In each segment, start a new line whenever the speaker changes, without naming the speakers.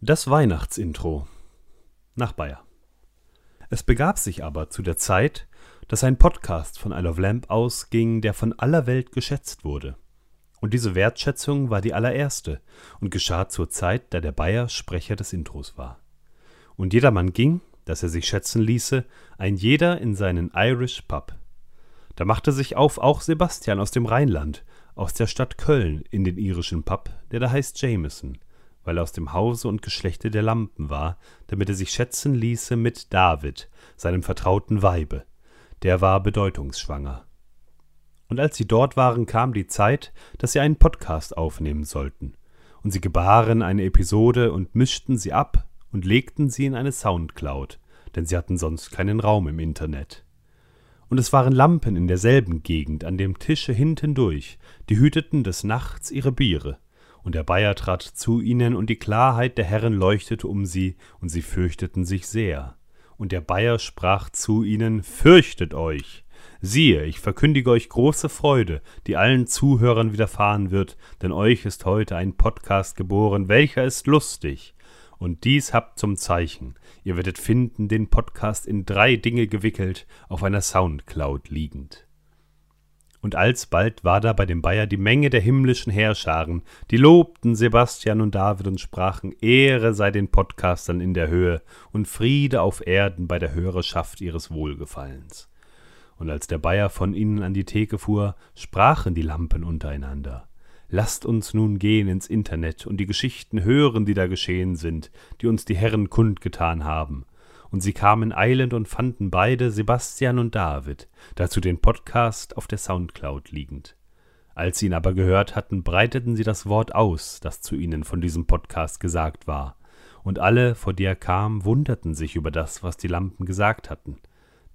Das Weihnachtsintro nach Bayer. Es begab sich aber zu der Zeit, dass ein Podcast von I Love Lamp ausging, der von aller Welt geschätzt wurde. Und diese Wertschätzung war die allererste und geschah zur Zeit, da der Bayer Sprecher des Intros war. Und jedermann ging, dass er sich schätzen ließe, ein jeder in seinen Irish Pub. Da machte sich auf auch Sebastian aus dem Rheinland, aus der Stadt Köln, in den irischen Pub, der da heißt Jameson, weil er aus dem Hause und Geschlechte der Lampen war, damit er sich schätzen ließe mit David, seinem vertrauten Weibe. Der war bedeutungsschwanger. Und als sie dort waren, kam die Zeit, dass sie einen Podcast aufnehmen sollten. Und sie gebaren eine Episode und mischten sie ab und legten sie in eine Soundcloud, denn sie hatten sonst keinen Raum im Internet. Und es waren Lampen in derselben Gegend an dem Tische hintendurch, die hüteten des Nachts ihre Biere. Und der Bayer trat zu ihnen, und die Klarheit der Herren leuchtete um sie, und sie fürchteten sich sehr. Und der Bayer sprach zu ihnen, Fürchtet euch! Siehe, ich verkündige euch große Freude, die allen Zuhörern widerfahren wird, denn euch ist heute ein Podcast geboren, welcher ist lustig. Und dies habt zum Zeichen. Ihr werdet finden, den Podcast in drei Dinge gewickelt, auf einer Soundcloud liegend. Und alsbald war da bei dem Bayer die Menge der himmlischen Heerscharen, die lobten Sebastian und David und sprachen, Ehre sei den Podcastern in der Höhe und Friede auf Erden bei der Hörerschaft ihres Wohlgefallens. Und als der Bayer von ihnen an die Theke fuhr, sprachen die Lampen untereinander. Lasst uns nun gehen ins Internet und die Geschichten hören, die da geschehen sind, die uns die Herren kundgetan haben. Und sie kamen eilend und fanden beide Sebastian und David, dazu den Podcast auf der Soundcloud liegend. Als sie ihn aber gehört hatten, breiteten sie das Wort aus, das zu ihnen von diesem Podcast gesagt war. Und alle, vor die er kam, wunderten sich über das, was die Lampen gesagt hatten.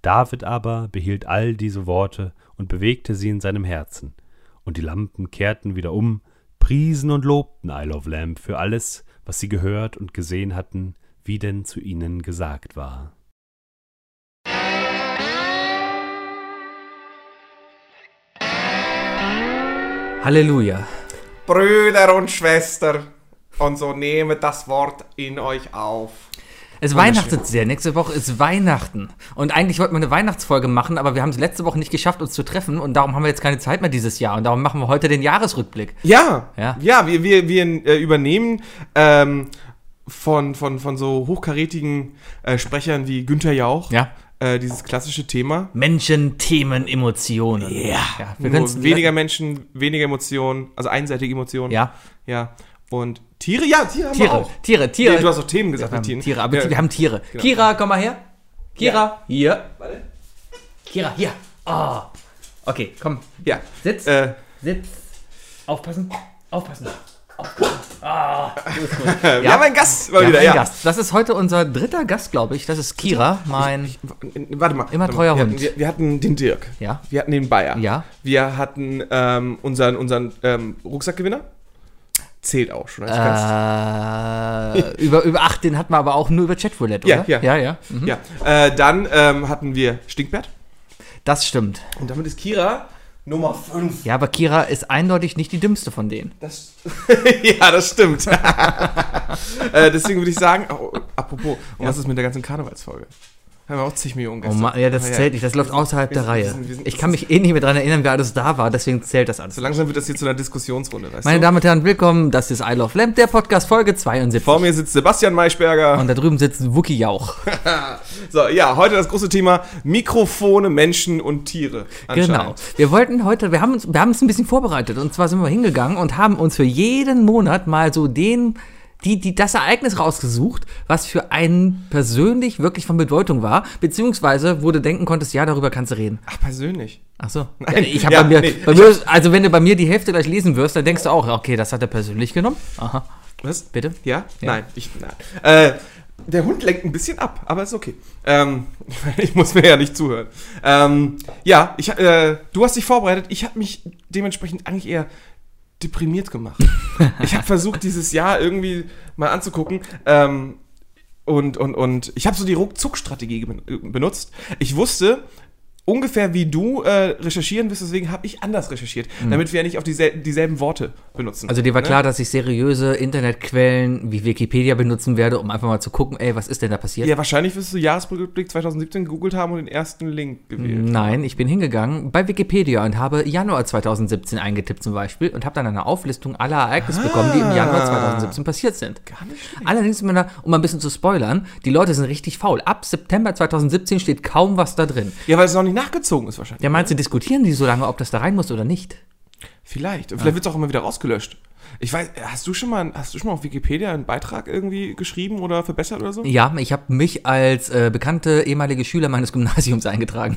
David aber behielt all diese Worte und bewegte sie in seinem Herzen. Und die Lampen kehrten wieder um, priesen und lobten Isle of Lamp für alles, was sie gehört und gesehen hatten, wie denn zu ihnen gesagt war.
Halleluja.
Brüder und Schwestern, und so nehmet das Wort in euch auf.
Es weihnachtet sehr. Nächste Woche ist Weihnachten. Und eigentlich wollten wir eine Weihnachtsfolge machen, aber wir haben es letzte Woche nicht geschafft, uns zu treffen. Und darum haben wir jetzt keine Zeit mehr dieses Jahr. Und darum machen wir heute den Jahresrückblick.
Ja,
Ja.
ja, wir, wir, wir äh, übernehmen ähm, von, von, von so hochkarätigen äh, Sprechern wie Günther Jauch
Ja.
äh, dieses klassische Thema.
Menschen, Themen, Emotionen. Ja, wir können
Nur weniger Menschen, weniger Emotionen, also einseitige Emotionen.
Ja.
Ja. Und Tiere, ja, Tiere haben wir
Tiere,
auch.
Tiere, Tiere.
Nee, du hast auch Themen gesagt
wir
mit
haben
Tieren.
Tiere, aber
ja. Genau.
wir haben Tiere. Kira, komm mal her. Kira, hier.
Warte.
Kira, hier. Oh. Okay, komm.
Ja.
Sitz,
Äh,
sitz. Aufpassen, aufpassen. Aufpassen. Ah, du bist gut.
wir haben einen Gast mal
Ja,
wieder,
ein
ja.
Gast. Das ist heute unser dritter Gast, glaube ich. Das ist Kira, mein.
W- Warte mal.
Immer
warte mal.
treuer
wir
Hund.
Hatten, wir, wir hatten den Dirk.
Ja.
Wir hatten den Bayer.
Ja.
Wir hatten ähm, unseren, unseren ähm, Rucksackgewinner. Zählt auch schon als
Ähm.
Gast.
Äh, über, über acht, den hatten wir aber auch nur über Chatroulette,
Ja,
oder?
ja.
ja. ja. Mhm.
Ja. Äh, dann ähm, hatten wir Stinkbert.
Das stimmt.
Und damit ist Kira Nummer 5.
Ja, aber Kira ist eindeutig nicht die dümmste von denen.
Das, ja, das stimmt. äh, deswegen würde ich sagen, oh, apropos, und was ist mit der ganzen Karnevalsfolge? Haben wir auch zig Millionen
Oh
Gäste.
Mann, ja, das
Aber
zählt nicht. Das läuft außerhalb
Ah, wir
der
sind-
Reihe.
wir sind- wir sind-
ich kann mich eh nicht mehr daran erinnern, wer alles da war, deswegen zählt das alles.
So langsam wird das hier zu einer Diskussionsrunde, weißt
Meine
du?
Damen und Herren, willkommen. Das ist I Love Lamp, der Podcast Folge 72.
Vor mir sitzt Sebastian Maischberger.
Und da drüben sitzt Wookie Jauch.
So, ja, heute das große Thema Mikrofone, Menschen und Tiere.
Genau.
anscheinend.
Wir wollten heute, wir haben uns, wir haben uns ein bisschen vorbereitet. Und zwar sind wir hingegangen und haben uns für jeden Monat mal so den, die, die, das Ereignis rausgesucht, was für einen persönlich wirklich von Bedeutung war, beziehungsweise wo du denken konntest, ja, darüber kannst du reden.
Ach, persönlich.
Ach so. Ja,
Nein,
ich habe
ja,
bei mir,
nee,
bei
ich
mir ist- also wenn du bei mir die Hälfte gleich lesen wirst, dann denkst du auch, okay, das hat er persönlich genommen. Aha.
Was?
Bitte?
Ja?
Ja.
Nein, ich, nein. Äh, der Hund lenkt ein bisschen ab, aber ist okay. Ähm, ich muss mir ja nicht zuhören. Ähm, ja, ich, äh, du hast dich vorbereitet. Ich habe mich dementsprechend eigentlich eher deprimiert gemacht. ich habe versucht, dieses Jahr irgendwie mal anzugucken. Ähm, und, und, und ich habe so die Ruckzuck-Strategie ben- benutzt. Ich äh, wusste, ungefähr wie du äh, recherchieren wirst, deswegen habe ich anders recherchiert, damit wir ja nicht auf diesel dieselben Worte benutzen.
Mhm. Also dir war
Ne?
klar, dass ich seriöse Internetquellen wie Wikipedia benutzen werde, um einfach mal zu gucken, ey, was ist denn da passiert?
Ja, wahrscheinlich wirst du Jahresrückblick 2017 gegoogelt haben und den ersten Link gewählt.
Nein, ich bin hingegangen bei Wikipedia und habe Januar 2017 eingetippt zum Beispiel und habe dann eine Auflistung aller Ereignisse bekommen, die im Januar 2017 passiert sind. Gar nicht schlecht. Allerdings, um mal um mal ein bisschen zu spoilern, die Leute sind richtig faul. Ab September 2017 steht kaum was da drin.
Ja, weil es noch nicht nachgezogen ist wahrscheinlich.
Ja, meinst du, diskutieren die so lange, ob das da rein muss oder nicht?
Vielleicht. Und vielleicht wird es auch immer wieder rausgelöscht. Ich weiß, hast du schon mal, hast du schon mal auf Wikipedia einen Beitrag irgendwie geschrieben oder verbessert oder so?
Ja, ich habe mich als äh, bekannte ehemalige Schüler meines Gymnasiums eingetragen.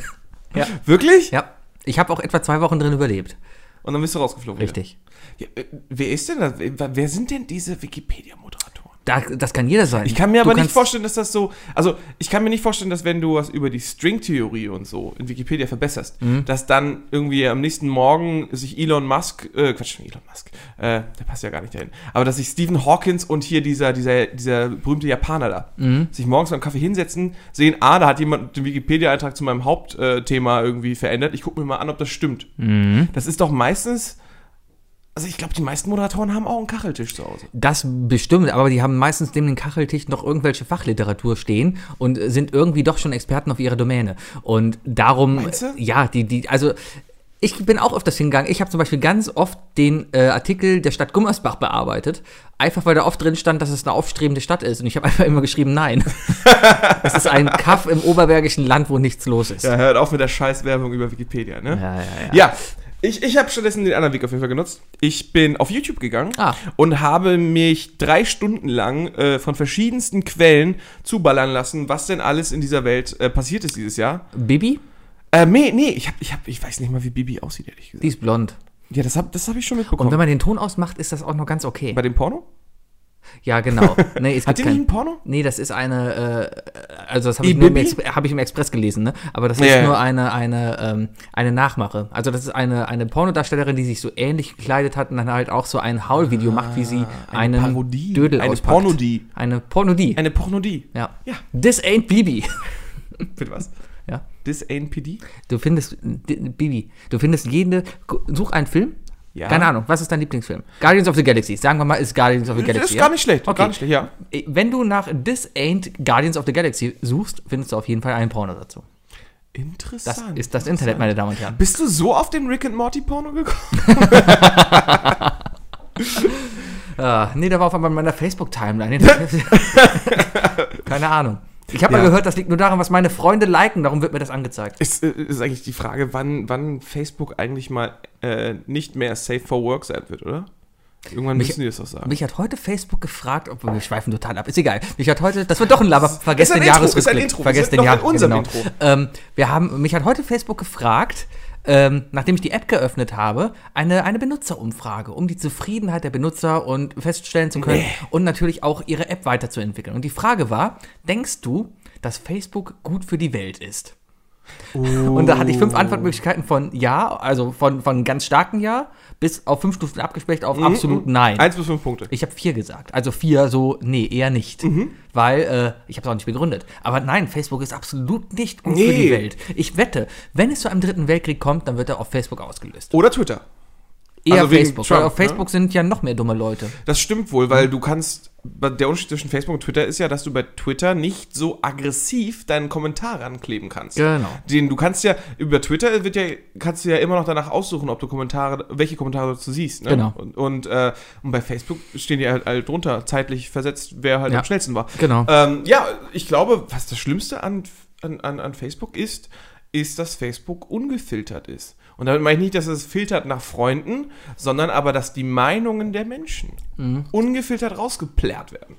Ja.
Wirklich?
Ja. Ich habe auch etwa zwei Wochen drin überlebt.
Und dann bist du rausgeflogen.
Richtig.
Ja, äh, wer ist denn das? Wer wer sind denn diese Wikipedia-Moderatoren?
Da, das kann jeder sein.
Ich kann mir
Du
aber nicht
kannst-
vorstellen, dass das so. Also, ich kann mir nicht vorstellen, dass wenn du was über die Stringtheorie und so in Wikipedia verbesserst, dass dann irgendwie am nächsten Morgen sich Elon Musk, äh, Quatsch, Elon Musk, äh, der passt ja gar nicht dahin, aber dass sich Stephen Hawkins und hier dieser, dieser, dieser berühmte Japaner da sich morgens beim Kaffee hinsetzen, sehen, ah, da hat jemand den Wikipedia-Eintrag zu meinem Hauptthema äh, irgendwie verändert. Ich gucke mir mal an, ob das stimmt. Das ist doch meistens. Also ich glaube, die meisten Moderatoren haben auch einen Kacheltisch zu Hause.
Das bestimmt, aber die haben meistens neben den Kacheltisch noch irgendwelche Fachliteratur stehen und äh, sind irgendwie doch schon Experten auf ihrer Domäne. Und darum.
Meinst du?
äh, Ja, die, die, also. Ich bin auch auf das hingegangen. Ich habe zum Beispiel ganz oft den äh, Artikel der Stadt Gummersbach bearbeitet, einfach weil da oft drin stand, dass es eine aufstrebende Stadt ist. Und ich habe einfach immer geschrieben, nein. es ist ein Kaff im oberbergischen Land, wo nichts los ist.
Ja, hört auf mit der Scheißwerbung über Wikipedia, ne?
ja, ja.
Ja, ich, ich habe stattdessen den anderen Weg auf jeden Fall genutzt. Ich bin auf YouTube gegangen
Ah.
und habe mich drei Stunden lang äh, von verschiedensten Quellen zuballern lassen, was denn alles in dieser Welt äh, passiert ist dieses Jahr.
Bibi,
Äh, nee, nee, ich, hab, ich, hab, ich weiß nicht mal, wie Bibi aussieht, ehrlich gesagt.
die ist blond.
Ja, das habe das hab ich schon
Und wenn
mitbekommen.
man den Ton ausmacht, ist das auch noch ganz okay.
Bei dem Porno?
Ja, genau. Nee, es
Hat
gibt
die
kein,
nicht ein Porno?
nee, das ist eine, äh, also das habe ich, nur im
Ibibi?
Ex- hab ich im Express gelesen, ne? aber das
Ja,
ist
ja.
nur eine, eine, ähm, eine Nachmache. Also das ist eine, eine Pornodarstellerin, die sich so ähnlich gekleidet hat und dann halt auch so ein Haul-Video macht, wie sie einen
Ah, Parodie,
Dödel
eine
auspackt.
Pornodie.
Eine Pornodie,
Eine Pornodie.
ja.
Ja.
This ain't Bibi.
Bitte was?
ja.
This ain't PD?
Du findest, di- Bibi, du findest jede, gu- such einen Film,
Ja.
keine Ahnung, was ist dein Lieblingsfilm? Guardians of the Galaxy, sagen wir mal, ist Guardians of the Galaxy.
Das ist gar nicht schlecht,
Okay.
gar nicht schlecht, ja.
Äh, Wenn du nach This Ain't Guardians of the Galaxy suchst, findest du auf jeden Fall einen Porno dazu. Das
Interessant.
ist das Internet, meine Damen und Herren.
Bist du so auf den Rick and Morty Porno gekommen?
Ah, nee, da war auf einmal in meiner Facebook-Timeline. Keine Ahnung. Ich habe
Ja.
mal gehört, das liegt nur daran, was meine Freunde liken, darum wird mir das angezeigt.
Ist, äh, ist eigentlich die Frage, wann, wann Facebook eigentlich mal äh, nicht mehr Safe for Work sein wird, oder? Irgendwann
Mich-
müssen die das doch sagen.
Mich hat heute Facebook gefragt, ob wir schweifen total ab. Ist egal. Mich hat heute, das wird doch ein Laber. Vergesst
ein
den
Intro,
Jahresrückblick.
ist ein Intro. Wir
Vergesst
sind
den
noch in
Jahres-
unserem
genau.
Intro.
Ähm, wir haben, mich hat heute Facebook gefragt, ähm, nachdem ich die App geöffnet habe, eine, eine Benutzerumfrage, um die Zufriedenheit der Benutzer und feststellen zu können und natürlich auch ihre App weiterzuentwickeln. Und die Frage war, denkst du, dass Facebook gut für die Welt ist? Und da hatte ich fünf
Oh.
Antwortmöglichkeiten von Ja, also von, von ganz starken Ja bis auf fünf Stufen abgespecht auf
Mhm.
absolut Nein.
Eins bis fünf Punkte.
Ich habe vier gesagt. Also vier so, nee, eher nicht.
Mhm.
Weil, äh, ich habe es auch nicht begründet. Aber nein, Facebook ist absolut nicht gut für
Nee.
die Welt. Ich wette, wenn es zu einem dritten Weltkrieg kommt, dann wird er auf Facebook ausgelöst.
Oder Twitter.
Eher
Also wegen
Facebook.
Trump,
weil auf
ne?
Facebook sind ja noch mehr dumme Leute.
Das stimmt wohl,
Mhm.
weil du kannst. Der Unterschied zwischen Facebook und Twitter ist ja, dass du bei Twitter nicht so aggressiv deinen Kommentar rankleben kannst.
Genau.
Den, du kannst ja, über Twitter wird ja, kannst du ja immer noch danach aussuchen, ob du Kommentare, welche Kommentare du siehst. Ne?
Genau.
Und, und, äh, und bei Facebook stehen die halt, halt drunter, zeitlich versetzt, wer halt
Ja.
am schnellsten war.
Genau.
Ähm, ja, ich glaube, was das Schlimmste an, an, an, an Facebook ist, ist, dass Facebook ungefiltert ist. Und damit meine ich nicht, dass es filtert nach Freunden, sondern aber, dass die Meinungen der Menschen
Mhm.
ungefiltert rausgeplärrt werden.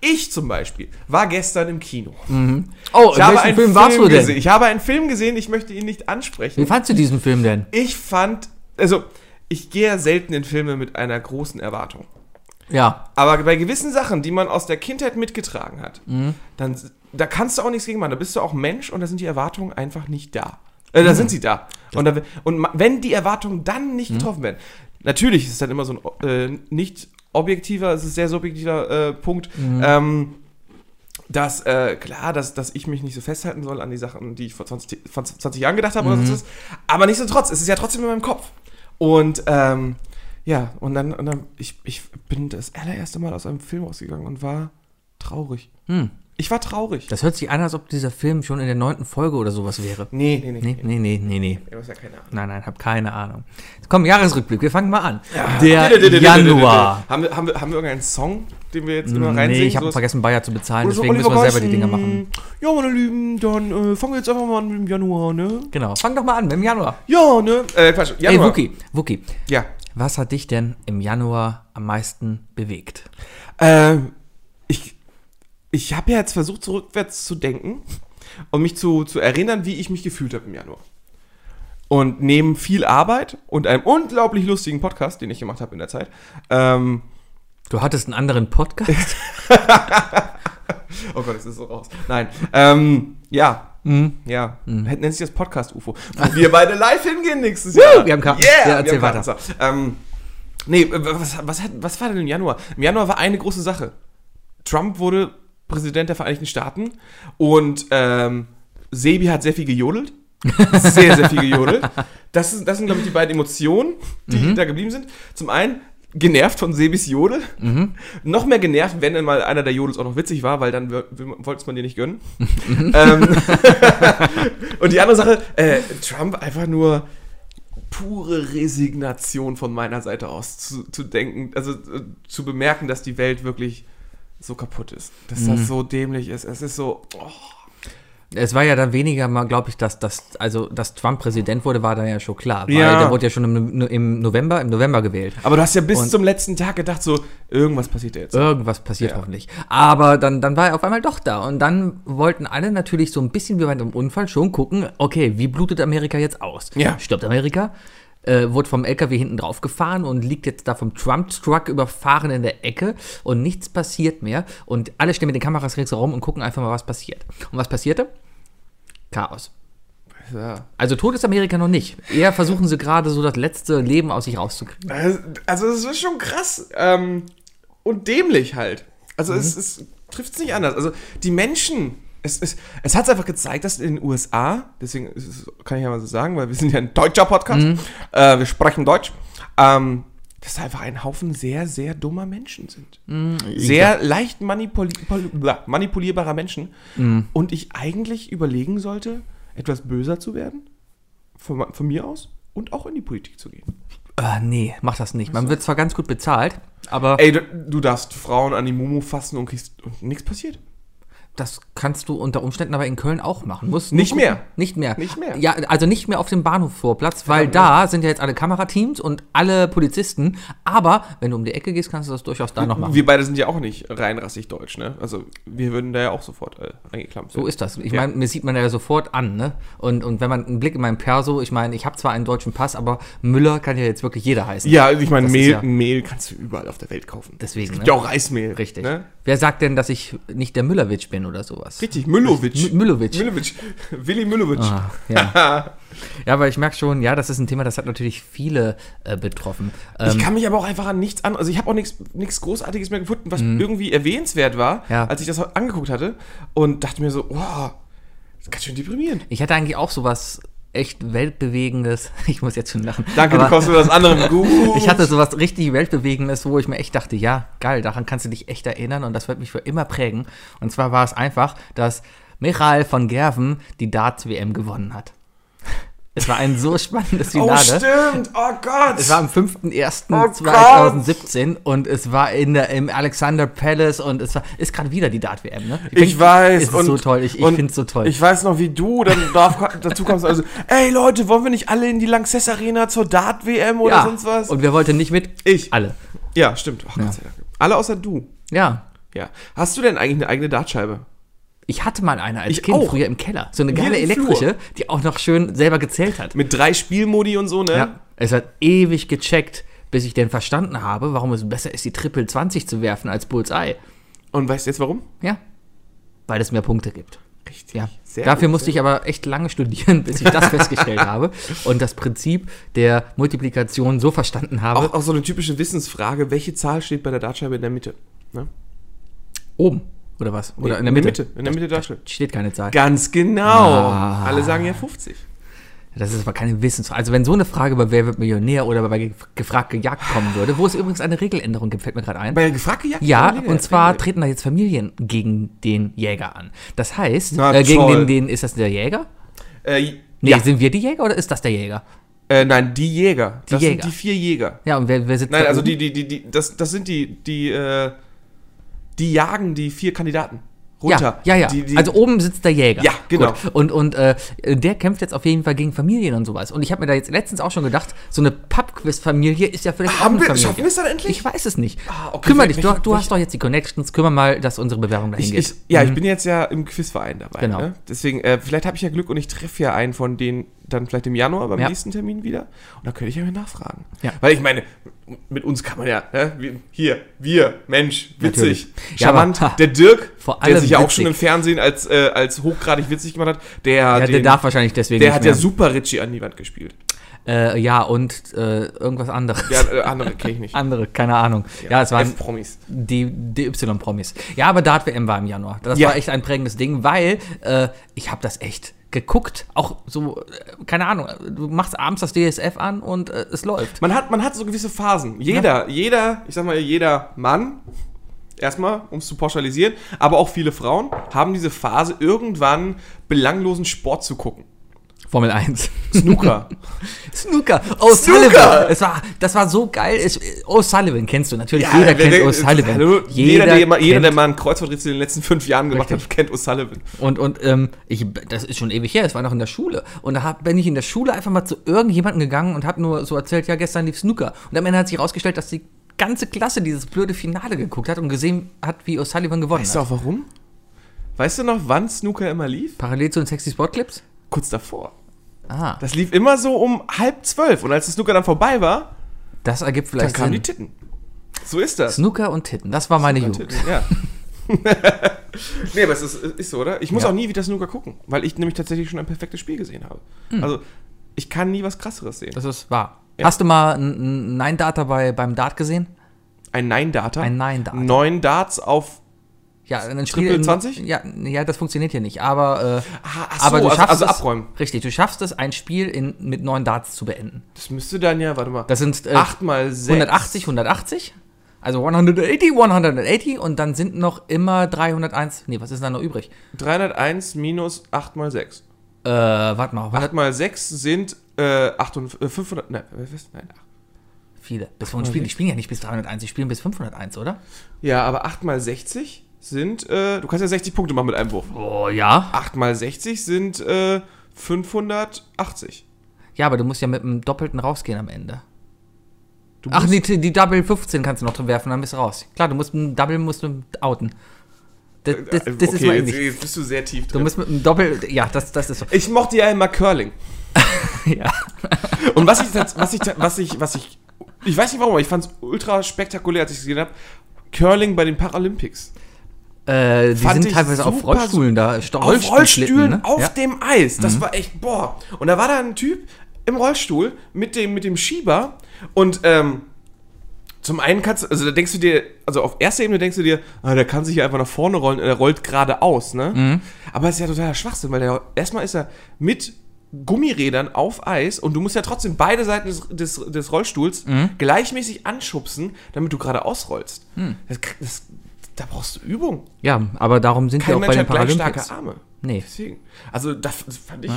Ich zum Beispiel war gestern im Kino.
Oh,
Ich habe einen Film, gesehen. Ich habe einen Film gesehen, ich möchte ihn nicht
Wie
ansprechen.
fandst du diesen Film denn?
Ich fand, also, ich gehe ja selten in Filme mit einer großen Erwartung.
Ja.
Aber bei gewissen Sachen, die man aus der Kindheit mitgetragen hat, dann da kannst du auch nichts gegen machen. Da bist du auch Mensch und da sind die Erwartungen einfach nicht da. Äh, da sind sie da. Und, da, und ma- wenn die Erwartungen dann nicht getroffen werden, natürlich ist es dann immer so ein o- äh, nicht objektiver, es ist ein sehr subjektiver äh, Punkt. Ähm, dass äh, klar, dass, dass ich mich nicht so festhalten soll an die Sachen, die ich vor 20, vor 20 Jahren gedacht habe
Mhm.
oder sonst was. Aber nichtsdestotrotz, es ist ja trotzdem in meinem Kopf. Und ähm, ja, und dann, und dann ich, ich bin das allererste Mal aus einem Film rausgegangen und war traurig.
Hm.
Ich war traurig.
Das hört sich an, als ob dieser Film schon in der neunten Folge oder sowas wäre.
nee, nee, nee.
Nee, nee, nee, nee, nee.
Du hast ja keine Ahnung.
Nein, nein, hab keine Ahnung. Komm, Jahresrückblick, wir fangen mal an.
Didididididididididididididididididididididididididididididididididididid.
Der Januar.
Haben wir, haben wir, haben wir irgendeinen Song, den wir jetzt immer reinsingen?
Nee, ich habe
sowas?
vergessen, Bayer zu bezahlen,
Oder so
deswegen müssen wir
Oliver
selber die Dinger machen.
Geuss, Ja, meine Lieben, dann äh, fangen wir jetzt einfach mal an mit dem Januar, ne?
Genau, fang doch mal an mit dem Januar.
Ja, ne? Äh, Quatsch.
Ey,
Januar.
Wookie, Wookie,
Ja.
was hat dich denn im Januar am meisten bewegt?
Ähm, ich ich habe ja jetzt versucht, so rückwärts zu denken und mich zu, zu erinnern, wie ich mich gefühlt habe im Januar. Und neben viel Arbeit und einem unglaublich lustigen Podcast, den ich gemacht habe in der Zeit, ähm,
Du hattest einen anderen Podcast?
Oh Gott, es ist so raus. Nein. Ähm, ja.
Hm.
Ja.
Mhm.
Hätten nennt sich das Podcast-UFO. Wo wir beide live hingehen nächstes Jahr.
Ah. wir haben Karten. Ja,
Yeah, wir
erzähl
haben Karten. So, Ähm, nee, äh, was, was, hat, was war denn im Januar? Im Januar war eine große Sache. Trump wurde Präsident der Vereinigten Staaten und ähm, Sebi hat sehr viel gejodelt. Sehr, sehr viel gejodelt. Das, ist, das sind, glaube ich, die beiden Emotionen, die
Mhm.
da geblieben sind. Zum einen genervt von Sebis Jodel.
Mhm.
Noch mehr genervt, wenn dann mal einer der Jodels auch noch witzig war, weil dann w- w- wollte es man dir nicht gönnen.
Mhm.
ähm, und die andere Sache, äh, Trump einfach nur pure Resignation von meiner Seite aus zu, zu denken, also äh, zu bemerken, dass die Welt wirklich so kaputt ist, dass das so dämlich ist. Es ist so, oh,
es war ja dann weniger mal, glaube ich, dass, dass, also, dass Trump Präsident wurde, war dann ja schon klar. Weil
Ja.
der wurde ja schon im, im November, im November gewählt.
aber du hast ja bis
Und- Äh?
zum letzten Tag gedacht, so irgendwas passiert da jetzt.
Irgendwas passiert
Ja.
hoffentlich. Aber dann, dann war er auf einmal doch da. Und dann wollten alle natürlich so ein bisschen wie bei einem Unfall schon gucken, okay, wie blutet Amerika jetzt aus?
Ja.
Stirbt Amerika? Äh, wurde vom LKW hinten drauf gefahren und liegt jetzt da vom Trump-Truck überfahren in der Ecke und nichts passiert mehr. Und alle stehen mit den Kameras ringsherum und gucken einfach mal, was passiert. Und was passierte? Chaos.
Ja.
Also tot ist Amerika noch nicht. Eher versuchen sie gerade so das letzte Leben aus sich rauszukriegen.
Also, also es ist schon krass ähm, und dämlich halt. Also es, es trifft es nicht anders. Also die Menschen, es, es, es hat es einfach gezeigt, dass in den USA, deswegen ist es, kann ich ja mal so sagen, weil wir sind ja ein deutscher Podcast, äh, wir sprechen Deutsch, ähm, dass da einfach ein Haufen sehr, sehr dummer Menschen sind. Sehr leicht manipul pol- bla, manipulierbarer Menschen. Und ich eigentlich überlegen sollte, etwas böser zu werden, von, von mir aus, und auch in die Politik zu gehen.
Ah, nee, mach das nicht. Man wird zwar ganz gut bezahlt, aber.
Ey, du, du darfst Frauen an die Mumu fassen und kriegst und nichts passiert.
Das kannst du unter Umständen aber in Köln auch machen. Musst
Nicht
nur gucken.
mehr.
Nicht mehr.
Nicht mehr.
Ja, also nicht mehr auf dem Bahnhofvorplatz, weil da sind ja jetzt alle Kamerateams und alle Polizisten. Aber wenn du um die Ecke gehst, kannst du das durchaus da noch machen.
Wir beide sind ja auch nicht rein rassig deutsch, ne? Also wir würden da ja auch sofort äh, eingeklampt
So
werden.
ist das. Ich
Ja.
meine, mir sieht man ja sofort an, ne? Und, und wenn man einen Blick in meinen Perso, ich meine, ich habe zwar einen deutschen Pass, aber Müller kann ja jetzt wirklich jeder heißen.
Ja, also ich meine,
Das ist
Mehl,
ja-
Mehl kannst du überall auf der Welt kaufen.
Deswegen,
Es gibt
ne?
ja auch Reismehl.
Richtig.
Ne?
Wer sagt denn, dass ich nicht der Müllerwitsch bin oder sowas?
Richtig, Müllovic.
M- Müllovic.
Müllovic. Willi Müllovic.
Ah, ja. ja, aber ich merke schon, ja, das ist ein Thema, das hat natürlich viele äh, betroffen.
Ich
Ähm,
kann mich aber auch einfach an nichts an. Also ich habe auch nichts nichts Großartiges mehr gefunden, was irgendwie erwähnenswert war,
Mhm. Ja.
als ich das angeguckt hatte und dachte mir so, wow, das ist ganz schön deprimierend.
Ich hatte eigentlich auch sowas echt weltbewegendes. Ich muss jetzt schon lachen.
Danke,
aber
du kommst mir das andere gut.
Ich hatte sowas richtig weltbewegendes, wo ich mir echt dachte, ja, geil, daran kannst du dich echt erinnern und das wird mich für immer prägen. Und zwar war es einfach, dass Michael von Gerven die Darts WM gewonnen hat. Es war ein so spannendes
Oh,
Finale.
stimmt. Oh Gott.
Es war am
Gott.
5.1.2017 und es war in der, im Alexander Palace und es war, ist gerade wieder die Dart-WM, ne?
Ich,
find-
weiß.
Es ist so toll, ich, ich
und
finde es so toll.
Ich weiß noch, wie du dann darf, dazu kommst. Also, ey Leute, wollen wir nicht alle in die Lanxess Arena zur Dart-WM oder sonst was?
Und wer wollte nicht mit?
Ich.
Alle.
ja, stimmt. Ach, Gott sei Dank. Alle außer du.
Ja.
Ja. Hast du denn eigentlich eine eigene Dartscheibe?
Ich hatte mal eine als
Ich
Kind
auch.
früher im Keller. So eine
Hier
geile
im Flur.
elektrische, die auch noch schön selber gezählt hat.
Mit drei Spielmodi und so, ne?
Ja. Es hat ewig gecheckt, bis ich denn verstanden habe, warum es besser ist, die Triple 20 zu werfen als Bullseye.
Und weißt du jetzt warum?
Ja. Weil es mehr Punkte gibt.
Richtig.
Ja.
Sehr
Dafür
gut,
musste ich aber echt lange studieren, bis ich das festgestellt habe und das Prinzip der Multiplikation so verstanden habe.
Auch, auch so eine typische Wissensfrage: Welche Zahl steht bei der Dartscheibe in der Mitte? Ne?
Oben. Oder was?
Nee,
Oder in der Mitte?
In der Mitte der Tasche.
Steht keine Zahl.
Ganz genau.
Ah.
Alle sagen ja 50.
Das ist aber keine Wissensfrage. Also wenn so eine Frage bei Wer wird Millionär oder bei Ge- gefragt gejagt kommen würde, wo es übrigens eine Regeländerung gibt, fällt mir gerade ein.
Bei gefragt gejagt?
Ja,
Kollege,
und zwar
Kollege.
treten da jetzt Familien gegen den Jäger an. Das heißt,
Na
äh, gegen
toll.
den, den, ist das der Jäger?
Äh,
Nee,
ja.
sind wir die Jäger oder ist das der Jäger?
äh, nein, die Jäger.
Die
das
Jäger.
sind die vier Jäger.
Ja, und wer, wer sitzt
Nein,
da
also
oben?
die, die, die, die, das, das sind die, die, äh, die jagen die vier Kandidaten runter.
Ja, ja, ja.
Die, die,
also oben sitzt der Jäger.
Ja, genau.
Gut. Und, und äh, der kämpft jetzt auf jeden Fall gegen Familien und sowas. Und ich habe mir da jetzt letztens auch schon gedacht, so eine Pubquiz-Familie ist ja vielleicht auch
haben
eine
wir,
Familie.
schaffen wir es dann endlich?
Ich weiß es nicht.
Ah, okay.
Kümmer
Welch-
dich, du, du
welch-
hast doch jetzt die Connections, kümmer mal, dass unsere Bewerbung dahin
Ich,
geht.
ich, ja, ich bin jetzt ja im Quizverein dabei.
Mhm. Genau.
Ne? Deswegen, äh, vielleicht habe ich ja Glück und ich treffe ja einen von denen dann vielleicht im Januar beim
Ja.
nächsten Termin wieder. Und dann könnte ich ja mal nachfragen.
Ja.
Weil ich meine, mit uns kann man ja, ne? wir, hier, wir, Mensch, witzig,
Natürlich. Ja,
charmant.
aber-
der Dirk,
Vor
der
allem
sich ja auch
witzig.
schon im Fernsehen als, äh, als hochgradig witzig gemacht hat, der,
ja, der
den-
darf wahrscheinlich deswegen
der hat ja
mehr.
super Richie an die Wand gespielt.
äh, ja, und äh, irgendwas anderes.
Ja, äh, andere kenne ich nicht.
Andere, keine Ahnung. Ja, es waren
F-Promis.
die DY-Promis. Ja, aber Dart WM war im Januar. Das
Ja.
war echt ein prägendes Ding, weil äh, ich habe das echt geguckt. Auch so, äh, keine Ahnung, du machst abends das DSF an und äh, es läuft.
Man hat, man hat so gewisse Phasen. Jeder, jeder, ich sag mal, jeder Mann, erstmal, um es zu pauschalisieren, aber auch viele Frauen haben diese Phase, irgendwann belanglosen Sport zu gucken.
Formel 1.
Snooker.
Snooker! O'Sullivan! Es war, das war so geil. Es- O'Sullivan kennst du natürlich. jeder
wer-
kennt
wer- Hallo,
O'Sullivan.
Jeder, der, mal- jeder,
kennt-
der mal ein Kreuzworträtsel in den letzten fünf Jahren gemacht
Richtig.
hat, kennt O'Sullivan.
Und, und ähm, ich, das ist schon ewig her, das war noch in der Schule. Und da hab, bin ich in der Schule einfach mal zu irgendjemandem gegangen und habe nur so erzählt, ja, gestern lief Snooker. Und am Ende hat sich herausgestellt, dass die ganze Klasse dieses blöde Finale geguckt hat und gesehen hat, wie O'Sullivan gewonnen
Weißt du
hat.
auch warum? Weißt du noch, wann Snooker immer lief?
Parallel zu den Sexy Sport Clips?
Kurz davor.
Ah,
Das lief immer so um halb zwölf. Und als der Snooker dann vorbei war,
das ergibt
dann
vielleicht
kamen die
Sinn.
Titten. So ist das.
Snooker und Titten, das war meine Jugend.
Natürlich, ja. nee, aber es ist, ist so, oder? Ich muss
Ja.
auch nie wieder Snooker gucken, weil ich nämlich tatsächlich schon ein perfektes Spiel gesehen habe. Also, ich kann nie was krasseres sehen.
Hm. Das ist wahr. Hast du mal einen Nein-Data bei, beim Dart gesehen?
Ein Nein-Data.
Ein Nein-Data.
Neun Darts auf.
Ja, ein
Triple
in-
20?
Ja, ja, das funktioniert hier nicht. Aber, äh,
Ah, ach so,
aber du
also-
schaffst
also
es,
abräumen.
Richtig, du schaffst es, ein Spiel in, mit neun Darts zu beenden.
Das müsste dann ja, warte mal.
Das sind äh,
8 mal 6.
180, 180. Also 180, 180 und dann sind noch immer 301. Nee, was ist denn da noch übrig?
301 minus 8 mal 6.
Äh, warte mal, 100
8 mal 6 sind äh, 800, äh, 500. Nein, was, nein. ach.
viele. Bis wir spielen. Die spielen ja nicht bis 301, die spielen bis 501, oder?
Ja, aber 8 mal 60 sind. Äh, du kannst ja 60 Punkte machen mit einem Wurf.
Oh ja.
8 mal 60 sind äh, 580.
Ja, aber du musst ja mit einem Doppelten rausgehen am Ende.
Du
Ach,
musst-
die, die Double 15 kannst du noch drin werfen, dann bist du raus. Klar, du musst mit einem Double musst du outen. Das, das, das
Äh, okay,
ist mal
jetzt,
ähnlich.
jetzt bist du sehr tief
Du
drin.
musst mit einem Doppel. Ja, das, das ist so.
Ich mochte ja immer Curling.
Ja.
Und was ich, tats- was ich, ta- was ich, was ich, ich weiß nicht warum, aber ich fand es ultra spektakulär, als ich es gesehen habe. Curling bei den Paralympics.
Äh, die
Fand
sind
ich
teilweise auf
super,
Rollstuhlen da. Sto-
Auf Rollstühlen,
ne?
auf
ja. Mhm.
dem Eis. Das war echt, boah. Und da war da ein Typ im Rollstuhl mit dem, mit dem Schieber und, ähm, zum einen kannst du, also da denkst du dir, also auf erster Ebene denkst du dir, ah, der kann sich hier einfach nach vorne rollen, er rollt geradeaus, ne?
Mhm.
Aber es ist ja totaler Schwachsinn, weil der, erstmal ist er mit Gummirädern auf Eis und du musst ja trotzdem beide Seiten des, des, des Rollstuhls
Mhm.
gleichmäßig anschubsen, damit du geradeaus rollst.
Mhm.
Das, das, da brauchst du Übung.
ja, aber darum sind wir
Kein
auch bei
Mensch
den
hat gleich starke
Paralympics.
Arme.
Nee.
Deswegen. Also das das fand ich,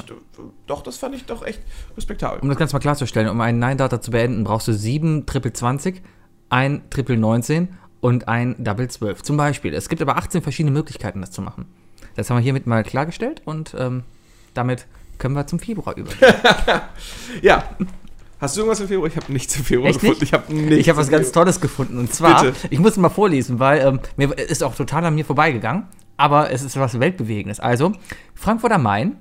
doch, das fand ich doch echt
Um
respektabel.
das Ganze mal klarzustellen, um einen Nine-Data zu beenden, brauchst du 7 Triple 20, ein Triple 19 und ein Double 12. Zum Beispiel. Es gibt aber 18 verschiedene Möglichkeiten, das zu machen. Das haben wir hiermit mal klargestellt und ähm, damit können wir zum Februar über.
Ja. Hast du irgendwas im Februar? Ich habe nichts im Februar
Echt nicht?
Ich habe nichts.
Ich habe was
im
ganz
Februar.
Tolles gefunden. Und zwar,
Bitte.
ich muss es mal vorlesen, weil ähm, mir ist auch total an mir vorbeigegangen. Aber es ist was Weltbewegendes. Also, Frankfurt am Main,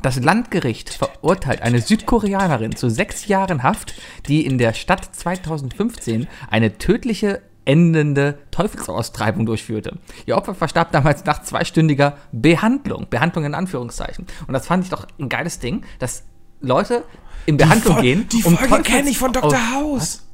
das Landgericht verurteilt eine Südkoreanerin zu sechs Jahren Haft, die in der Stadt 2015 eine tödliche endende Teufelsaustreibung durchführte. Ihr Opfer verstarb damals nach zweistündiger Behandlung. Behandlung in Anführungszeichen. Und das fand ich doch ein geiles Ding, dass Leute in Behandlung
Voll-
gehen.
Die
um
Folge kenne ich von Dr.
Teufels-
House.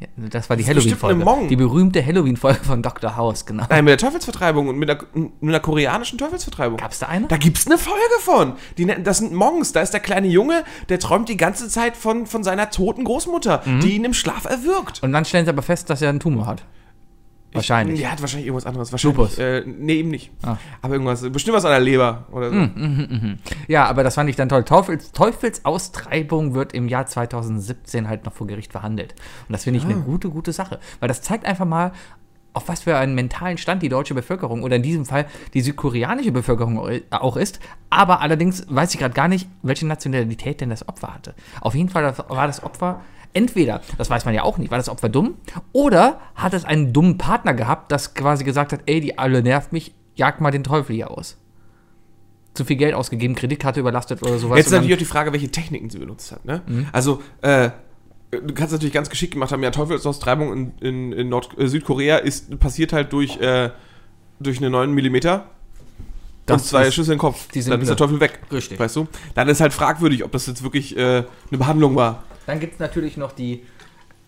Ja, also das war die
Das ist bestimmt eine
Halloween-Folge.
Mong.
Die berühmte Halloween-Folge von Dr. House, genau.
Nein, mit der Teufelsvertreibung und mit der, mit einer koreanischen Teufelsvertreibung.
Gab's da eine?
Da gibt's eine Folge von. Die, nennen- das sind Monks. Da ist der kleine Junge, der träumt die ganze Zeit von, von seiner toten Großmutter,
Mhm.
die ihn im Schlaf erwürgt.
Und dann stellen sie aber fest, dass er einen Tumor hat. Wahrscheinlich.
Der hat wahrscheinlich irgendwas anderes. Wahrscheinlich,
Lupus.
Äh, nee, eben nicht.
Ah. Hm.
Aber irgendwas, bestimmt was an der Leber oder so.
Ja, aber das fand ich dann toll. Teufels, Teufelsaustreibung wird im Jahr 2017 halt noch vor Gericht verhandelt. Und das finde ich eine gute, gute Sache. Weil das zeigt einfach mal, auf was für einen mentalen Stand die deutsche Bevölkerung oder in diesem Fall die südkoreanische Bevölkerung au- auch ist. Aber allerdings weiß ich gerade gar nicht, welche Nationalität denn das Opfer hatte. Auf jeden Fall das- war das Opfer entweder, das weiß man ja auch nicht, war das Opfer dumm oder hat es einen dummen Partner gehabt, das quasi gesagt hat, ey, die alle nervt mich, jag mal den Teufel hier aus zu viel Geld ausgegeben, Kreditkarte überlastet oder sowas.
Jetzt ist
und dann- Mhm.
natürlich auch die Frage, welche Techniken sie benutzt hat. Ne? Also, äh, du kannst natürlich ganz geschickt gemacht haben, ja, Teufelsaustreibung in, in, in Nord äh, Südkorea ist, passiert halt durch, äh, durch eine 9 mm und
Das
zwei
ist
Schüsse in den Kopf.
die
Dann ist
simple.
der Teufel weg.
Richtig.
Weißt du? Dann ist halt fragwürdig, ob das jetzt wirklich äh, eine Behandlung war.
dann gibt es natürlich noch die.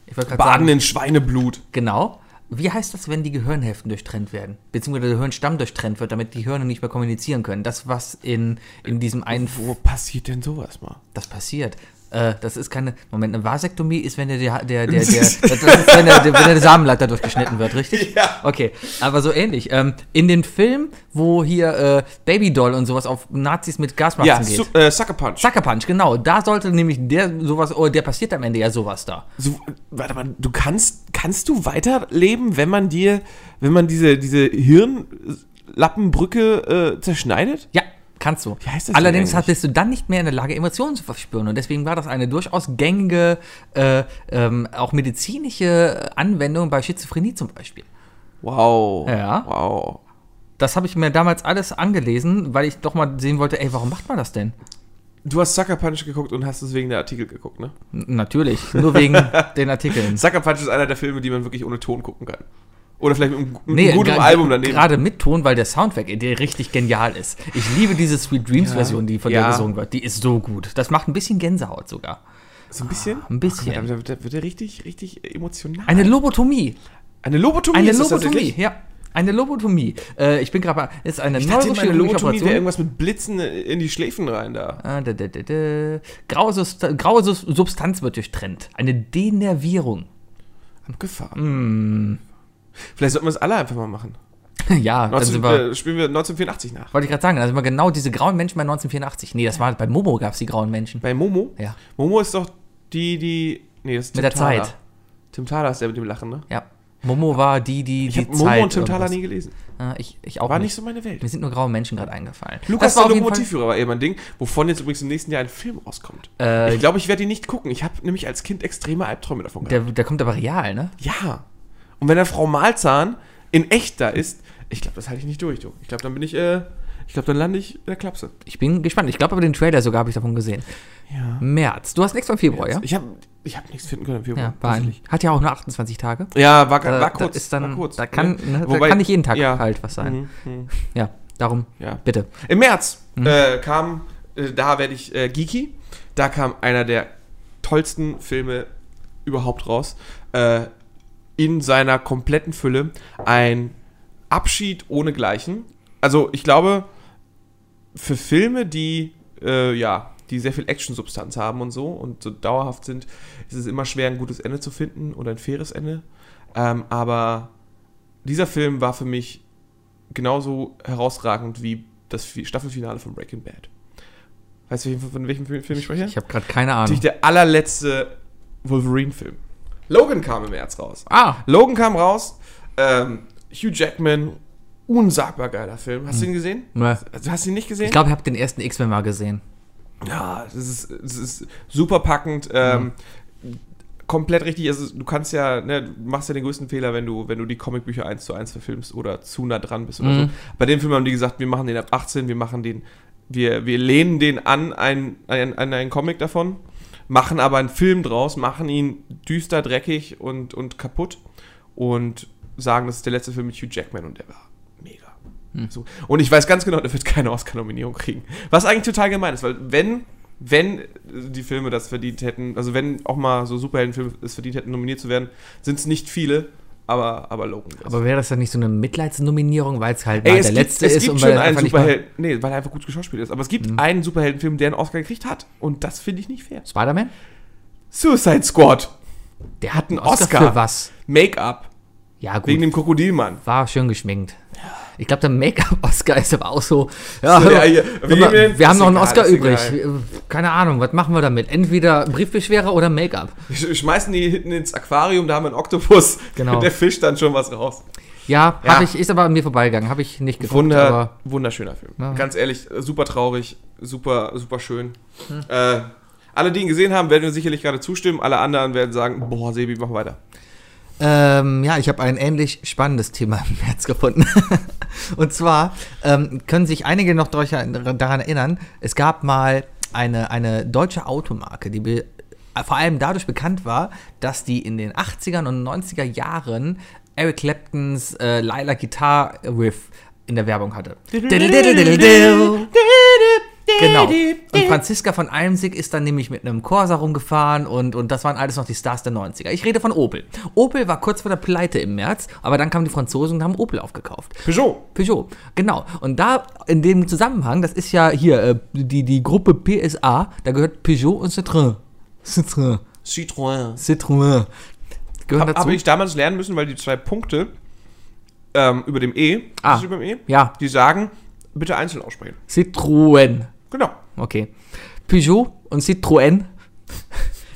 Ich wollte gerade
Baden
sagen.
in Schweineblut.
Genau. Wie heißt das, wenn die Gehirnhälften durchtrennt werden? Beziehungsweise der Hirnstamm durchtrennt wird, damit die Hirne nicht mehr kommunizieren können. Das, was in, in diesem einen.
Wo passiert denn sowas mal?
Das passiert. Äh, das ist keine. Moment, eine Vasektomie ist, wenn der, der, der, der, der, das ist, wenn der, der, wenn der Samenleiter durchgeschnitten wird, richtig?
Ja.
Okay, aber so ähnlich. Ähm, in den Film, wo hier äh, Babydoll und sowas auf Nazis mit Gasmasken
Ja,
geht.
Su äh, Sucker Punch.
Sucker Punch, genau. Da sollte nämlich der sowas, oh, der passiert am Ende ja sowas da.
So, warte mal, du kannst, kannst du weiterleben, wenn man dir, wenn man diese, diese Hirnlappenbrücke äh, zerschneidet?
Ja, kannst du.
Wie heißt das denn
Allerdings
eigentlich?
bist du dann nicht mehr in der Lage, Emotionen zu verspüren. Und deswegen war das eine durchaus gängige, äh, ähm, auch medizinische Anwendung bei Schizophrenie zum Beispiel.
Wow.
Ja.
Wow.
Das habe ich mir damals alles angelesen, weil ich doch mal sehen wollte, ey, warum macht man das denn?
Du hast Sucker Punch geguckt und hast es wegen der Artikel geguckt, ne?
N natürlich, nur wegen den Artikeln.
Sucker Punch ist einer der Filme, die man wirklich ohne Ton gucken kann. Oder vielleicht mit einem, gu- mit
Nee,
einem guten
gra-
Album daneben.
Gerade mit Ton, weil der Soundtrack der richtig genial ist. Ich liebe diese Sweet Dreams Version, die von
Ja.
der gesungen wird. Die ist so gut. Das macht ein bisschen Gänsehaut sogar.
So ein bisschen?
Ein bisschen.
Da, da, da wird er richtig, richtig emotional.
Eine Lobotomie.
Eine Lobotomie
Eine
ist das
Lobotomie,
tatsächlich?
ja. Eine Lobotomie. Äh, ich bin gerade mal. Ist eine
Ich dachte immer,
neurochirurgische
eine Lobotomie wäre
Operation.
irgendwas mit Blitzen in die Schläfen rein da.
Ah, da, da, da, da. Graue, Substa graue Sus- Substanz wird durchtrennt. Eine Denervierung.
Abgefahren.
Hm.
Vielleicht sollten wir es alle einfach mal machen.
ja, dann
19,
sind wir.
äh, spielen wir 1984 nach.
Wollte ich gerade sagen, da sind wir genau diese grauen Menschen bei 1984. Nee, das war bei Momo gab es die grauen Menschen.
Bei Momo?
Ja.
Momo ist doch die, die. Nee, das ist
Mit der
Thaler.
Zeit.
Tim Thaler ist der mit dem Lachen, ne?
Ja. Momo war die, die.
Ich
die
habe Momo
Zeit
und Tim Thaler
irgendwas.
nie gelesen.
Ah, ich, ich auch
War nicht
nicht.
so meine Welt.
Mir sind nur graue Menschen gerade eingefallen.
Lukas
war
der
auf jeden Fall-
Lokomotivführer war eben ein Ding, wovon jetzt übrigens im nächsten Jahr ein Film rauskommt.
Äh,
ich glaube, ich werde ihn nicht gucken. Ich habe nämlich als Kind extreme Albträume davon gehabt.
Der, der kommt aber real, ne?
Ja. Und wenn der Frau Malzahn in echt da ist, ich glaube, das halte ich nicht durch, du. Ich glaube, dann bin ich, äh, ich glaube, dann lande ich in der Klapse.
Ich bin gespannt. Ich glaube aber den Trailer sogar habe ich davon gesehen.
Ja.
März. Du hast nichts von Februar, ja?
Ich habe ich hab nichts finden können im Februar.
Ja, war ein,
tatsächlich.
Hat ja auch nur 28 Tage.
Ja, war,
Da,
war
da
kurz.
ist dann,
war kurz
da kann,
ne?
ne,
Wobei-
da kann nicht jeden Tag
ja.
halt was sein.
Mhm, mhm,
Ja, darum,
ja.
bitte.
Im März äh, kam, äh, da werde ich äh, geeky, da kam einer der tollsten Filme überhaupt raus. Äh, in seiner kompletten Fülle ein Abschied ohne Gleichen. Also ich glaube, für Filme, die, äh, ja, die sehr viel Action-Substanz haben und so und so dauerhaft sind, ist es immer schwer, ein gutes Ende zu finden oder ein faires Ende. Ähm, aber dieser Film war für mich genauso herausragend wie das Fi- Staffelfinale von Breaking Bad. Weißt du, von von welchem Film Film ich spreche?
Ich habe gerade keine Ahnung.
Natürlich der allerletzte Wolverine-Film. Logan kam im März raus.
Ah,
Logan kam raus. Ähm, Hugh Jackman, unsagbar geiler Film. Hast du ihn gesehen?
ne.
Also, hast du ihn nicht gesehen?
ich glaube, ich habe den ersten X-Men mal gesehen.
Ja, das ist, das ist super packend. Ähm, Komplett richtig. Also, du kannst ja, ne, du machst ja den größten Fehler, wenn du, wenn du die Comicbücher eins zu eins verfilmst oder zu nah dran bist oder so.
Mhm.
Bei dem Film haben die gesagt, wir machen den ab 18, wir machen den, wir, wir lehnen den an, einen, einen, an einen Comic davon, machen aber einen Film draus, machen ihn düster, dreckig und, und kaputt und sagen, das ist der letzte Film mit Hugh Jackman und der war mega. Hm. So. Und ich weiß ganz genau, der wird keine Oscar-Nominierung kriegen. Was eigentlich total gemein ist, weil wenn wenn die Filme das verdient hätten, also wenn auch mal so Superheldenfilme es verdient hätten, nominiert zu werden, sind es nicht viele, aber, aber Logan. ist.
Aber wäre das dann nicht so eine Mitleidsnominierung, weil es halt
Ey,
mal
es
der
gibt,
letzte
es
ist
gibt
und weil
schon
er
einen
einfach nicht Mhm. mal-
Superhelden, nee, weil er einfach gut geschauspielt ist, aber es gibt einen Superheldenfilm, der einen Oscar gekriegt hat und das finde ich nicht fair.
Spider-Man?
Suicide Squad,
Der hat einen
Oscar.
Für was?
Make-up,
Ja, gut.
wegen dem Krokodilmann.
war schön geschminkt. Ich glaube, der Make-up-Oscar ist aber auch so. Ja,
So, ja, hier,
wir, wir,
wählen,
haben
ist
noch einen
egal,
Oscar
ist
übrig. Äh,
egal.
Keine Ahnung, was machen wir damit? Entweder Briefbeschwerer oder Make-up.
Wir schmeißen die hinten ins Aquarium, da haben wir einen Oktopus.
Genau.
Der fischt dann schon was raus.
Ja,
Ja.
Hab ich, ist aber an mir vorbeigegangen. Habe ich nicht geguckt.
Wunder,
Aber
wunderschöner Film.
Ja.
Ganz ehrlich, super traurig, super, super schön. Äh, alle, die ihn gesehen haben, werden mir sicherlich gerade zustimmen. Alle anderen werden sagen, boah, Sebi, mach weiter.
ähm, ja, ich habe ein ähnlich spannendes Thema im März gefunden. Und zwar ähm, können sich einige noch durch- daran erinnern, es gab mal eine, eine deutsche Automarke, die be- vor allem dadurch bekannt war, dass die in den 80ern und 90er Jahren Eric Claptons äh, Lila Guitar Riff in der Werbung hatte. Genau. Und Franziska von Almsig ist dann nämlich mit einem Corsa rumgefahren und, und das waren alles noch die Stars der 90er. Ich rede von Opel. Opel war kurz vor der Pleite im März, aber dann kamen die Franzosen und haben Opel aufgekauft.
Peugeot.
Peugeot, genau. Und da in dem Zusammenhang, das ist ja hier äh, die, die Gruppe PSA, da gehört Peugeot und Citroën. Citroën.
Citroën.
Citroën. Gehören
Habe
dazu.
ich damals lernen müssen, weil die zwei Punkte ähm, über dem E,
Ah.
ist das über dem E,
Ja,
die sagen, bitte einzeln aussprechen.
Citroën.
Genau.
Okay. Peugeot und Citroën,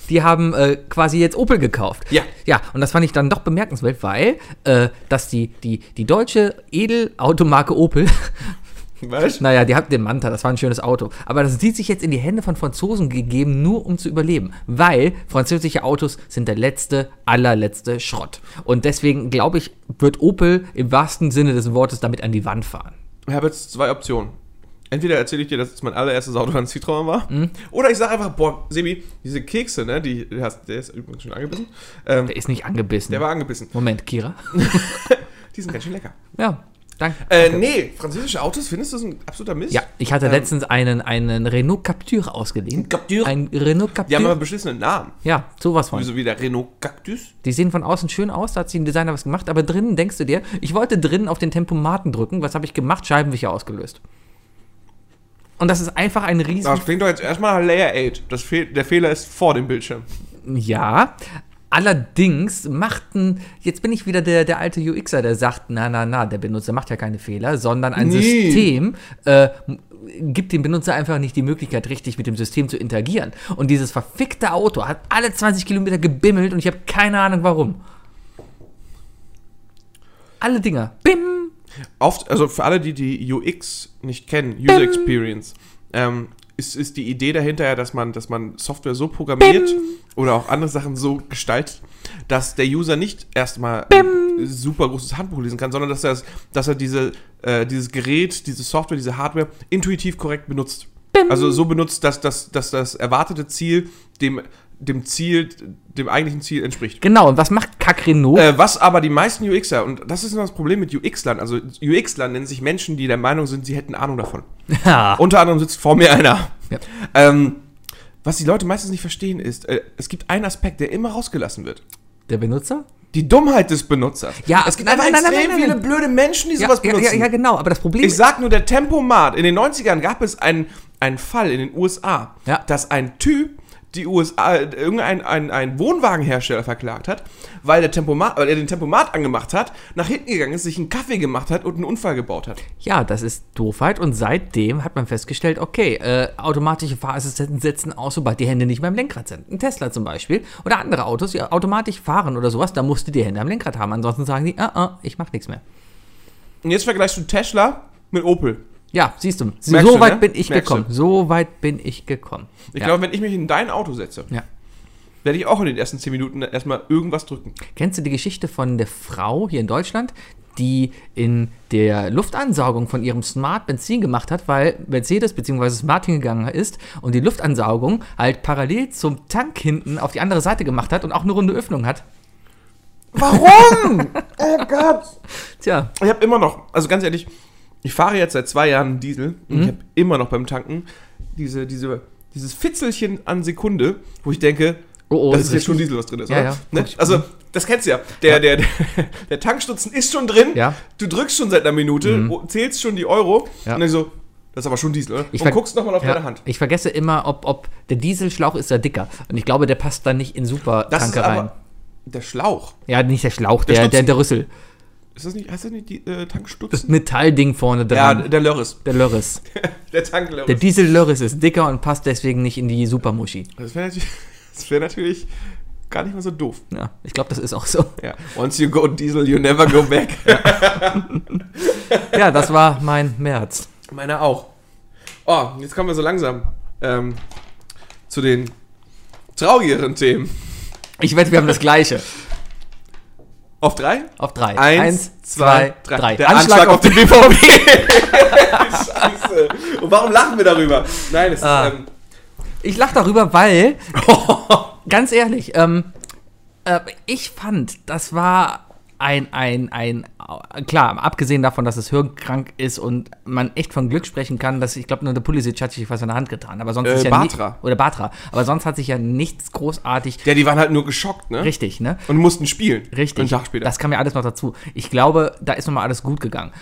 die haben äh, quasi jetzt Opel gekauft.
Ja.
Ja, und das fand ich dann doch bemerkenswert, weil äh, dass die, die, die deutsche Edelautomarke Opel
Weißt?
Naja, die hatten den Manta, das war ein schönes Auto. Aber das sieht sich jetzt in die Hände von Franzosen gegeben, nur um zu überleben. Weil französische Autos sind der letzte, allerletzte Schrott. Und deswegen, glaube ich, wird Opel im wahrsten Sinne des Wortes damit an die Wand fahren.
Ich habe jetzt zwei Optionen. Entweder erzähle ich dir, dass es mein allererstes Auto ein Citroën war.
Mhm.
Oder ich sage einfach, boah, Sebi, diese Kekse, ne, die, der hast- der ist übrigens schon angebissen. Ähm,
Der ist nicht angebissen.
der war angebissen.
Moment, Kira.
Die sind ganz schön lecker.
Ja, danke.
Äh, nee, französische Autos findest du sind ein absoluter Mist?
Ja, ich hatte
Ähm,
letztens einen, einen Renault Captur ausgeliehen.
Captur?
Ein Renault
Die
Captur.
haben aber beschissenen Namen.
ja, sowas von.
Wieso wie der Renault Cactus?
Die sehen von außen schön aus, da hat sich ein Designer was gemacht, aber drinnen denkst du dir, ich wollte drinnen auf den Tempomaten drücken, was habe ich gemacht? Scheibenwischer ausgelöst. Und das ist einfach ein riesen...
Das klingt doch jetzt erstmal nach Layer 8. Das Fehl- der Fehler ist vor dem Bildschirm.
Ja, allerdings machten, jetzt bin ich wieder der, der alte UXer, der sagt, na, na, na, der Benutzer macht ja keine Fehler, sondern ein
Nee.
System äh, m- gibt dem Benutzer einfach nicht die Möglichkeit, richtig mit dem System zu interagieren. Und dieses verfickte Auto hat alle 20 Kilometer gebimmelt und ich habe keine Ahnung warum. Alle Dinger. Bim!
Oft, also für alle, die die UX nicht kennen, User Experience, ähm, ist, ist die Idee dahinter ja, dass man, dass man Software so programmiert oder auch andere Sachen so gestaltet, dass der User nicht erstmal ein super großes Handbuch lesen kann, sondern dass er, es- dass er diese, äh, dieses Gerät, diese Software, diese Hardware intuitiv korrekt benutzt. Also so benutzt, dass, dass, dass das erwartete Ziel dem, dem Ziel, dem eigentlichen Ziel entspricht.
Genau, und was macht Kack Renault?
Äh, was aber die meisten UXer, und das ist immer das Problem mit UXlern, also UXler nennen sich Menschen, die der Meinung sind, sie hätten Ahnung davon.
ja.
Unter anderem sitzt vor mir einer.
Ja.
Ähm, was die Leute meistens nicht verstehen ist, äh, es gibt einen Aspekt, der immer rausgelassen wird.
Der Benutzer?
Die Dummheit des Benutzers.
Ja,
es gibt
nein,
einfach
nein, nein,
extrem
nein, nein,
viele
nein.
blöde Menschen, die sowas
ja,
benutzen.
ja, ja, genau, aber das Problem
Ich sag nur, der Tempomat. In den 90ern gab es einen, einen Fall in den USA,
Ja.
dass ein Typ die USA, äh, irgendein ein, ein Wohnwagenhersteller verklagt hat, weil, der Tempomat, weil er den Tempomat angemacht hat, nach hinten gegangen ist, sich einen Kaffee gemacht hat und einen Unfall gebaut hat.
Ja, das ist Doofheit und seitdem hat man festgestellt, okay, äh, automatische Fahrassistenten setzen aus, sobald die Hände nicht mehr am Lenkrad sind. Ein Tesla zum Beispiel oder andere Autos, die automatisch fahren oder sowas, da musst du die Hände am Lenkrad haben. Ansonsten sagen die, ah, ah, ich mach nichts mehr.
Und jetzt vergleichst du Tesla mit Opel.
Ja, siehst du, so
Merkst du,
weit
ne?
bin ich
Merkst
gekommen.
du.
So weit bin ich gekommen.
Ich
ja.
glaube, wenn ich mich in dein Auto setze,
Ja.
werde ich auch in den ersten 10 Minuten erstmal irgendwas drücken.
Kennst du die Geschichte von der Frau hier in Deutschland, die in der Luftansaugung von ihrem Smart Benzin gemacht hat, weil Mercedes bzw. Smart hingegangen ist und die Luftansaugung halt parallel zum Tank hinten auf die andere Seite gemacht hat und auch eine runde Öffnung hat?
Warum? oh Gott.
Tja,
Ich habe immer noch, also ganz
Mhm.
ehrlich, ich fahre jetzt seit zwei Jahren Diesel und ich habe immer noch beim Tanken diese, diese dieses Fitzelchen an Sekunde, wo ich denke,
Oh, oh,
das ist jetzt schon
richtig.
Diesel, was drin ist,
Ja,
oder?
ja.
Ne?
Guck ich-
Also, das kennst du ja. Der, Der, der, der Tankstutzen ist schon drin,
Ja. Mhm.
du drückst schon seit einer Minute, wo- zählst schon die Euro
Ja.
und dann so, das ist aber schon Diesel, oder?
Ich
und
ver-
guckst nochmal auf
Ja,
deine Hand.
Ich vergesse immer, ob, ob der Dieselschlauch ist da dicker. Und ich glaube, der passt dann nicht in
Das
Supertanker
ist aber
rein.
der Schlauch.
Ja, nicht der Schlauch,
Der
der, der,
Stutzen.
der Rüssel.
Ist das nicht, heißt das nicht die äh,
Das
Tankstutzen?
Metallding vorne
Ja,
dran.
der Lörres.
der Lörres.
Der Tanklörres.
Der Diesel-Lörres ist dicker und passt deswegen nicht in die Supermuschi.
Das wäre natürlich, das wär natürlich gar nicht mal so doof.
Ja, ich glaube, das ist auch so.
Ja. Once you go Diesel, you never go back.
Ja, das war mein März.
Meiner auch. Oh, jetzt kommen wir so langsam ähm, zu den traurigeren Themen.
Ich wette, wir haben das gleiche.
Auf drei?
Auf drei.
Der Anschlag, auf den BVB. Scheiße. Und warum lachen wir darüber? Nein, es
Ah.
ist. Ähm,
Ich lache darüber, weil, ganz ehrlich, ähm, äh, ich fand, das war ein, ein, ein, äh, klar, abgesehen davon, dass es hirnkrank ist und man echt von Glück sprechen kann, dass ich glaube, nur der Pulisic hat sich was an der Hand getan. Aber sonst
Äh,
ist ja
Bartra.
Ni- oder Batra. Aber sonst hat sich ja nichts großartig.
ja, die waren halt nur geschockt, ne?
Richtig, ne?
Und mussten spielen.
Richtig.
Einen Tag später.
Das kam ja alles noch dazu. Ich glaube, da ist nochmal alles gut gegangen.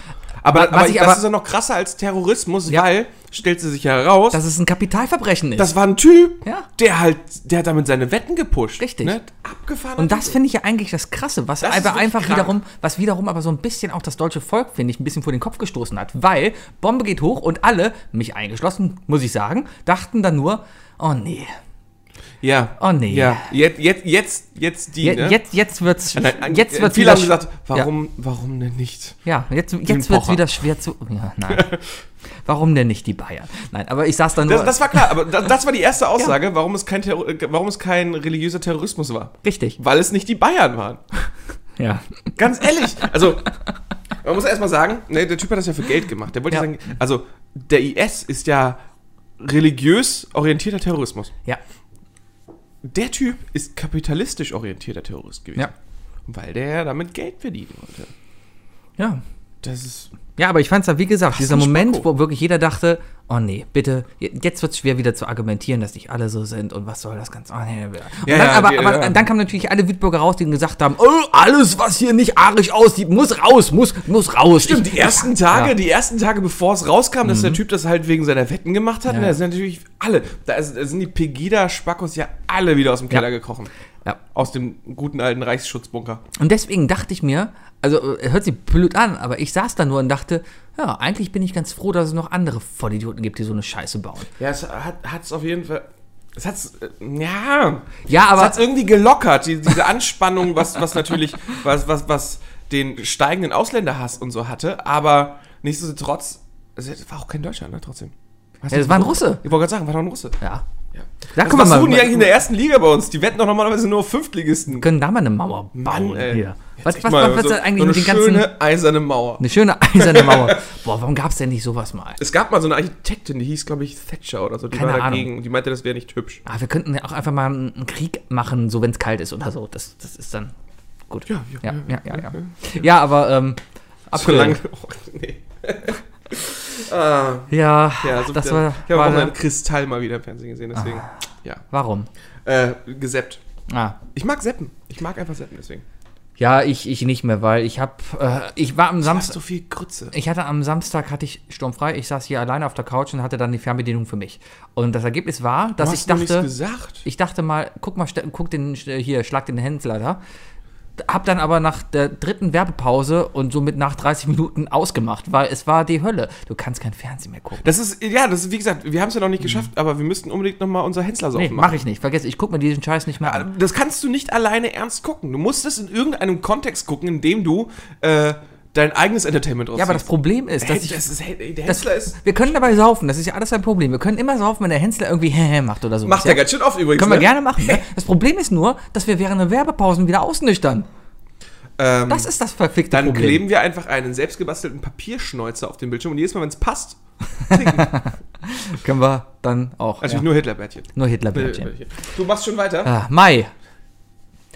aber,
was
aber
ich
das
aber-
ist ja noch krasser als Terrorismus,
Ja.
weil, stellt sie sich ja heraus,
Dass es ein Kapitalverbrechen ist.
Das war ein Typ,
Ja.
der halt, der hat damit seine Wetten gepusht. ne?
Richtig.
Abgefahren.
Und das finde ich ja eigentlich das Krasse, was
Das ist
aber
wirklich
einfach
krank.
wiederum, was wiederum aber so ein bisschen auch das deutsche Volk, finde ich, ein bisschen vor den Kopf gestoßen hat. Weil Bombe geht hoch und alle, mich eingeschlossen, muss ich sagen, dachten dann nur, oh nee,
Ja.
Oh, nee.
Ja. Jetzt, jetzt, jetzt, jetzt die,
je,
ne?
jetzt, jetzt wird's,
Nein, nein, äh,
jetzt wird's
Viele haben
wieder-
gesagt, warum, warum denn nicht?
Ja, jetzt, jetzt wird's
Pocher.
wieder schwer zu, ja, nein. warum denn nicht die Bayern? Nein, aber ich saß dann nur,
Das, das war klar, aber das, das war die erste Aussage, warum, es kein Terror, äh, warum es kein religiöser Terrorismus war.
richtig,
Weil es nicht die Bayern waren.
ja.
Ganz ehrlich. Also, man muss erstmal sagen, ne, der Typ hat das ja für Geld gemacht. Der wollte
Ja.
sagen, also, der IS ist ja religiös orientierter Terrorismus.
Ja,
Der Typ ist kapitalistisch orientierter Terrorist gewesen.
ja,
Weil der damit Geld verdienen wollte.
ja.
Das ist.
Ja, aber ich fand's da, wie gesagt, dieser
ein
Moment,
Spacko.
wo wirklich jeder dachte, oh nee, bitte, je- jetzt wird's schwer wieder zu argumentieren, dass nicht alle so sind und was soll das Ganze. Oh, nee, nee, nee. Und
Ja,
dann,
ja,
aber,
die-
aber
ja.
dann kamen natürlich alle Witbürger raus, die gesagt haben, oh, alles, was hier nicht arisch aussieht, muss raus, muss, muss raus.
Stimmt,
Ich-
die ersten Tage,
Ja. Mhm.
die ersten Tage, bevor es rauskam, dass der Typ das halt wegen seiner Wetten gemacht hat, ne,
Ja.
da sind natürlich alle. Da, ist, da sind die Pegida-Spackos ja alle wieder aus dem Keller gekrochen.
Ja.
Aus dem guten alten Reichsschutzbunker.
Und deswegen dachte ich mir, also äh, hört sich blöd an, aber ich saß da nur und dachte, ja, eigentlich bin ich ganz froh, dass es noch andere Vollidioten gibt, die so eine Scheiße bauen.
Ja, es hat es auf jeden Fall. Es hat's. äh, Ja.
Ja,
Es
aber.
hat's irgendwie gelockert, die, diese Anspannung, was, was natürlich, was, was, was den steigenden Ausländerhass und so hatte, aber nichtsdestotrotz, es war auch kein Deutscher, ne, trotzdem. Weißt
Ja,
du,
das war ein Russe.
Ich wollte gerade sagen, war doch ein Russe.
Ja.
Ja.
Da
Also Was
können wir mal.
suchen die eigentlich in der ersten Liga bei uns? Die wetten doch normalerweise nur auf Fünftligisten.
können da mal eine Mauer bauen.
ey.
hier. Was,
Echt
was,
mal
was, was
so,
ist eigentlich
so eine
mit den ganzen.
schöne eiserne Mauer.
Eine schöne eiserne Mauer. Boah, warum gab es denn nicht sowas mal?
Es gab mal so eine Architektin, die hieß, glaube ich, Thatcher oder so. Die
Keine
war
Ahnung.
dagegen und die meinte, das wäre nicht hübsch.
Ah, wir könnten ja auch einfach mal einen Krieg machen, so wenn es kalt ist oder so. Das, das ist dann gut.
Ja, ja,
ja, ja. Ja, ja. ja aber ähm, April.
Solange. Oh, nee. ah.
Ja,
Ja, so
das
wieder-
war.
Ich habe auch
war Ah.
mal einen Kristall mal wieder im Fernsehen gesehen, deswegen. Ja.
warum?
Äh, geseppt.
Ah.
Ich mag Seppen. Ich mag einfach Seppen, deswegen.
Ja, ich, ich nicht mehr, weil ich hab. Äh, ich war am
Hast
Samstag.
so viel Grütze.
Ich hatte am Samstag hatte ich sturmfrei. Ich saß hier alleine auf der Couch und hatte dann die Fernbedienung für mich. Und das Ergebnis war, dass
Du
ich
hast mir nichts
dachte,
gesagt.
Ich dachte mal, guck mal, ste- guck den äh, hier, schlag den Hänsler da. Hab dann aber nach der dritten Werbepause und somit nach 30 Minuten ausgemacht, weil es war die Hölle. Du kannst kein Fernsehen mehr gucken.
Das ist, ja, das ist, wie gesagt, wir haben es ja noch nicht geschafft, aber wir müssten unbedingt nochmal unser Hänsler
Mhm. Nee,
saufen
mach ich nicht. Vergiss, ich guck mir diesen Scheiß nicht mehr an.
Das kannst du nicht alleine ernst gucken. Du musst es in irgendeinem Kontext gucken, in dem du äh, dein eigenes Entertainment
Ja, aber das Problem ist, dass
Hey,
ich,
das ist, hey, der
das,
Hänsler ist.
wir können dabei saufen, das ist ja alles ein Problem. Wir können immer saufen, wenn der Hänsler irgendwie hä macht oder so.
Macht
ja,
er ganz schön oft übrigens.
Können wir
ne?
gerne machen. Ne? Das Problem ist nur, dass wir während der Werbepausen wieder ausnüchtern.
Ähm,
Das ist das verfickte
Dann
Problem.
kleben wir einfach einen selbstgebastelten Papierschneuzer auf den Bildschirm und jedes Mal, wenn es passt, trinken.
Können wir dann auch.
Also
ja.
nur Hitlerbärtchen. Äh,
nur Hitlerbärtchen.
Du machst schon weiter.
Ah, Mai.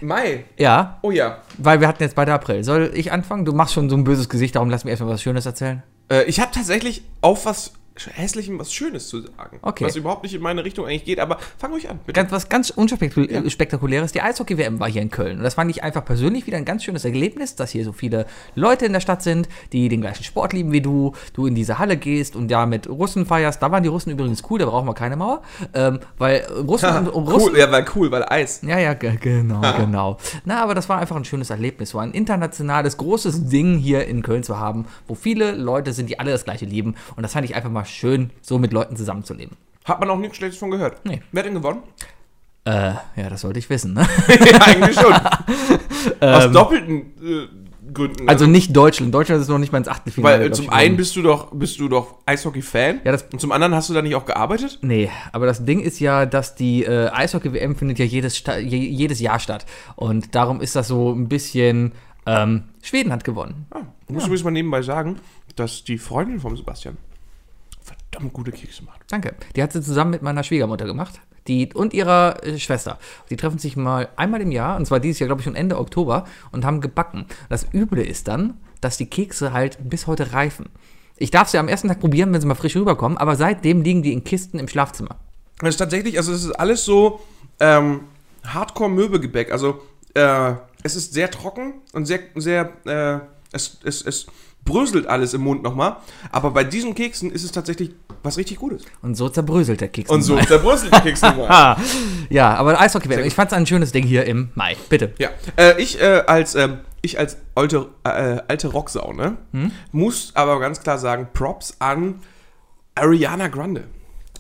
Mai.
Ja,
Oh ja.
Weil wir hatten jetzt beide April. Soll ich anfangen? Du machst schon so ein böses Gesicht, darum lass mir erstmal was Schönes erzählen.
Äh, ich habe tatsächlich auf was Hässlichem was Schönes zu sagen.
Okay.
Was überhaupt nicht in meine Richtung eigentlich geht, aber fang ruhig an, bitte.
Ganz, was ganz unspektakuläres, spektakuläres, die Eishockey-WM war hier in Köln. Und das fand ich einfach persönlich wieder ein ganz schönes Erlebnis, dass hier so viele Leute in der Stadt sind, die den gleichen Sport lieben wie du, du in diese Halle gehst und da mit Russen feierst. Da waren die Russen übrigens cool, da brauchen wir keine Mauer. Ähm, weil Russen, um Russen
cool, ja, weil cool, weil Eis.
Ja, ja, ge- genau, genau. Na, aber das war einfach ein schönes Erlebnis, so ein internationales, großes Ding hier in Köln zu haben, wo viele Leute sind, die alle das Gleiche lieben. Und das fand ich einfach mal schön, so mit Leuten zusammenzuleben.
Hat man auch nichts Schlechtes von gehört.
Nee.
Wer hat denn gewonnen?
Äh, ja, das sollte ich wissen, ne?
ja, eigentlich schon. Aus doppelten äh, Gründen.
Ähm, Also nicht Deutschland. Deutschland ist noch nicht mal ins Achtelfinale.
weil äh,
glaub
zum
ich,
einen
geworden.
bist du doch, bist du doch Eishockey-Fan.
Ja, das-
und zum anderen hast du da nicht auch gearbeitet?
Nee, aber das Ding ist ja, dass die äh, Eishockey-WM findet ja jedes, Sta je jedes Jahr statt. Und darum ist das so ein bisschen. Ähm, Schweden hat gewonnen.
Ah, ich muss übrigens mal nebenbei sagen, dass die Freundin vom Sebastian verdammt gute Kekse macht.
Danke. Die hat sie zusammen mit meiner Schwiegermutter gemacht. Die und ihrer äh, Schwester. Die treffen sich mal einmal im Jahr, und zwar dieses Jahr, glaube ich, schon Ende Oktober, und haben gebacken. Das Üble ist dann, dass die Kekse halt bis heute reifen. Ich darf sie am ersten Tag probieren, wenn sie mal frisch rüberkommen, aber seitdem liegen die in Kisten im Schlafzimmer.
Das ist tatsächlich, also es ist alles so ähm, Hardcore-Möbegebäck. Also äh, es ist sehr trocken und sehr, sehr, äh, es, es, es bröselt alles im Mund nochmal. Aber bei diesen Keksen ist es tatsächlich was richtig Gutes.
Und so zerbröselt der Keks.
Und so zerbröselt die Kekse nochmal.
Ah, ja, aber Eishockey
Sehr
WM.
gut.
Ich fand's ein schönes Ding hier im Mai. Bitte.
Ja, äh, ich äh, als ähm, ich als alte, äh, alte Rocksau, ne,
Hm?
muss aber ganz klar sagen, Props an Ariana Grande.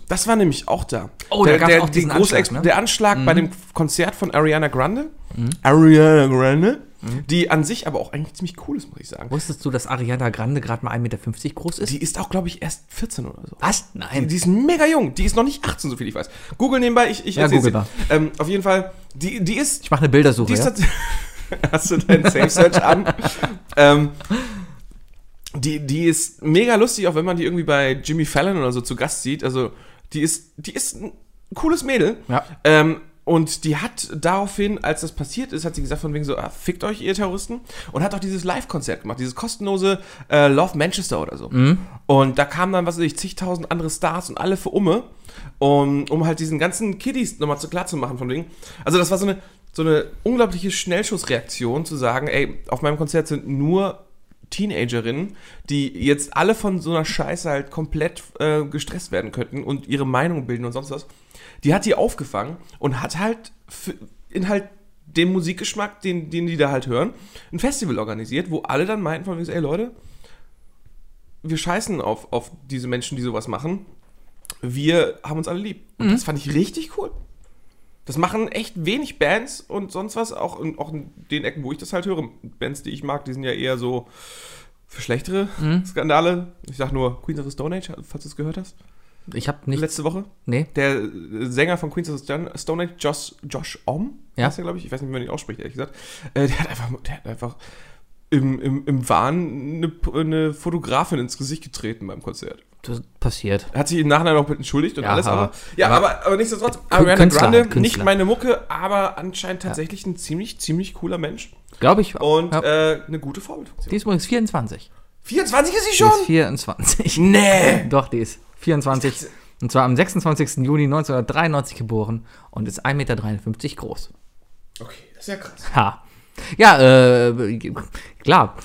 Das war nämlich auch da.
Oh, da
der,
gab's
der,
auch
die
diesen
große
Anschlag,
Ex-
ne? Mhm.
Der Anschlag bei dem Konzert von Ariana Grande. Ariana Grande. Die an sich aber auch eigentlich ziemlich cool ist, muss ich sagen.
Wusstest du, dass Ariana Grande gerade mal 1,50 Meter groß ist?
Die ist auch, glaube ich, erst 14 oder so.
Was? Nein.
Die ist mega jung. Die ist noch nicht 18, so viel ich weiß. Google nebenbei, ich, ich
Ja,
erzähl's
google
dir. Ähm, auf jeden Fall, die, die ist
ich mache eine Bildersuche.
Die
Ja?
ist tats- Hast du deinen Safe Search an? ähm, die, die ist mega lustig, auch wenn man die irgendwie bei Jimmy Fallon oder so zu Gast sieht. Also, die ist, die ist ein cooles Mädel.
Ja.
Ähm, und die hat daraufhin, als das passiert ist, hat sie gesagt von wegen so, ah, fickt euch, ihr Terroristen. Und hat auch dieses Live-Konzert gemacht, dieses kostenlose äh, Love Manchester oder so. Und da kamen dann, was weiß ich, zigtausend andere Stars und alle für Umme, um, um halt diesen ganzen Kiddies nochmal zu klar zu machen von wegen. Also das war so eine, so eine unglaubliche Schnellschussreaktion zu sagen, ey, auf meinem Konzert sind nur Teenagerinnen, die jetzt alle von so einer Scheiße halt komplett äh, gestresst werden könnten und ihre Meinung bilden und sonst was, die hat die aufgefangen und hat halt für, in halt dem Musikgeschmack, den, den die da halt hören, ein Festival organisiert, wo alle dann meinten von wegen, ey Leute, wir scheißen auf, auf diese Menschen, die sowas machen. Wir haben uns alle lieb. Und das fand ich richtig cool. Das machen echt wenig Bands und sonst was, auch in, auch in den Ecken, wo ich das halt höre. Bands, die ich mag, die sind ja eher so für schlechtere Skandale. Ich sag nur Queens of the Stone Age, falls du es gehört hast.
Ich habe nicht.
Letzte Woche.
Nee.
Der äh, Sänger von Queens of the Stone- Stone Age, Josh, Josh Om,
Ja.
heißt er, glaube ich. Ich weiß nicht, wie man ihn ausspricht, ehrlich gesagt. Äh, der hat einfach, der hat einfach im, im, im Wahn eine, eine Fotografin ins Gesicht getreten beim Konzert.
Das passiert.
Hat sich im Nachhinein auch mit entschuldigt und
Ja,
alles,
aber-
aber. Ja, aber, aber, nichtsdestotrotz, Ariana
Künstler,
Grande,
Künstler.
nicht meine Mucke, aber anscheinend tatsächlich ein ziemlich, ziemlich cooler Mensch.
Glaube ich. auch.
Und
ja.
äh, eine gute Vorbildfunktion.
die ist übrigens 24.
24 ist sie
Die ist
schon?
24.
Nee!
Doch, die ist 24. Und zwar am 26. Juni 1993 geboren und ist 1,53 Meter groß.
Okay, das ist ja krass.
Ha. Ja, äh, klar.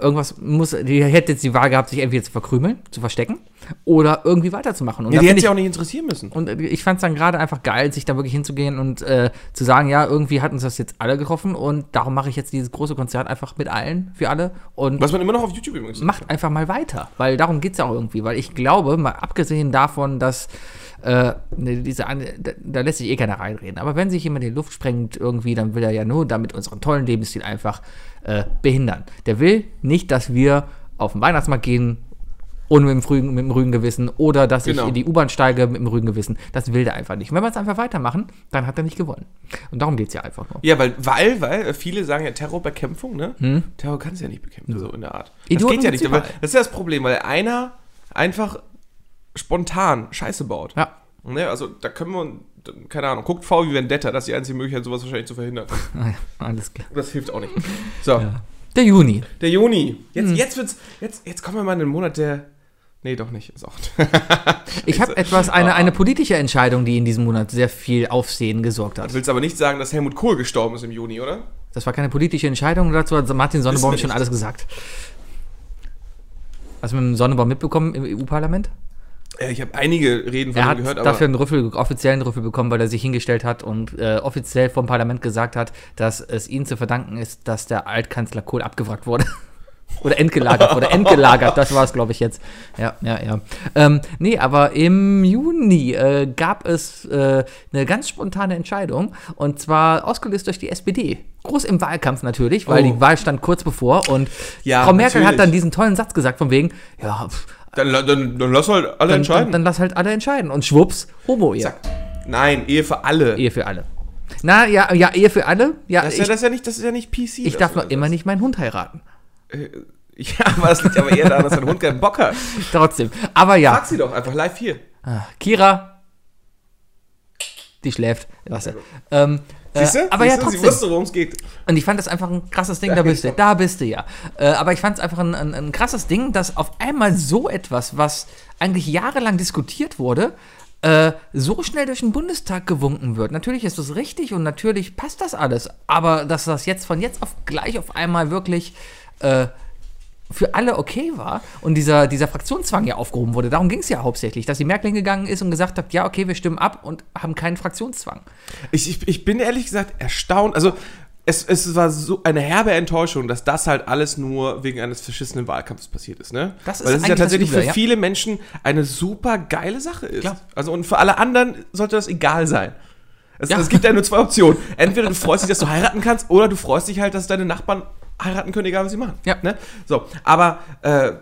Irgendwas muss, die hätte jetzt die Wahl gehabt, sich entweder zu verkrümeln, zu verstecken oder irgendwie weiterzumachen. Und
Ja,
da
die
finde
hätte
ich-
sich auch nicht interessieren müssen.
Und äh, ich fand es dann gerade einfach geil, sich da wirklich hinzugehen und äh, zu sagen, ja, irgendwie hat uns das jetzt alle getroffen und darum mache ich jetzt dieses große Konzert einfach mit allen, für alle und
Was man immer noch auf YouTube übrigens
macht einfach mal weiter, weil darum geht es ja auch irgendwie, weil ich glaube, mal abgesehen davon, dass äh, ne, diese, an- da, da lässt sich eh keiner reinreden, aber wenn sich jemand in die Luft sprengt irgendwie, dann will er ja nur damit unseren tollen Lebensstil einfach äh, behindern. Der will nicht, dass wir auf den Weihnachtsmarkt gehen ohne mit dem, frühen, mit dem rügen Gewissen oder dass
Genau.
ich in die U-Bahn steige mit dem rügen Gewissen. Das will der einfach nicht. Und wenn wir es einfach weitermachen, dann hat er nicht gewonnen. Und darum geht es ja einfach nur.
Ja, weil, weil, weil äh, viele sagen ja Terrorbekämpfung, ne? Terror kannst du ja nicht bekämpfen, so in der Art. Das
Hm? Idioten
geht ja
gibt's
nicht. Aber
überall.
das ist ja das Problem, weil einer einfach spontan Scheiße baut.
Ja.
Ne, also da können wir, keine Ahnung, guckt V wie Vendetta, das ist die einzige Möglichkeit, sowas wahrscheinlich zu verhindern.
Alles klar.
Das hilft auch nicht. So,
Der Juni. Hm.
der Juni. Jetzt, jetzt wird's, jetzt, jetzt kommen wir mal in den Monat der, Nee, doch nicht. Ist auch.
Ich habe etwas, eine, eine politische Entscheidung, die in diesem Monat sehr viel Aufsehen gesorgt
Du
hat.
willst aber nicht sagen, dass Helmut Kohl gestorben ist im Juni, oder?
Das war keine politische Entscheidung, dazu hat Martin Sonneborn
Wissen wir
schon
nicht.
alles gesagt. Hast du mit dem Sonneborn mitbekommen im E EU-Parlament?
Äh, Ich habe einige Reden von
Er
ihm
hat
gehört, aber
dafür einen Rüffel, offiziellen Rüffel bekommen, weil er sich hingestellt hat und äh, offiziell vom Parlament gesagt hat, dass es ihm zu verdanken ist, dass der Altkanzler Kohl abgewrackt wurde. Oder entgelagert, oder entgelagert, das war es, glaube ich, jetzt. Ja, ja, ja. Ähm, nee, aber im Juni äh, gab es äh, eine ganz spontane Entscheidung und zwar ausgelöst durch die SPD. Groß im Wahlkampf natürlich, weil
Oh.
die Wahl stand kurz bevor und
Ja,
Frau Merkel
natürlich.
hat dann diesen tollen Satz gesagt, von wegen, ja, pff,
dann, la- dann, dann lass halt alle
dann,
entscheiden.
dann, dann lass halt alle entscheiden. Und schwupps, Homo-Ehe.
Zack. Nein, Ehe für alle.
Ehe für alle. Na, ja, ja, Ehe für alle. Ja,
Das ist,
ich,
ja, das, ist ja nicht, das ist ja nicht PC.
ich
das
darf
du
noch
da
immer
sagst.
nicht meinen Hund heiraten.
Ja, aber das liegt aber eher daran, dass dein Hund keinen Bock hat.
Trotzdem. Aber ja,
Frag sie doch einfach live hier.
Ah, Kira. Die schläft. Was, ähm, äh,
Siehst du?
aber
Siehst
ja,
du? Sie
trotzdem.
wusste, worum es geht.
Und ich fand das einfach ein krasses Ding, da bist du, da bist du ja. Äh, aber ich fand es einfach ein, ein, ein krasses Ding, dass auf einmal so etwas, was eigentlich jahrelang diskutiert wurde, äh, so schnell durch den Bundestag gewunken wird. Natürlich ist das richtig und natürlich passt das alles, aber dass das jetzt von jetzt auf gleich auf einmal wirklich äh, für alle okay war und dieser, dieser Fraktionszwang ja aufgehoben wurde, darum ging es ja hauptsächlich, dass die Merkel hingegangen ist und gesagt hat, ja okay, wir stimmen ab und haben keinen Fraktionszwang.
Ich, ich, ich bin ehrlich gesagt erstaunt. Also, es, es war so eine herbe Enttäuschung, dass das halt alles nur wegen eines verschissenen Wahlkampfs passiert ist, ne?
Das ist
Weil das ist
eigentlich
ja
das
tatsächlich
Üble,
für
ja.
viele Menschen eine super geile Sache ist.
Klar.
Also, und für alle anderen sollte das egal sein. Es,
Ja.
es gibt ja nur zwei Optionen. Entweder du freust dich, dass du heiraten kannst, oder du freust dich halt, dass deine Nachbarn heiraten können, egal was sie machen.
Ja.
Ne? So, aber äh,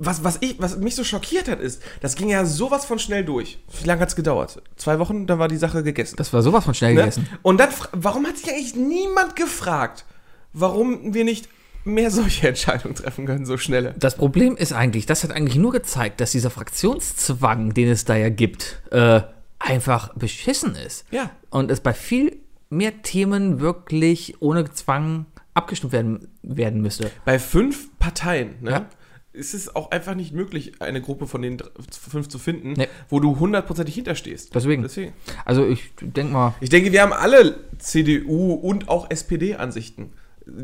was, was, ich, was mich so schockiert hat, ist, das ging ja sowas von schnell durch. Wie lange hat es gedauert? Zwei Wochen, dann war die Sache gegessen.
Das war sowas von schnell
Ne?
gegessen.
Und dann, fra- warum hat sich eigentlich niemand gefragt, warum wir nicht mehr solche Entscheidungen treffen können, so schnelle?
Das Problem ist eigentlich, das hat eigentlich nur gezeigt, dass dieser Fraktionszwang, den es da ja gibt, äh, einfach beschissen ist.
Ja.
Und es bei viel mehr Themen wirklich ohne Zwang abgestimmt werden, werden müsste.
Bei fünf Parteien, ne?
Ja.
Ist es auch einfach nicht möglich, eine Gruppe von den dr- fünf zu finden,
Nee.
wo du hundertprozentig hinterstehst.
Deswegen.
Deswegen.
Also ich denke mal,
Ich denke, wir haben alle CDU und auch SPD-Ansichten.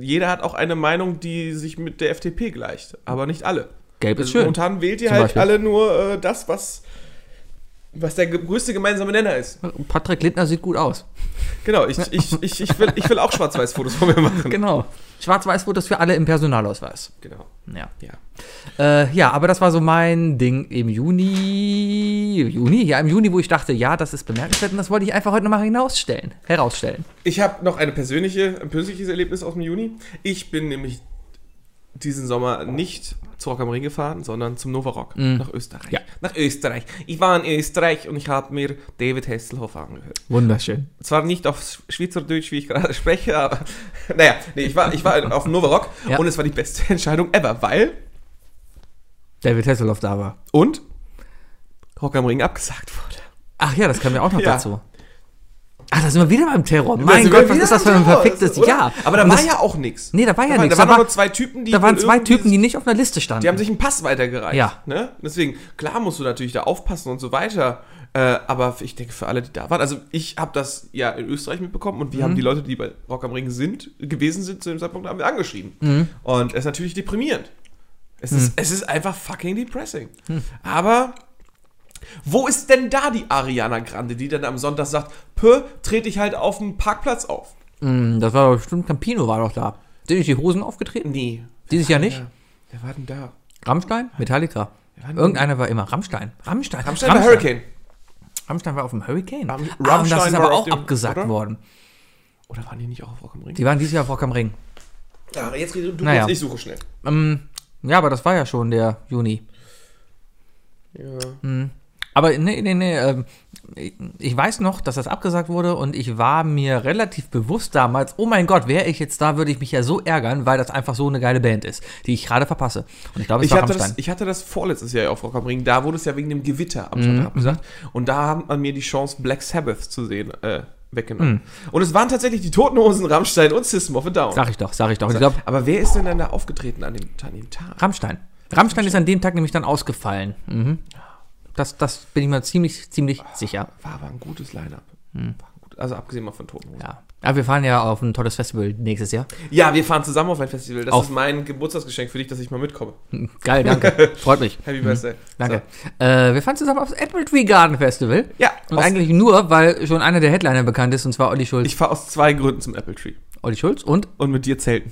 Jeder hat auch eine Meinung, die sich mit der FDP gleicht, aber nicht alle.
gelb ist schön.
Momentan wählt ihr
Zum
halt
Beispiel.
alle nur äh, das, was, was der ge- größte gemeinsame Nenner ist.
Patrick Lindner sieht gut aus.
Genau, ich, ich, ich, ich, will, ich will auch Schwarz-Weiß-Fotos von mir machen.
Genau. Schwarz-Weiß-Fotos für alle im Personalausweis.
Genau.
Ja.
Ja.
Äh, ja, aber das war so mein Ding im Juni. Juni? Ja, im Juni, wo ich dachte, ja, das ist bemerkenswert und das wollte ich einfach heute nochmal hinausstellen, herausstellen.
Ich habe noch eine persönliche, ein persönliches Erlebnis aus dem Juni. Ich bin nämlich diesen Sommer nicht zu Rock am Ring gefahren, sondern zum Nova Rock nach Österreich.
Mhm. Ja.
Nach Österreich. Ich war in Österreich und ich habe mir David Hasselhoff angehört.
Wunderschön.
Zwar nicht auf Sch- Schweizerdeutsch, wie ich gerade spreche, aber naja, nee, ich war, ich war auf dem Nova Rock
Ja.
und es war die beste Entscheidung ever, weil
David Hasselhoff da war.
und Rock am Ring abgesagt wurde.
Ach ja, das kam ja auch noch
Ja.
dazu. Ach, da sind wir wieder beim Terror.
Da
Mein
sind
Gott,
wir
was ist
wieder
das für
am
ein
Terror,
verficktes
oder?
Jahr?
Aber da
Und
war
das-
ja auch nichts.
Nee, da war ja
waren-
nichts.
Da
Da
waren
war-
nur zwei Typen, die.
Da waren
wohl
zwei
irgendwie-
Typen, die nicht auf einer Liste standen.
Die haben sich einen Pass weitergereicht.
Ja.
Ne? Deswegen, klar musst du natürlich da aufpassen und so weiter. Äh, aber ich denke, für alle, die da waren, also ich habe das ja in Österreich mitbekommen und wir
Mhm.
haben die Leute, die bei Rock am Ring sind, gewesen sind zu dem Zeitpunkt, haben wir angeschrieben.
Mhm.
Und es ist natürlich deprimierend. Es, ist, es ist einfach fucking depressing.
Hm.
Aber wo ist denn da die Ariana Grande, die dann am Sonntag sagt, pö, trete ich halt auf dem Parkplatz auf?
Hm, das war doch bestimmt, Campino war doch da. Sind nicht die Hosen aufgetreten?
Nee.
Dieses Jahr nicht?
Ja. Wer war denn da?
Rammstein? Metallica?
waren
Irgendeiner war immer. Rammstein. Rammstein.
Rammstein, Rammstein. Hurricane.
Rammstein war auf dem Hurricane.
Ram-
ah, und das
Rammstein
ist
war
aber
auf
auch
dem-
abgesagt
oder?
worden.
Oder waren die nicht auch auf Rock am Ring?
Die waren dieses Jahr auf Rock am Ring.
Ja, Ah, jetzt du
Naja.
kurz, ich suche schnell.
Ähm, ja, aber das war ja schon der Juni.
Ja.
Hm, Aber nee, nee, nee. Ähm, ich- ich weiß noch, dass das abgesagt wurde und ich war mir relativ bewusst damals, oh mein Gott, wäre ich jetzt da, würde ich mich ja so ärgern, weil das einfach so eine geile Band ist, die ich gerade verpasse. Und ich glaube, es
Ich
war
hatte, das,
Rammstein.
ich hatte das vorletztes Jahr auf Rock am Ring. Da wurde es ja wegen dem Gewitter
Mhm.
am Sonntag abgesagt. Und da haben man mir die Chance, Black Sabbath zu sehen, äh, weggenommen.
Mhm.
Und es waren tatsächlich die Toten Hosen, Rammstein und System of a Down.
Sag ich doch, sag ich doch. Und ich glaube,
Aber wer ist denn dann da aufgetreten an dem, an dem Tag?
Rammstein. Rammstein ist an dem Tag nämlich dann ausgefallen. Mhm. Das, das bin ich mir ziemlich, ziemlich sicher.
War aber ein gutes Line-Up. War ein gut- Also abgesehen mal von Toten Hosen.
Mhm. Ja. Aber wir fahren ja auf ein tolles Festival nächstes Jahr.
Ja, wir fahren zusammen auf ein Festival. Das
Auf-
ist mein Geburtstagsgeschenk für dich, dass ich mal mitkomme.
Geil, danke. Freut mich.
Happy Birthday.
Mhm. Danke. Äh, wir fahren zusammen aufs Apple Tree Garden Festival.
Ja,
Und
aus-
eigentlich nur, weil schon einer der Headliner bekannt ist, und zwar Olli
So.
Schulz.
Ich fahre aus zwei Gründen zum Apple Tree.
Olli Schulz und
Und mit dir zelten.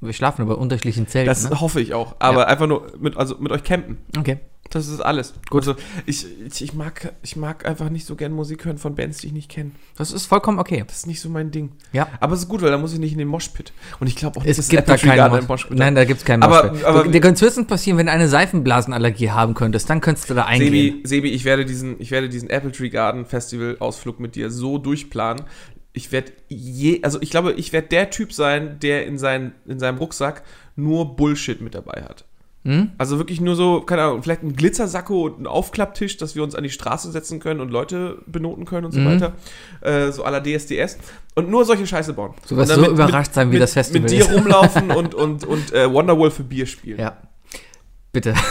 wir schlafen aber unterschiedlichen Zelten.
Das
ne?
hoffe ich auch. Aber einfach nur mit, also mit euch campen.
Okay.
Das ist alles.
Gut.
Also ich, ich, ich, mag, ich mag einfach nicht so gern Musik hören von Bands, die ich nicht kenne.
Das ist vollkommen okay.
Das ist nicht so mein Ding.
Ja.
Aber es ist gut, weil da muss ich nicht in den Moshpit. Und ich glaube auch nicht,
Es
dass
gibt da
Apple Tree
keinen
Garden ein
Mosh.
Moshpit
Nein, da gibt es keinen
Aber-
Moshpit.
aber-
Du- Dir könnte es höchstens passieren, wenn du eine Seifenblasenallergie haben könntest. Dann könntest du da eingehen.
Sebi, Sebi, ich werde diesen, ich werde diesen Apple Tree Garden Festival Ausflug mit dir so durchplanen. Ich werde je, also ich glaube, ich werde der Typ sein, der in, seinen, in seinem Rucksack nur Bullshit mit dabei hat.
Hm?
Also wirklich nur so, keine Ahnung, vielleicht ein Glitzersacko und ein Aufklapptisch, dass wir uns an die Straße setzen können und Leute benoten können und
Mhm.
so weiter. Äh, so à la DSDS. Und nur solche Scheiße bauen.
Du wirst
Und dann
so überrascht sein, wie
mit,
das Festival
Mit dir
ist.
rumlaufen und, und, und äh, Wonderwall für Bier spielen.
Ja. Bitte.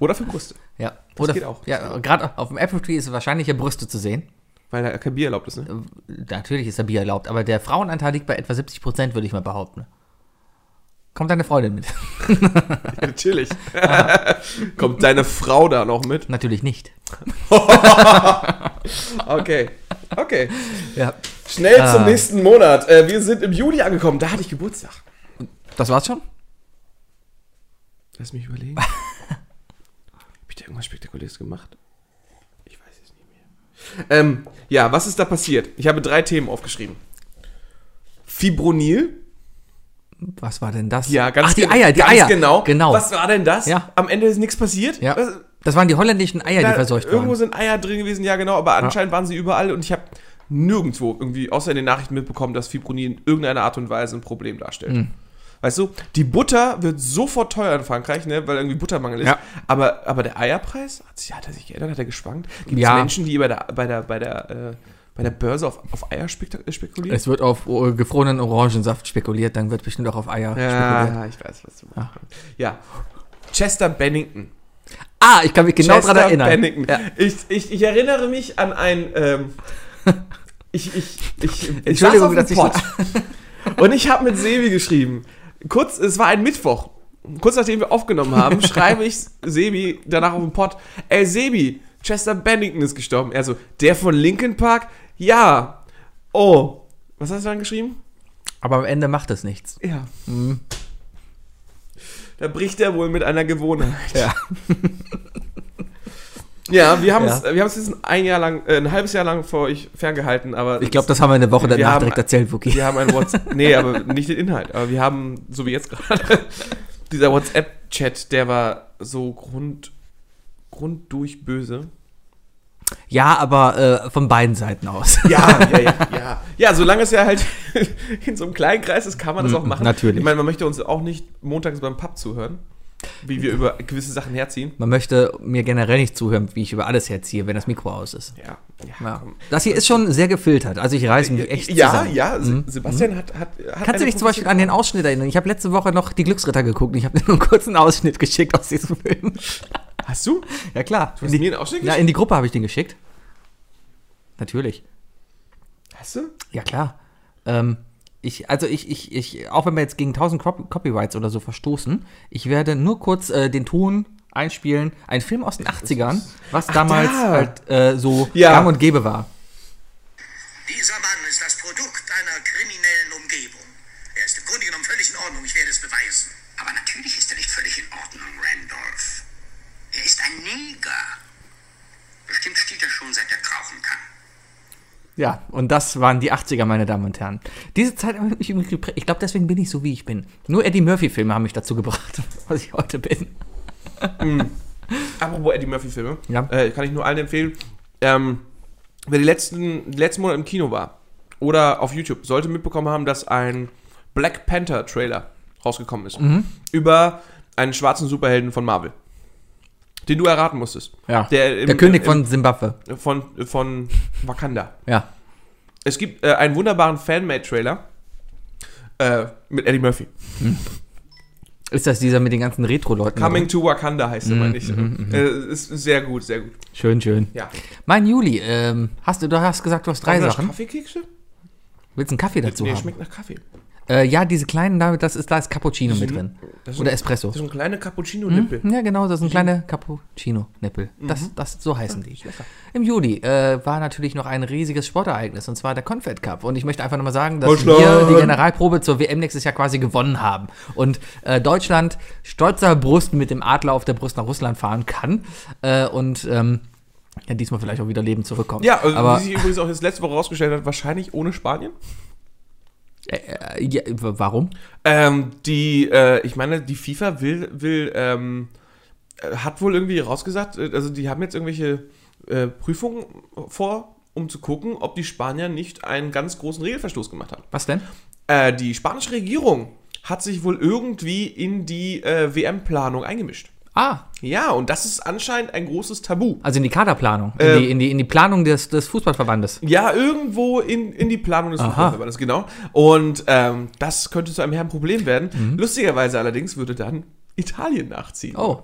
Oder für Brüste.
Ja.
geht auch.
Ja, gerade auf dem Apple Tree ist wahrscheinlich ja Brüste zu sehen.
Weil da kein Bier erlaubt ist, ne?
Äh, Natürlich ist da Bier erlaubt, aber der Frauenanteil liegt bei etwa 70 Prozent, würde ich mal behaupten. Kommt deine Freundin mit?
Natürlich.
Ah.
Kommt deine Frau da noch mit?
Natürlich nicht.
Okay. Okay.
Ja.
Schnell
Ah.
zum nächsten Monat. Äh, wir sind im Juli angekommen. Da hatte ich Geburtstag.
Das war's schon?
Lass mich überlegen. Hab ich da irgendwas Spektakuläres gemacht? Ich weiß es nicht mehr. Ähm, ja, was ist da passiert? Ich habe drei Themen aufgeschrieben. Fibronil.
Was war denn das?
Ja, ganz
Ach, die
gen-
Eier, die
ganz
Eier.
Genau.
Genau.
Was war denn das?
Ja.
Am Ende ist nichts passiert.
ja.
Was,
Das waren die holländischen Eier, die
Ja,
verseucht
irgendwo
wurden.
sind Eier drin gewesen, ja genau, aber anscheinend waren sie überall und ich habe nirgendwo irgendwie außer in den Nachrichten mitbekommen, dass Fibronin in irgendeiner Art und Weise ein Problem darstellt.
Hm.
Weißt du, die Butter wird sofort teuer in Frankreich, ne, weil irgendwie Buttermangel ist.
Ja.
Aber, aber der Eierpreis, hat, sich- hat er sich geändert, hat er geschwankt? Gibt es
Ja.
Menschen, die bei der, bei der, bei der, äh, bei der Börse auf, auf Eier spekta- spekulieren?
Es wird auf äh, gefrorenen Orangensaft spekuliert, dann wird bestimmt auch auf Eier spekuliert.
ja, ich weiß, was du meinst. Ja. Chester Bennington.
Ah, ich kann mich genau
Chester
daran erinnern.
Bennington.
Ja.
Ich, ich, ich erinnere mich an ein. Ähm, ich, ich, ich, ich saß
Entschuldigung,
auf
dass
dem
ich
Pott und ich habe mit Sebi geschrieben. Kurz, es war ein Mittwoch. Kurz nachdem wir aufgenommen haben, schreibe ich Sebi danach auf dem Pott. Ey, Sebi, Chester Bennington ist gestorben. Er so, der von Linkin Park? Ja. Oh. Was hast du dann geschrieben?
Aber am Ende macht es nichts.
Ja. Da bricht er wohl mit einer Gewohnheit.
Ja.
ja, wir haben
Ja.
es wir haben es jetzt ein Jahr lang, äh, ein halbes Jahr lang vor euch ferngehalten, aber
Ich glaube, das haben wir eine Woche
Wir
danach
haben-
direkt erzählt, Wookie.
wir haben ein WhatsApp. nee, aber nicht den Inhalt. Aber wir haben, so wie jetzt gerade, dieser WhatsApp-Chat, der war so grund, grunddurch böse.
Ja, aber äh, von beiden Seiten aus.
Ja, ja, ja, ja. Ja, solange es ja halt in so einem kleinen Kreis ist, kann man das auch machen.
Mhm, natürlich.
Ich meine, man möchte uns auch nicht montags beim Pub zuhören, wie wir über gewisse Sachen herziehen.
Man möchte mir generell nicht zuhören, wie ich über alles herziehe, wenn das Mikro aus ist.
Ja, ja.
Ja.
komm.
Das hier ist schon sehr gefiltert. Also ich reiße mich echt
ja,
zusammen. Hm?
ja, Se- Sebastian hat, hat, hat.
Kannst du dich zum Beispiel an den Ausschnitt erinnern? Ich habe letzte Woche noch die Glücksritter geguckt. und Ich habe dir nur einen kurzen Ausschnitt geschickt aus diesem Film.
Hast du?
Ja klar.
hast
in die,
mir einen Ausschnitt
Ja, in die Gruppe habe ich den geschickt. Natürlich.
Hast du?
Ja klar. Ähm, ich, also ich, ich, ich, auch wenn wir jetzt gegen 1000 Cop Copyrights oder so verstoßen, ich werde nur kurz äh, den Ton einspielen. Ein Film aus den 80ern, was damals
da.
halt äh, so
Ja.
gang und gäbe war.
Dieser Mann ist das Produkt einer kriminellen Umgebung. Er ist im Grunde genommen völlig in Ordnung. Ich werde es beweisen. Aber natürlich ist er nicht völlig in Ordnung, Randolph. Er ist ein Neger. Bestimmt steht er schon, seit er krauchen kann.
Ja, und das waren die 80er, meine Damen und Herren. Diese Zeit hat mich irgendwie geprägt. Ich glaube, deswegen bin ich so, wie ich bin. Nur Eddie Murphy-Filme haben mich dazu gebracht, was ich heute bin.
Hm. Apropos Eddie Murphy-Filme.
Ja.
Äh, kann ich nur allen empfehlen. Ähm, wer die letzten, die letzten Monate im Kino war oder auf YouTube, sollte mitbekommen haben, dass ein Black Panther-Trailer rausgekommen ist.
Mhm.
Über einen schwarzen Superhelden von Marvel. Den du erraten musstest.
Der,
Der, im,
König
im,
von Simbabwe.
von, von Wakanda.
Ja.
Es gibt äh,
Mhm.
einen wunderbaren Fanmade-Trailer äh, mit Eddie Murphy.
Ist das dieser mit den ganzen Retro-Leuten?
Coming to Wakanda heißt er, meine ich.
Mhm,
Äh, ist sehr gut, sehr gut.
Schön, schön.
Ja.
Mein Juli, ähm, hast du, du hast gesagt, du hast drei
Haben wir noch
Sachen.
Kaffeekekse?
Willst du einen Kaffee dazu
Nee,
haben?
schmeckt nach Kaffee.
Äh, ja, diese kleinen, da, das ist, da ist Cappuccino mit drin.
Das ist
Oder
ein-
Espresso.
Das ist ein kleiner Cappuccino-Nippel.
Ja, genau, das sind kleine Cappuccino-Nippel. Das, das, so heißen die. Im Juli äh, war natürlich noch ein riesiges Sportereignis, und zwar der Confed Cup. Und ich möchte einfach nochmal sagen, dass
Deutschland!
wir die Generalprobe zur WM nächstes Jahr quasi gewonnen haben. Und äh, Deutschland stolzer Brust mit dem Adler auf der Brust nach Russland fahren kann. Äh, und ähm, ja, diesmal vielleicht auch wieder lebend zurückkommen.
Ja, also,
aber
wie sich übrigens auch jetzt letzte Woche rausgestellt hat, wahrscheinlich ohne Spanien.
äh, ja, w- warum?
Ähm, die, äh, ich meine, die FIFA will, will, ähm, äh, hat wohl irgendwie rausgesagt, äh, also die haben jetzt irgendwelche äh, Prüfungen vor, um zu gucken, ob die Spanier nicht einen ganz großen Regelverstoß gemacht haben.
Was denn?
Äh, die spanische Regierung hat sich wohl irgendwie in die äh, WM-Planung eingemischt.
Ah,
Ja, und das ist anscheinend ein großes Tabu.
also in die Kaderplanung, in, die, in, die, in die Planung des, des Fußballverbandes.
Ja, irgendwo in, in die Planung des Fußballverbandes, genau. Und ähm, das könnte zu einem herben Problem werden. Lustigerweise allerdings würde dann Italien nachziehen.
Oh.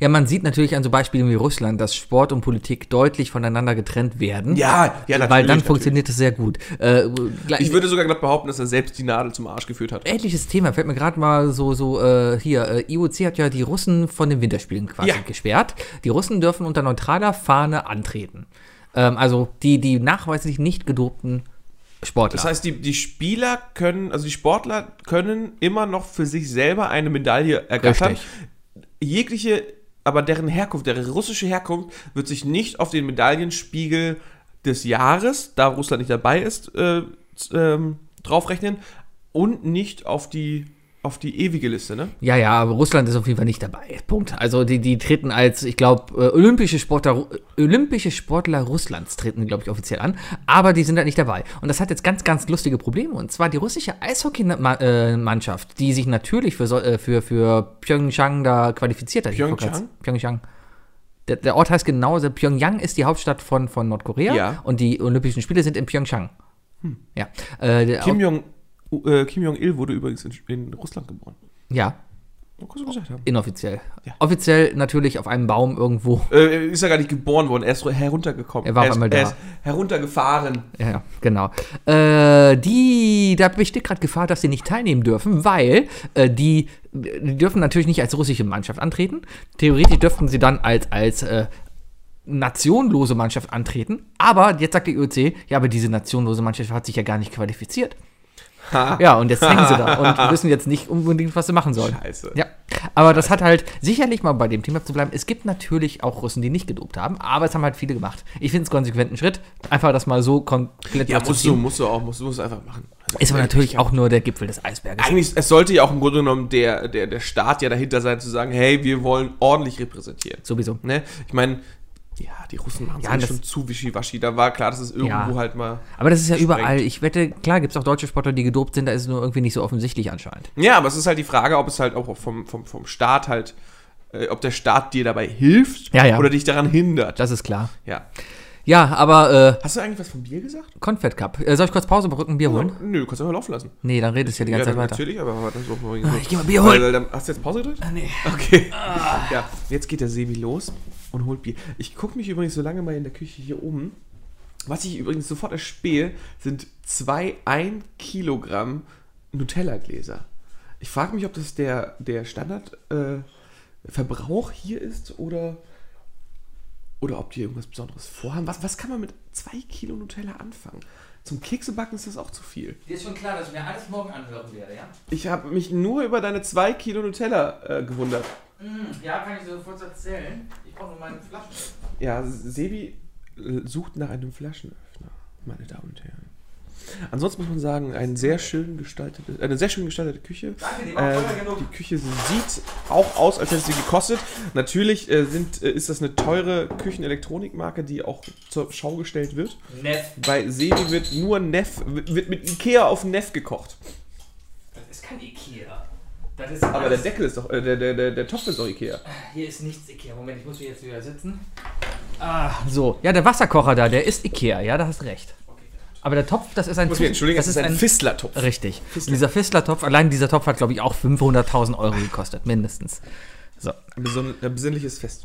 Ja, man sieht natürlich an so Beispielen wie Russland, dass Sport und Politik deutlich voneinander getrennt werden.
Ja, ja, natürlich.
Weil dann
natürlich.
funktioniert es sehr gut. Äh, gleich,
Ich würde sogar gerade behaupten, dass er selbst die Nadel zum Arsch geführt hat.
ähnliches Thema fällt mir gerade mal so, so äh, hier. Äh, IOC hat ja die Russen von den Winterspielen quasi
Ja.
gesperrt. Die Russen dürfen unter neutraler Fahne antreten. Ähm, also die, die nachweislich nicht gedopten Sportler.
Das heißt, die, die Spieler können, also die Sportler können immer noch für sich selber eine Medaille ergattern.
Richtig.
Jegliche, aber deren Herkunft, deren russische Herkunft wird sich nicht auf den Medaillenspiegel des Jahres, da Russland nicht dabei ist, äh, z- ähm, draufrechnen und nicht auf die, auf die ewige Liste, ne?
Ja, ja, aber Russland ist auf jeden Fall nicht dabei. Punkt. Also die, die treten als, ich glaube, äh, olympische Sportler, Ru- äh, olympische Sportler Russlands treten, glaube ich, offiziell an, aber die sind halt nicht dabei. Und das hat jetzt ganz, ganz lustige Probleme. Und zwar die russische Eishockey-Mannschaft, die sich natürlich für, so- äh, für, für Pyeongchang da qualifiziert hat. Ich guck
Pyeongchang?
jetzt. Pyeongchang. Der, der Ort heißt genauso. Pyongyang ist die Hauptstadt von, von Nordkorea
Ja. Hm.
und die Olympischen Spiele sind in Pyeongchang. Ja. Äh, der,
Kim Jong- äh, Kim Jong-il wurde übrigens in, in Russland geboren.
ja,
Mal kurz gesagt haben.
inoffiziell.
Ja.
Offiziell natürlich auf einem Baum irgendwo
Äh, ist ja gar nicht geboren worden, er ist heruntergekommen.
Er war auf
ist,
einmal da.
er ist heruntergefahren.
Ja, genau. Äh, die, da besteht gerade Gefahr, dass sie nicht teilnehmen dürfen, weil äh, die, die dürfen natürlich nicht als russische Mannschaft antreten. Theoretisch dürften sie dann als, als äh, nationlose Mannschaft antreten. Aber jetzt sagt die IOC, ja, aber diese nationlose Mannschaft hat sich ja gar nicht qualifiziert.
Ha.
Ja, und jetzt hängen sie da und wissen jetzt nicht unbedingt, was sie machen sollen.
Scheiße.
Ja, aber das hat halt sicherlich mal bei dem Thema zu bleiben. Es gibt natürlich auch Russen, die nicht gedopt haben, aber es haben halt viele gemacht. Ich finde es konsequenten Schritt, einfach das mal so komplett
Ja, musst du,
abzuziehen.
musst du auch, musst du es einfach machen. Also,
Ist aber natürlich auch nur der Gipfel des Eisberges.
eigentlich, es sollte ja auch im Grunde genommen der, der, der Staat ja dahinter sein, zu sagen, hey, wir wollen ordentlich repräsentieren.
Sowieso.
Ne? Ich meine, ja, die Russen machen es
Ja,
eigentlich
das-
schon zu wischiwaschi. Da war klar, dass es irgendwo
Ja.
halt mal...
Aber das ist ja
Sprengt.
überall. Ich wette, klar gibt es auch deutsche Sportler, die gedopt sind, da ist es nur irgendwie nicht so offensichtlich anscheinend.
Ja, aber es ist halt die Frage, ob es halt auch vom, vom, vom Staat halt, äh, ob der Staat dir dabei hilft
Ja, ja.
oder dich daran hindert.
Das ist klar.
ja.
Ja, aber
Hast du eigentlich was von Bier gesagt?
äh, Confed Cup. Äh, soll ich kurz Pause brücken, Bier holen?
Nö, kannst du einfach laufen lassen.
Nee, dann redest du ja die ganze
ja,
Zeit
dann
weiter. Ah,
natürlich, aber das ist auch mal
ich geh mal Bier holen. Ah,
Weil, dann, hast du jetzt Pause gedrückt?
Nee. Ah.
Okay. Ja, jetzt geht der Sebi los und holt Bier. Ich gucke mich übrigens so lange mal in der Küche hier um. Was ich übrigens sofort erspähe, sind zwei 1 Kilogramm Nutella-Gläser. Ich frage mich, ob das der, der Standardverbrauch äh, Verbrauch hier ist oder, oder ob die irgendwas Besonderes vorhaben. Was, was kann man mit zwei Kilo Nutella anfangen? Zum Keksebacken ist das auch zu viel.
Dir ist schon klar, dass ich mir alles morgen anhören werde, ja?
Ich habe mich nur über deine 2 Kilo Nutella äh, gewundert.
Ja, kann ich sofort erzählen. Ich brauche nur meine Flasche.
Ja, Sebi äh, sucht nach einem Flaschenöffner, meine Damen und Herren. Ansonsten muss man sagen, ein sehr schön gestaltete, eine sehr schön gestaltete Küche.
die war
äh,
teuer genug.
die Küche sieht auch aus, als hätte sie gekostet. Natürlich äh, sind, äh, ist das eine teure Küchenelektronikmarke, die auch zur Schau gestellt wird.
Neff.
Bei Sebi wird nur Neff, wird mit Ikea auf Neff gekocht.
Das ist kein Ikea. Das ist
Aber der Deckel ist doch, äh, der, der, der, der Topf ist doch Ikea.
Hier ist nichts Ikea. Moment, ich muss mich jetzt wieder sitzen. Ah, so. Ja, der Wasserkocher da, der ist Ikea. Ja, da hast recht.
Okay, verdammt.
Aber der Topf, das ist ein
Muss mich entschuldigen,
das ist ein,
Fistlertopf.
Richtig. Und dieser Fistler-Topf, allein dieser Topf hat, glaube ich, auch 500.000 Euro gekostet, mindestens. So,
Ein beson- ein besinnliches Fest.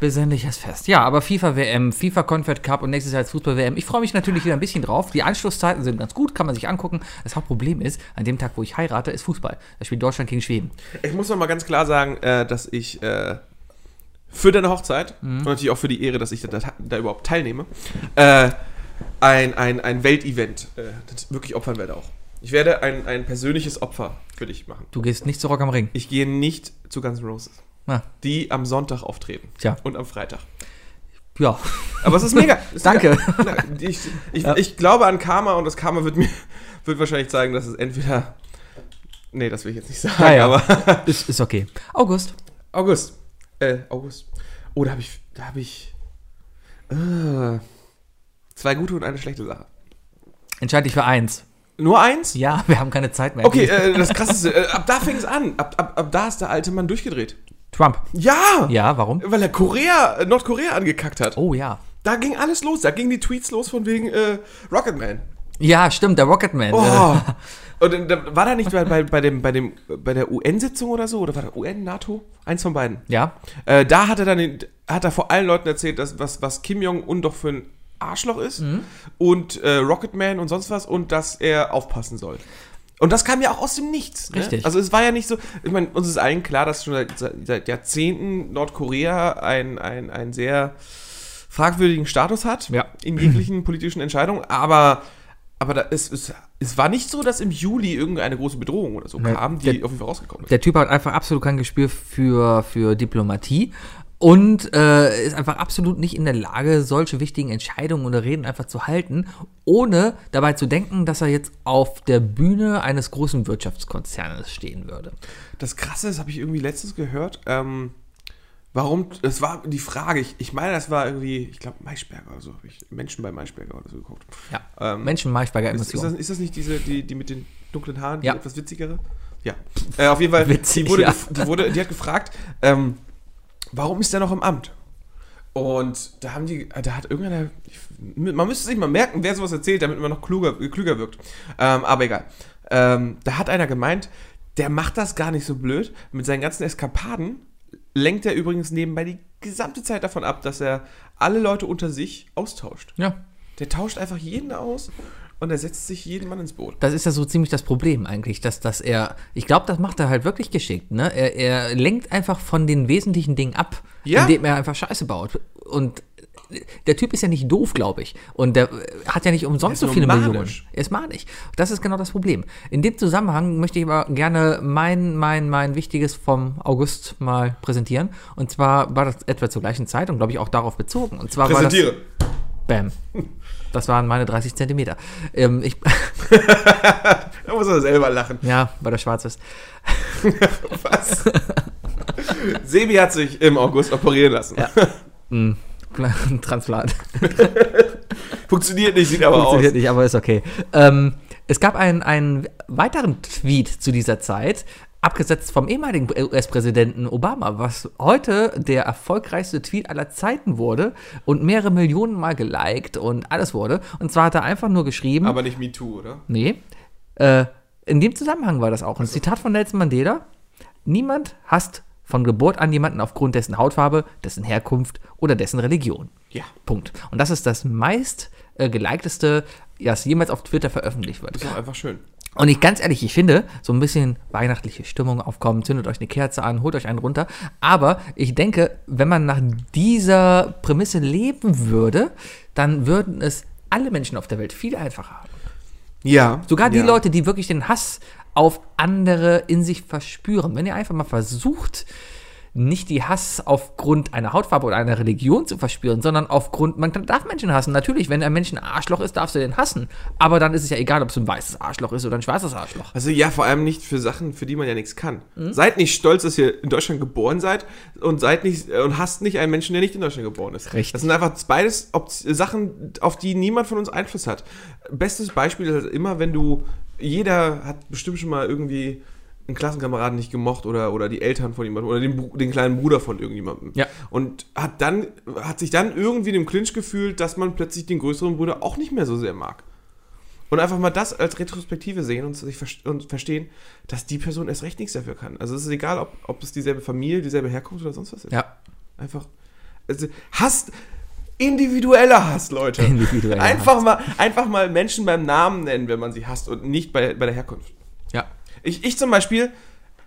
besinnliches Fest. Ja, aber FIFA-WM, FIFA-Confed Cup und nächstes Jahr als Fußball-WM. Ich freue mich natürlich wieder ein bisschen drauf. Die Anschlusszeiten sind ganz gut, kann man sich angucken. Das Hauptproblem ist, an dem Tag, wo ich heirate, ist Fußball. Da spielt Deutschland gegen Schweden.
Ich muss noch mal ganz klar sagen, äh, dass ich äh, für deine Hochzeit
Mhm.
und natürlich auch für die Ehre, dass ich da, da, da überhaupt teilnehme, äh, ein, ein, ein Weltevent äh, das wirklich opfern werde auch. Ich werde ein, ein persönliches Opfer für dich machen.
Du gehst nicht zu Rock am Ring.
Ich gehe nicht zu Guns N' Roses,
Na,
die am Sonntag auftreten
Tja.
und am Freitag.
ja.
Aber es ist mega. Ist
Danke.
Mega. Na, Ich, ich, ich glaube an Karma und das Karma wird mir wird wahrscheinlich zeigen, dass es entweder. Nee, das will ich jetzt nicht sagen,
Naja.
aber.
Ist, ist okay. August.
August. Äh, August. Oh, da habe ich. Da habe ich. Äh, zwei gute und eine schlechte Sache.
Entscheide dich für eins.
Nur eins?
Ja, wir haben keine Zeit mehr.
Okay, äh, das krasseste. Äh, ab da fing es an. Ab, ab, ab da ist der alte Mann durchgedreht.
Trump.
Ja!
Ja, warum?
Weil er Korea, äh, Nordkorea angekackt hat.
Oh ja.
Da ging alles los. Da gingen die Tweets los von wegen äh, Rocketman.
Ja, stimmt, der Rocketman.
Oh.
Äh,
Und äh, da- war da nicht bei, bei, bei, dem, bei, dem, bei der UN-Sitzung oder so? Oder war das UN, NATO? Eins von beiden.
Ja,
Äh, da hat er dann den, hat er vor allen Leuten erzählt, dass, was, was Kim Jong-un doch für ein Arschloch ist
Mhm.
und äh, Rocketman und sonst was und dass er aufpassen soll. Und das kam ja auch aus dem Nichts. Ne?
Richtig.
Also es war ja nicht so, ich meine, uns ist allen klar, dass schon seit, seit Jahrzehnten Nordkorea einen ein, ein sehr fragwürdigen Status hat
Ja.
in jeglichen politischen Entscheidungen, aber, aber da, es, es, es war nicht so, dass im Juli irgendeine große Bedrohung oder so
Nee.
kam, die
Der-
auf jeden Fall rausgekommen ist.
der Typ hat einfach absolut kein Gespür für, für Diplomatie und äh, ist einfach absolut nicht in der Lage, solche wichtigen Entscheidungen oder Reden einfach zu halten, ohne dabei zu denken, dass er jetzt auf der Bühne eines großen Wirtschaftskonzernes stehen würde.
Das Krasse ist, habe ich irgendwie letztens gehört, ähm, warum, das war die Frage, ich, ich meine, das war irgendwie, ich glaube, Maischberger oder so, habe ich Menschen bei Maischberger oder so geguckt.
Ja,
Ähm,
Menschen Maischberger
Ist, ist,
Emotionen.
das, ist das nicht diese, die, die mit den dunklen Haaren, die
Ja.
etwas witzigere? Ja. Äh, auf jeden Fall,
Witzig,
die, wurde,
ja.
gef- die, wurde, die hat gefragt, ähm, warum ist er noch im Amt? Und da haben die, äh, da hat irgendeiner, ich- man müsste sich mal merken, wer sowas erzählt, damit man noch kluger, klüger wirkt. Ähm, aber egal. Ähm, da hat einer gemeint, der macht das gar nicht so blöd. Mit seinen ganzen Eskapaden lenkt er übrigens nebenbei die gesamte Zeit davon ab, dass er alle Leute unter sich austauscht.
Ja.
Der tauscht einfach jeden aus und er setzt sich jeden Mann ins Boot.
Das ist ja so ziemlich das Problem eigentlich, dass, dass er, ich glaube, das macht er halt wirklich geschickt, ne? Er, er lenkt einfach von den wesentlichen Dingen ab,
Ja.
indem er einfach Scheiße baut. Und der Typ ist ja nicht doof, glaube ich. Und der hat ja nicht umsonst
Er
so
ist
viele
nur
Millionen.
manisch.
Er ist manisch. Das ist genau das Problem. In dem Zusammenhang möchte ich aber gerne mein, mein, mein Wichtiges vom August mal präsentieren. Und zwar war das etwa zur gleichen Zeit und glaube ich auch darauf bezogen. Und zwar war das. Bam. Das waren meine 30 Zentimeter. Ähm, ich,
Da muss er selber lachen.
ja, weil der schwarz ist.
Was? Sebi hat sich im August operieren lassen.
Transplant.
Funktioniert nicht, sieht aber aus.
Funktioniert nicht, aber ist okay. Ähm, es gab einen, einen weiteren Tweet zu dieser Zeit, abgesetzt vom ehemaligen US-Präsidenten Obama, was heute der erfolgreichste Tweet aller Zeiten wurde und mehrere Millionen Mal geliked und alles wurde. Und zwar hat er einfach nur geschrieben,
Aber nicht MeToo, oder?
nee, äh, in dem Zusammenhang war das auch ein Zitat von Nelson Mandela, niemand hasst von Geburt an jemanden aufgrund dessen Hautfarbe, dessen Herkunft oder dessen Religion.
Ja.
Punkt. Und das ist das meist äh, gelikedeste, das jemals auf Twitter veröffentlicht wird.
Ist doch einfach schön.
Und ich ganz ehrlich, ich finde, so ein bisschen weihnachtliche Stimmung aufkommen, zündet euch eine Kerze an, holt euch einen runter. Aber ich denke, wenn man nach dieser Prämisse leben würde, dann würden es alle Menschen auf der Welt viel einfacher haben.
Ja.
Sogar die Leute, die wirklich den Hass auf andere in sich verspüren. Wenn ihr einfach mal versucht, nicht die Hass aufgrund einer Hautfarbe oder einer Religion zu verspüren, sondern aufgrund, man kann- darf Menschen hassen. Natürlich, wenn ein Mensch ein Arschloch ist, darfst du den hassen. Aber dann ist es ja egal, ob es ein weißes Arschloch ist oder ein schwarzes Arschloch.
Also ja, vor allem nicht für Sachen, für die man ja nichts kann.
Hm?
Seid nicht stolz, dass ihr in Deutschland geboren seid und seid nicht äh, und hasst nicht einen Menschen, der nicht in Deutschland geboren ist.
Richtig.
Das sind einfach beides Opt Sachen, auf die niemand von uns Einfluss hat. Bestes Beispiel ist halt immer, wenn du jeder hat bestimmt schon mal irgendwie einen Klassenkameraden nicht gemocht oder, oder die Eltern von jemandem oder den, Bru- den kleinen Bruder von irgendjemandem.
Ja.
Und hat dann hat sich dann irgendwie in dem Clinch gefühlt, dass man plötzlich den größeren Bruder auch nicht mehr so sehr mag. und einfach mal das als Retrospektive sehen und, sich vers- und verstehen, dass die Person erst recht nichts dafür kann. Also es ist egal, ob, ob es dieselbe Familie, dieselbe Herkunft oder sonst was ist.
Ja.
Einfach. Also Hass, individueller Hass, Leute.
Individueller
einfach mal, einfach mal Menschen beim Namen nennen, wenn man sie hasst und nicht bei, bei der Herkunft.
Ja.
Ich, ich zum Beispiel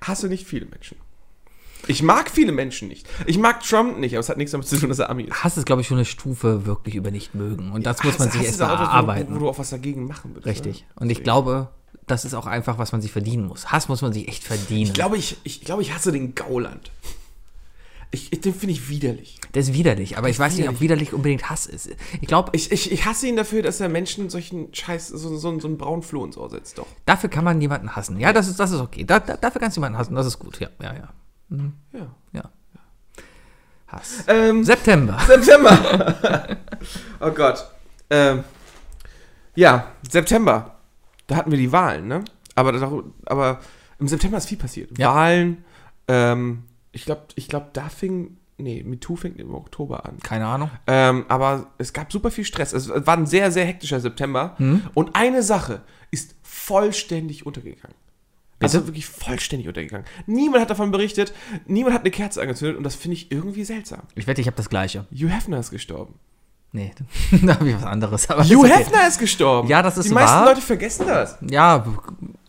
hasse nicht viele Menschen. Ich mag viele Menschen nicht. Ich mag Trump nicht, aber es hat nichts damit zu tun, dass er Ami ist.
Hass ist, glaube ich, schon eine Stufe wirklich über nicht mögen. Und das muss man
Hass-
sich
Hass
erst
ist auch
mal
etwas, wo du-
erarbeiten.
Wo du auch was dagegen machen willst.
Richtig.
Ne?
Und ich glaube, das ist auch einfach, was man sich verdienen muss. Hass muss man sich echt verdienen.
Ich glaube, ich, ich, glaube, ich hasse den Gauland. Ich, ich, den finde ich widerlich.
der ist widerlich, aber ich weiß nicht, ob widerlich unbedingt Hass ist. Ich glaube,
Ich, ich, ich hasse ihn dafür, dass er Menschen solchen Scheiß, so, so, so einen braunen Floh ins Ohr setzt. Doch.
dafür kann man jemanden hassen. Ja, das ist, das ist okay. Da, da, dafür kannst du jemanden hassen, das ist gut. Ja, ja, ja.
Ja.
ja. Hass.
Ähm,
September.
September. oh Gott. Ähm, ja, September. Da hatten wir die Wahlen, ne? Aber, dar- aber im September ist viel passiert.
Ja.
Wahlen. Ähm, ich glaube, ich glaub, da fing. Nee, MeToo fängt im Oktober an.
Keine Ahnung.
Ähm, aber es gab super viel Stress. Es war ein sehr, sehr hektischer September.
Hm?
Und eine Sache ist vollständig untergegangen. Also wirklich vollständig untergegangen. Niemand hat davon berichtet, niemand hat eine Kerze angezündet und das finde ich irgendwie seltsam.
Ich wette, ich habe das Gleiche.
Hugh Hefner ist gestorben.
Nee, da habe ich was anderes. Aber
Hugh
ist okay.
Hefner ist gestorben.
Ja, das ist
Die meisten
wahr.
Leute vergessen das.
Ja,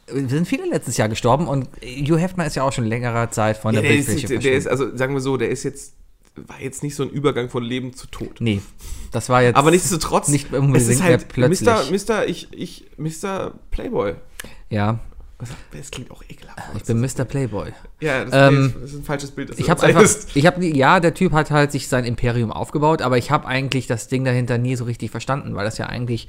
wir sind viele letztes Jahr gestorben und Hugh Hefner ist ja auch schon längerer Zeit von der
der, ist,
Bildfläche
der,
verschwunden.
ist, also sagen wir so, der ist jetzt, war jetzt nicht so ein Übergang von Leben zu Tod.
Nee, das war jetzt.
Aber nichtsdestotrotz,
Nicht unbedingt
es ist
mehr
halt
plötzlich.
Mr. Mr. Ich, ich, Mr. Playboy.
Ja,
Was- Das klingt auch ekelhaft.
ich bin Mr. Playboy.
ja, das,
ähm,
nee, das ist ein falsches Bild. Das
Ich
du
habe einfach,
zeigst.
ich habe, ja, der Typ hat halt sich sein Imperium aufgebaut, aber ich habe eigentlich das Ding dahinter nie so richtig verstanden, weil das ja eigentlich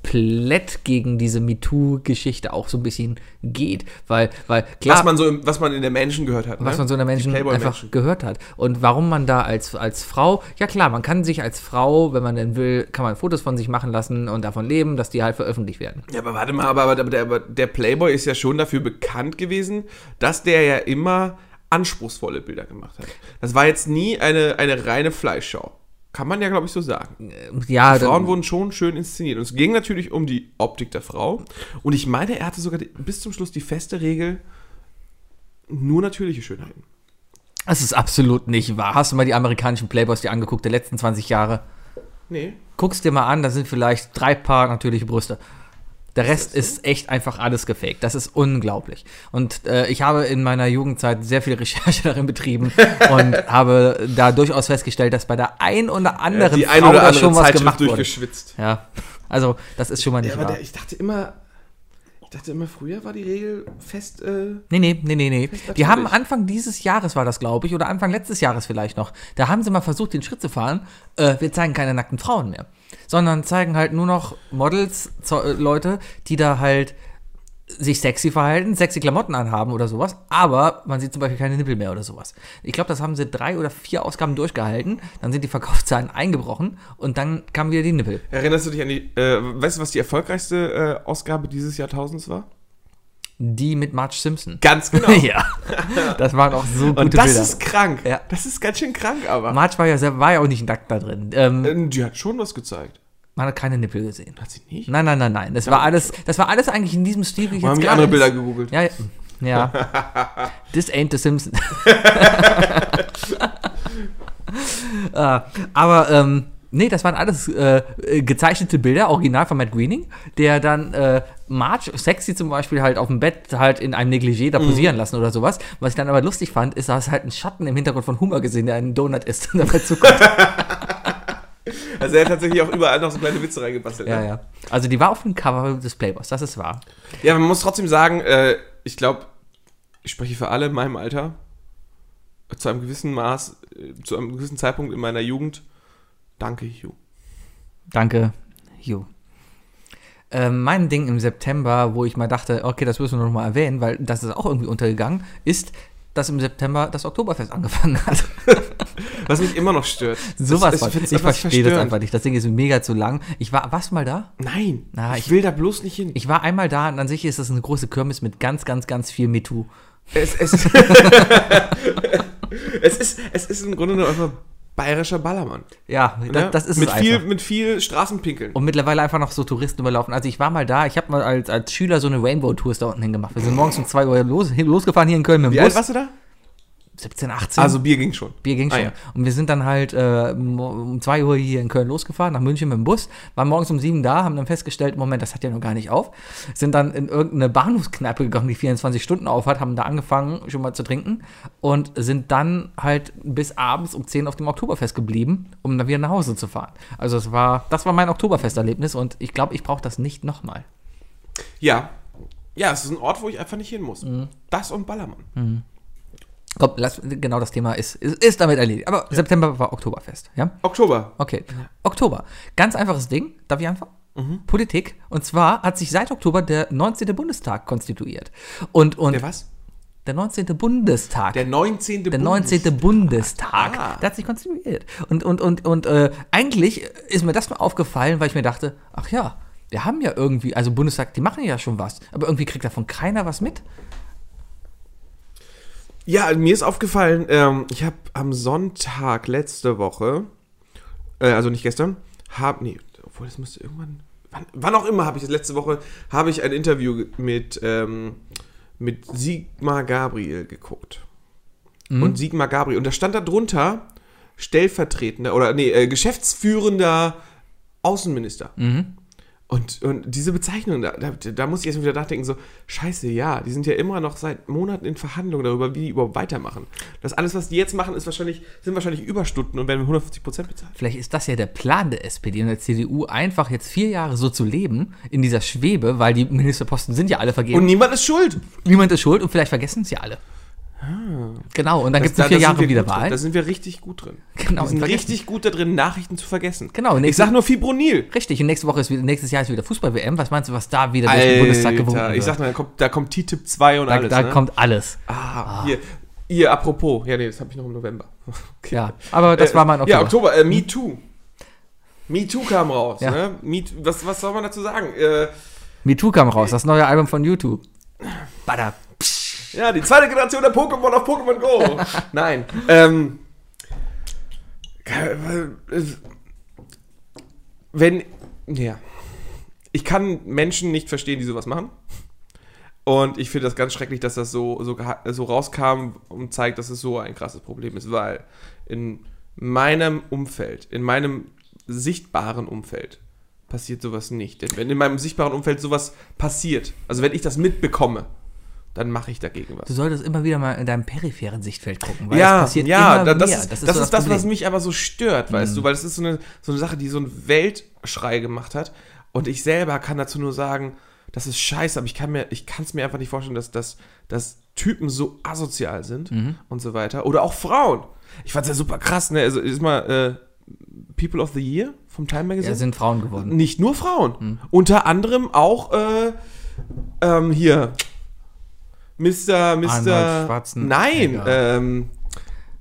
komplett gegen diese MeToo-Geschichte auch so ein bisschen geht, weil, weil klar,
was man so, im- was man in der Menschen gehört hat.
Ah. was
ne?
man so einer Menschen
Die
einfach
Playboy-Menschen.
gehört hat. Und warum man da als, als Frau, ja klar, man kann sich als Frau, wenn man denn will, kann man Fotos von sich machen lassen und davon leben, dass die halt veröffentlicht werden.
Ja, aber warte mal, aber, aber, aber, der, aber der Playboy ist ja schon dafür bekannt gewesen, dass der ja immer anspruchsvolle Bilder gemacht hat. Das war jetzt nie eine, eine reine Fleischschau. Kann man ja, glaube ich, so sagen.
Äh, Ja,
Frauen
dann,
wurden schon schön inszeniert. Und es ging natürlich um die Optik der Frau. Und ich meine, er hatte sogar die, bis zum Schluss die feste Regel, nur natürliche Schönheiten.
das ist absolut nicht wahr. Hast du mal die amerikanischen Playboys dir angeguckt der letzten 20 Jahre?
Nee.
guckst dir mal an, da sind vielleicht drei Paar natürliche Brüste. Der Rest ist echt einfach alles gefaked. Das ist unglaublich. Und äh, ich habe in meiner Jugendzeit sehr viel Recherche darin betrieben und habe da durchaus festgestellt, dass bei der ein oder anderen
die eine oder
da
andere
schon was
Zeitschrift
gemacht wurde.
durchgeschwitzt.
Ja, also das ist schon mal
Ja,
nicht
aber
wahr.
der, ich dachte immer, ich dachte immer, früher war die Regel fest, äh,
Nee, nee, nee, nee, nee. Die haben
natürlich.
Anfang dieses Jahres war das, glaube ich, oder Anfang letztes Jahres vielleicht noch. Da haben sie mal versucht, den Schritt zu fahren. Äh, wir zeigen keine nackten Frauen mehr, sondern zeigen halt nur noch Models, Zo- äh, Leute, die da halt sich sexy verhalten, sexy Klamotten anhaben oder sowas, aber man sieht zum Beispiel keine Nippel mehr oder sowas. Ich glaube, das haben sie drei oder vier Ausgaben durchgehalten, dann sind die Verkaufszahlen eingebrochen und dann kamen wieder die Nippel.
Erinnerst du dich an die, äh, weißt du, was die erfolgreichste äh, Ausgabe dieses Jahrtausends war?
Die mit Marge Simpson.
Ganz genau.
ja. Das waren auch so gute
Und das
Bilder.
ist krank.
Ja.
Das ist ganz schön krank, aber.
Marge war ja, sehr- war ja auch nicht nackt da drin. Ähm,
Ähm, die hat schon was gezeigt.
Man hat keine Nippel gesehen.
Hat sie nicht?
Nein, nein, nein, nein. Das war alles, das war alles eigentlich in diesem Stil, wie ich
Wir haben die
gerade
andere Bilder
ist.
gegoogelt.
Ja, ja. ja. This ain't the Simpsons. Äh, aber, ähm, nee, das waren alles äh, äh, gezeichnete Bilder, original von Matt Greening, der dann äh, Marge sexy zum Beispiel halt auf dem Bett halt in einem Negligé
Mhm.
da posieren lassen oder sowas. Was ich dann aber lustig fand, ist, dass halt ein Schatten im Hintergrund von Hummer gesehen, der einen Donut isst und dabei zuguckt.
Also er hat tatsächlich auch überall noch so kleine Witze reingebastelt.
ja,
ne?
ja. Also die war auf dem Cover des Playboys, das ist wahr.
ja, man muss trotzdem sagen, äh, ich glaube, ich spreche für alle in meinem Alter. äh, Zu einem gewissen Maß, äh, zu einem gewissen Zeitpunkt in meiner Jugend. Danke, Hugh.
Danke, Hugh. Ähm, mein Ding im September, wo ich mal dachte, okay, das müssen wir noch mal erwähnen, weil das ist auch irgendwie untergegangen, ist, dass im September das Oktoberfest angefangen hat.
Was mich immer noch stört.
Sowas
Es-
von.
es- es-
Ich verstehe das
verstörend.
einfach nicht. Das Ding ist mega zu lang. Ich war, warst du mal da?
Nein,
Na,
ich,
ich-
will da bloß nicht hin.
Ich war einmal da und an sich ist das eine große Kirmes mit ganz, ganz, ganz viel MeToo.
Es, es, es, ist, es ist im Grunde nur einfach bayerischer Ballermann.
Ja,
ne?
das, das ist
mit
es
viel,
einfach.
Mit viel Straßenpinkeln.
Und mittlerweile einfach noch so Touristen überlaufen. Also ich war mal da, ich habe mal als, als Schüler so eine Rainbow-Tour da unten hingemacht. Wir sind morgens um 2 Uhr los, hin- losgefahren hier in Köln mit dem
Wie
Bus.
alt warst du da?
17, 18.
Also Bier ging schon.
Bier ging
Ah,
schon.
ja.
Und wir sind dann halt äh, mo- um 2 Uhr hier in Köln losgefahren, nach München mit dem Bus, waren morgens um 7 da, haben dann festgestellt, Moment, das hat ja noch gar nicht auf. Sind dann in irgendeine Bahnhofskneipe gegangen, die 24 Stunden auf hat, haben da angefangen, schon mal zu trinken und sind dann halt bis abends um 10 auf dem Oktoberfest geblieben, um dann wieder nach Hause zu fahren. Also das war, das war mein Oktoberfesterlebnis und ich glaube, ich brauche das nicht nochmal.
Ja. Ja, es ist ein Ort, wo ich einfach nicht hin muss.
Mhm.
Das und Ballermann.
Komm, lass, genau das Thema ist, ist, ist damit erledigt. Aber September war Oktoberfest, ja?
Oktober.
Okay. Oktober. Ganz einfaches Ding. Darf ich anfangen?
Mhm.
Politik. Und zwar hat sich seit Oktober der 19. Bundestag konstituiert. Und, und
Der was?
der 19. Bundestag.
Der 19.
Der 19. Bundestag.
Ah.
Der hat sich konstituiert. Und, und, und, und äh, eigentlich ist mir das nur aufgefallen, weil ich mir dachte, ach ja, wir haben ja irgendwie, also Bundestag, die machen ja schon was, aber irgendwie kriegt davon keiner was mit.
Ja, mir ist aufgefallen, ähm, ich habe am Sonntag letzte Woche, äh, also nicht gestern, hab, nee, obwohl das müsste irgendwann, wann, wann auch immer habe ich das letzte Woche, habe ich ein Interview ge- mit, ähm, mit Sigmar Gabriel geguckt. Und Sigmar Gabriel, und da stand da drunter stellvertretender oder nee, äh, geschäftsführender Außenminister. Und, und diese Bezeichnung, da, da, da muss ich erst mal wieder nachdenken, so, scheiße, ja, die sind ja immer noch seit Monaten in Verhandlungen darüber, wie die überhaupt weitermachen. Das alles, was die jetzt machen, ist wahrscheinlich, sind wahrscheinlich Überstunden und werden mit 150 Prozent bezahlt.
Vielleicht ist das ja der Plan der SPD und der CDU, einfach jetzt vier Jahre so zu leben, in dieser Schwebe, weil die Ministerposten sind ja alle vergeben.
Und niemand ist schuld.
niemand ist schuld und vielleicht vergessen es ja alle. Genau, und dann gibt es in vier
Ah. da- da sind
Jahre
wir
wieder
gut drin. Da
Wahlen.
sind wir richtig gut drin.
Genau,
wir sind
und vergessen.
richtig gut da drin, Nachrichten zu vergessen.
Genau,
Ich
nächste-
sag nur Fibronil.
Richtig, und nächste Woche ist wieder, nächstes Jahr ist wieder Fußball-WM. Was meinst du, was da wieder durch den Bundestag gewunken
Alter,
wird?
ich sag mal, da kommt, da kommt T-Tip 2 und
da
alles.
da
ne?
kommt alles.
ah, Hier, hier, apropos. Ja, nee, das habe ich noch im November. Okay.
Ja, aber das war mein Mhm.
Oktober. Äh, Ja, Oktober, äh, Me Too. Me Too kam raus.
Ja.
Ne? Me Too, was, was soll man dazu sagen? Äh,
MeToo kam raus, das neue Album von YouTube. Bada.
ja, die zweite Generation der Pokémon auf Pokémon Go. Nein. Ähm, äh, wenn, ja. Ich kann Menschen nicht verstehen, die sowas machen. Und ich finde das ganz schrecklich, dass das so, so, geha- so rauskam und zeigt, dass es so ein krasses Problem ist, weil in meinem Umfeld, in meinem sichtbaren Umfeld, passiert sowas nicht. Denn wenn in meinem sichtbaren Umfeld sowas passiert, also wenn ich das mitbekomme, dann mache ich dagegen was
Du solltest immer wieder mal in deinem peripheren Sichtfeld gucken, weil
ja,
es passiert
ja,
immer
da, das,
mehr.
Ist, das,
so
ist das, was
Problem. Mhm.
mich aber so stört, weißt du, weil das ist so eine, so eine Sache, die so einen Weltschrei gemacht hat. Und ich selber kann dazu nur sagen, das ist scheiße, aber ich kann mir, ich kann es mir einfach nicht vorstellen, dass, dass, dass Typen so asozial sind
Mhm.
und so weiter. Oder auch Frauen. Ich fand's ja super krass, ne? Also ist mal äh, People of the Year vom Time Magazine.
ja, sind Frauen geworden.
Nicht nur Frauen. Unter anderem auch äh, ähm, hier. Mr.
Arnold
Mr.
Schwarzenegger.
Nein, ähm,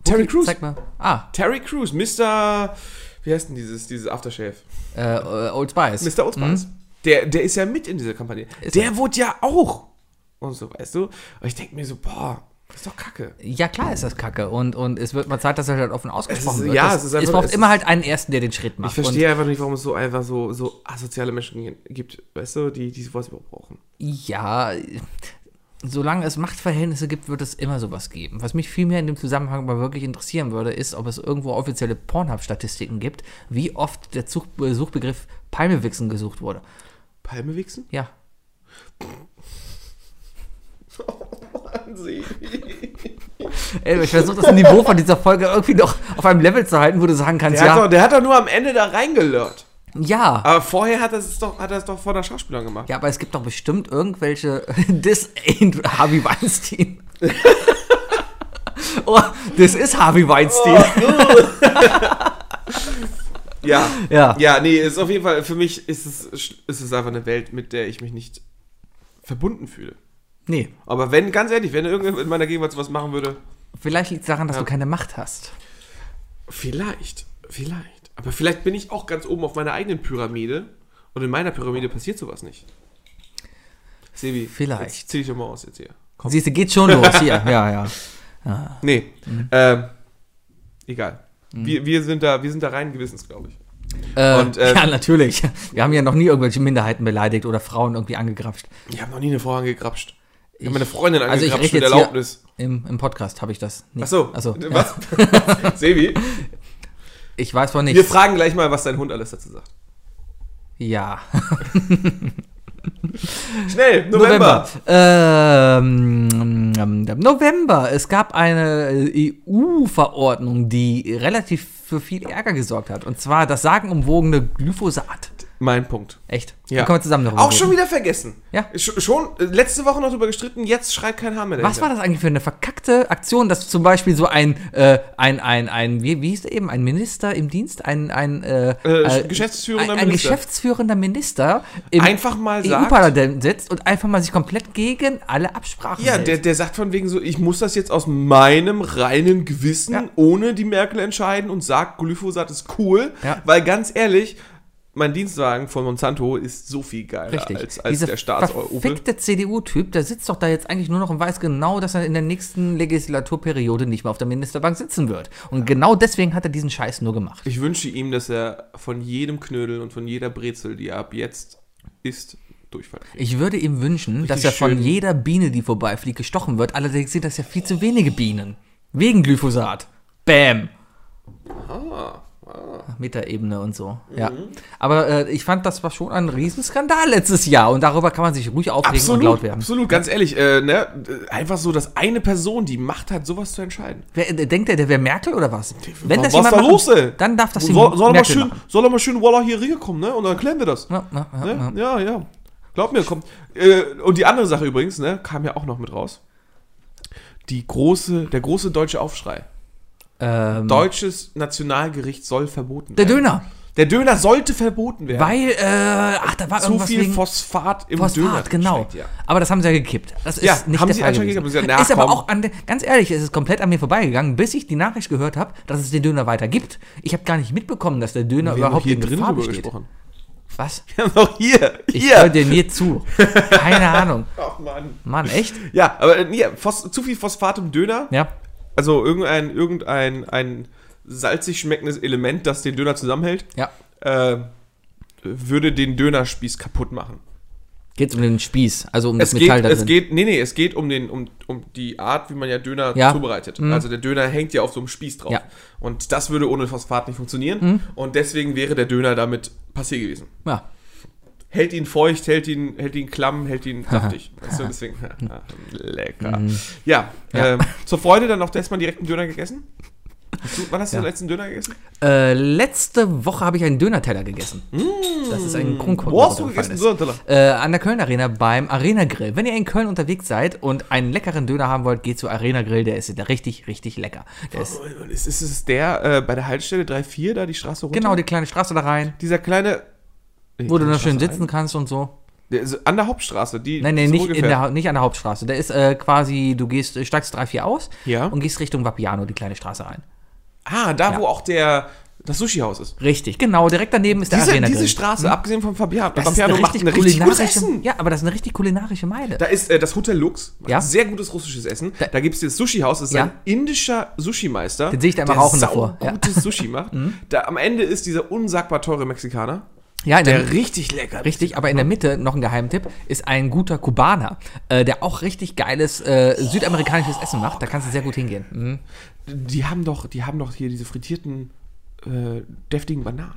Terry Crews.
Zeig mal. Ah,
Terry Crews, Mr. Wie heißt denn dieses, dieses Aftershave?
äh, äh, Old Spice.
Mr. Old Spice. Der, der ist ja mit in dieser Kampagne.
Mhm. Ist
der
er.
wurde ja auch. Und so, weißt du? Und ich denke mir so, boah, ist doch kacke.
Ja, klar ist das Kacke. Und, und es wird mal Zeit, dass er halt offen ausgesprochen
Es ist-
wird.
ja,
das,
es ist einfach-
braucht
es
immer
ist-
halt einen Ersten, der den Schritt macht.
Ich verstehe einfach nicht, warum es so einfach so, so asoziale Menschen gibt, weißt du, die die sowas überhaupt brauchen.
Und ja, solange es Machtverhältnisse gibt, wird es immer sowas geben. Was mich vielmehr in dem Zusammenhang mal wirklich interessieren würde, ist, ob es irgendwo offizielle Pornhub-Statistiken gibt, wie oft der Zug- äh, Suchbegriff Palmewichsen gesucht wurde.
Palme wichsen?
Ja.
Wahnsinn.
Ey, ich versuche das Niveau von dieser Folge irgendwie noch auf einem Level zu halten, wo du sagen kannst,
Der, hat doch,
ja.
der hat doch nur am Ende da reingelört.
Ja.
Aber vorher hat er es doch, hat er es doch vor der Schauspielerin gemacht.
Ja, aber es gibt doch bestimmt irgendwelche. This ain't Harvey Weinstein. oh, this is Harvey Weinstein.
Oh. Ja.
Ja.
Ja, nee, ist auf jeden Fall, für mich ist es, ist es einfach eine Welt, mit der ich mich nicht verbunden fühle.
Nee,
Aber wenn, ganz ehrlich, wenn irgendjemand in meiner Gegenwart sowas machen würde,
vielleicht liegt es daran, dass du keine Macht hast.
vielleicht, vielleicht. Aber vielleicht bin ich auch ganz oben auf meiner eigenen Pyramide und in meiner Pyramide passiert sowas nicht. Sebi,
Vielleicht.
Jetzt zieh ich doch mal aus jetzt hier. Komm.
Mhm. Siehst du, geht schon los. Hier, ja, ja.
Nee, ähm, egal. Wir,
Mhm.
wir, sind da, wir sind da rein gewissens, glaube ich.
Äh,
Und, äh,
ja, natürlich. Wir haben ja noch nie irgendwelche Minderheiten beleidigt oder Frauen irgendwie angegrapscht.
Ich habe noch nie eine Frau angegrapscht. Ich habe meine Freundin
also ich
angegrapscht
rede
mit
jetzt hier-
Erlaubnis.
Im, im Podcast habe ich das nicht.
Ach so.
Achso,
was?
Ja.
Sebi,
Ich weiß von
wir
nichts.
fragen gleich mal, was dein Hund alles dazu sagt.
Ja.
Schnell, November.
November. Ähm, ähm, November. Es gab eine EU-Verordnung, die relativ für viel Ärger gesorgt hat. Und zwar das sagenumwogene Glyphosat.
Mein Punkt.
Echt?
Ja.
Da können wir zusammen darüber
Auch schon
reden.
wieder vergessen.
Ja.
Sch schon äh, letzte Woche noch drüber gestritten, jetzt schreit kein Haar mehr.
Was war das eigentlich für eine verkackte Aktion, dass zum Beispiel so ein, äh, ein, ein, ein wie, wie hieß der eben, ein Minister im Dienst, ein, ein, äh,
Äh,
äh,
geschäftsführender
ein, ein
Minister.
geschäftsführender Minister im
Einfach mal sagt-
EU-Parlament sitzt und einfach mal sich komplett gegen alle Absprachen
Ja,
hält.
der, der sagt von wegen so, ich muss das jetzt aus meinem reinen Gewissen
Ja.
ohne die Merkel entscheiden und sagt, Glyphosat ist cool,
Ja.
weil ganz ehrlich, mein Dienstwagen von Monsanto ist so viel geiler
Richtig.
Äh, als, als
Dieser
der Staatsopel.
verfickte CDU-Typ, der sitzt doch da jetzt eigentlich nur noch und weiß genau, dass er in der nächsten Legislaturperiode nicht mehr auf der Ministerbank sitzen wird. Und genau deswegen hat er diesen Scheiß nur gemacht.
Ich wünsche ihm, dass er von jedem Knödel und von jeder Brezel, die er ab jetzt isst, durchfällt.
Ich würde ihm wünschen, dass er
Richtig
von
schön.
jeder Biene, die vorbeifliegt, gestochen wird. Allerdings sind das ja viel zu wenige Bienen. Wegen Glyphosat. Bam.
Ah,
Metaebene und so.
Mhm.
Ja. Aber äh, ich fand, das war schon ein Riesenskandal letztes Jahr. Und darüber kann man sich ruhig aufregen und laut werden.
absolut, ganz ehrlich, äh, ne, äh, einfach so, dass eine Person die Macht hat, sowas zu entscheiden.
Wer, äh, denkt er, der wäre Merkel oder was? Wenn das
Was
jemand
da
macht,
los, ey?
dann darf das
soll, soll, er mal
Merkel
schön,
machen.
soll er mal schön Walla hier rüberkommen, ne? Und dann klären wir das.
Ja, ja, ja,
Ne? Ja, ja. Glaub mir, kommt. Äh, und die andere Sache übrigens, ne, kam ja auch noch mit raus. Die große, der große deutsche Aufschrei.
ja. Ähm,
Deutsches Nationalgericht soll verboten
der
werden.
Döner,
Der Döner sollte verboten werden.
weil, äh, ach, da war
Zu
irgendwas
viel
wegen
Phosphat im Döner.
Phosphat, genau.
drinsteckt, ja.
Aber das haben sie ja gekippt. Das ist
Ja,
nicht
haben
der
sie
Fall
anscheinend
gewesen.
gekippt. Und sie haben gesagt,
ist aber
"Na, komm."
auch an, der- ganz ehrlich, es ist komplett an mir vorbeigegangen, bis ich die Nachricht gehört habe, dass es den Döner weiter gibt. Ich habe gar nicht mitbekommen, dass der Döner
Wir haben doch
überhaupt
hier
in
drin
Gefahr
drüber
besteht.
gesprochen.
Was?
Wir haben doch hier,
Ich
hier.
höre dir nie zu. Keine Ahnung.
Ach, Mann.
Mann, echt?
Ja, aber äh, ja, Phos zu viel Phosphat im Döner.
Ja.
Also irgendein, irgendein ein salzig schmeckendes Element, das den Döner zusammenhält,
Ja.
äh, würde den Dönerspieß kaputt machen.
Geht's um den Spieß, also um
Es
das
geht,
Metall da drin.
es geht, nee, nee, es geht um, den, um, um die Art, wie man ja Döner
Ja. Mhm.
zubereitet. Also der Döner hängt ja auf so einem Spieß drauf.
Ja. Mhm.
Und das würde ohne Phosphat nicht funktionieren. Und deswegen wäre der Döner damit passé gewesen.
Ja.
Hält ihn feucht, hält ihn, hält ihn klamm, hält ihn saftig. Weißt du, deswegen, ah, lecker. Ja,
Mhm. Ja.
Ähm, zur Freude dann noch erstmal direkt einen Döner gegessen. Hast du, wann hast du den letzten Döner gessen?
Äh, letzte Woche habe ich einen Dönerteller gegessen. Das ist ein Kronkorb.
Mmh. Wo
der
hast du
runtergefallen
gegessen?
ist.
Dönerteller?
Äh, an der Köln Arena beim Arena Grill. Wenn ihr in Köln unterwegs seid und einen leckeren Döner haben wollt, geht zu Arena Grill. Der ist richtig, richtig lecker. Der ist
Und Oh, Ist, ist es der äh, bei der Haltestelle 3-4, da die Straße runter?
genau die kleine Straße da rein,
Dieser kleine. Nee,
wo du noch
Straße
schön sitzen
ein.
kannst und so.
Der ist an der Hauptstraße, die.
Nein, nein,
so
nicht, in
ungefähr.
der, Ha- nicht an der Hauptstraße. Der ist äh, quasi, du gehst, steigst 3-4 aus
Ja.
und gehst Richtung Vapiano, die kleine Straße rein.
Ah, da,
Ja.
wo auch der, das Sushi-Haus ist.
Richtig, genau. Direkt daneben ist der
Diese,
Arena Grill.
diese Straße, abgesehen von Fabiano,
das ist
Fabiano
eine
macht
richtig,
ein richtig gutes
kulinarische,
Essen.
Ja, aber das ist eine richtig kulinarische Meile.
Da ist äh, das Hotel Lux, macht
Ja.
sehr gutes russisches Essen. Da, gibt es das Sushi-Haus, das ist
Ja.
ein indischer Sushi-Meister.
Den sehe ich da immer
der
rauchen davor. Ja. Mhm.
gutes Sushi macht. da, am Ende ist dieser unsagbar teure Mexikaner,
ja, in der-
der richtig lecker
Richtig, aber in der Mitte, noch ein Geheimtipp, ist ein guter Kubaner, äh, der auch richtig geiles äh, südamerikanisches Essen macht. Da kannst du sehr gut hingehen. Mhm.
Die haben doch, die haben doch hier diese frittierten, äh, deftigen Bananen.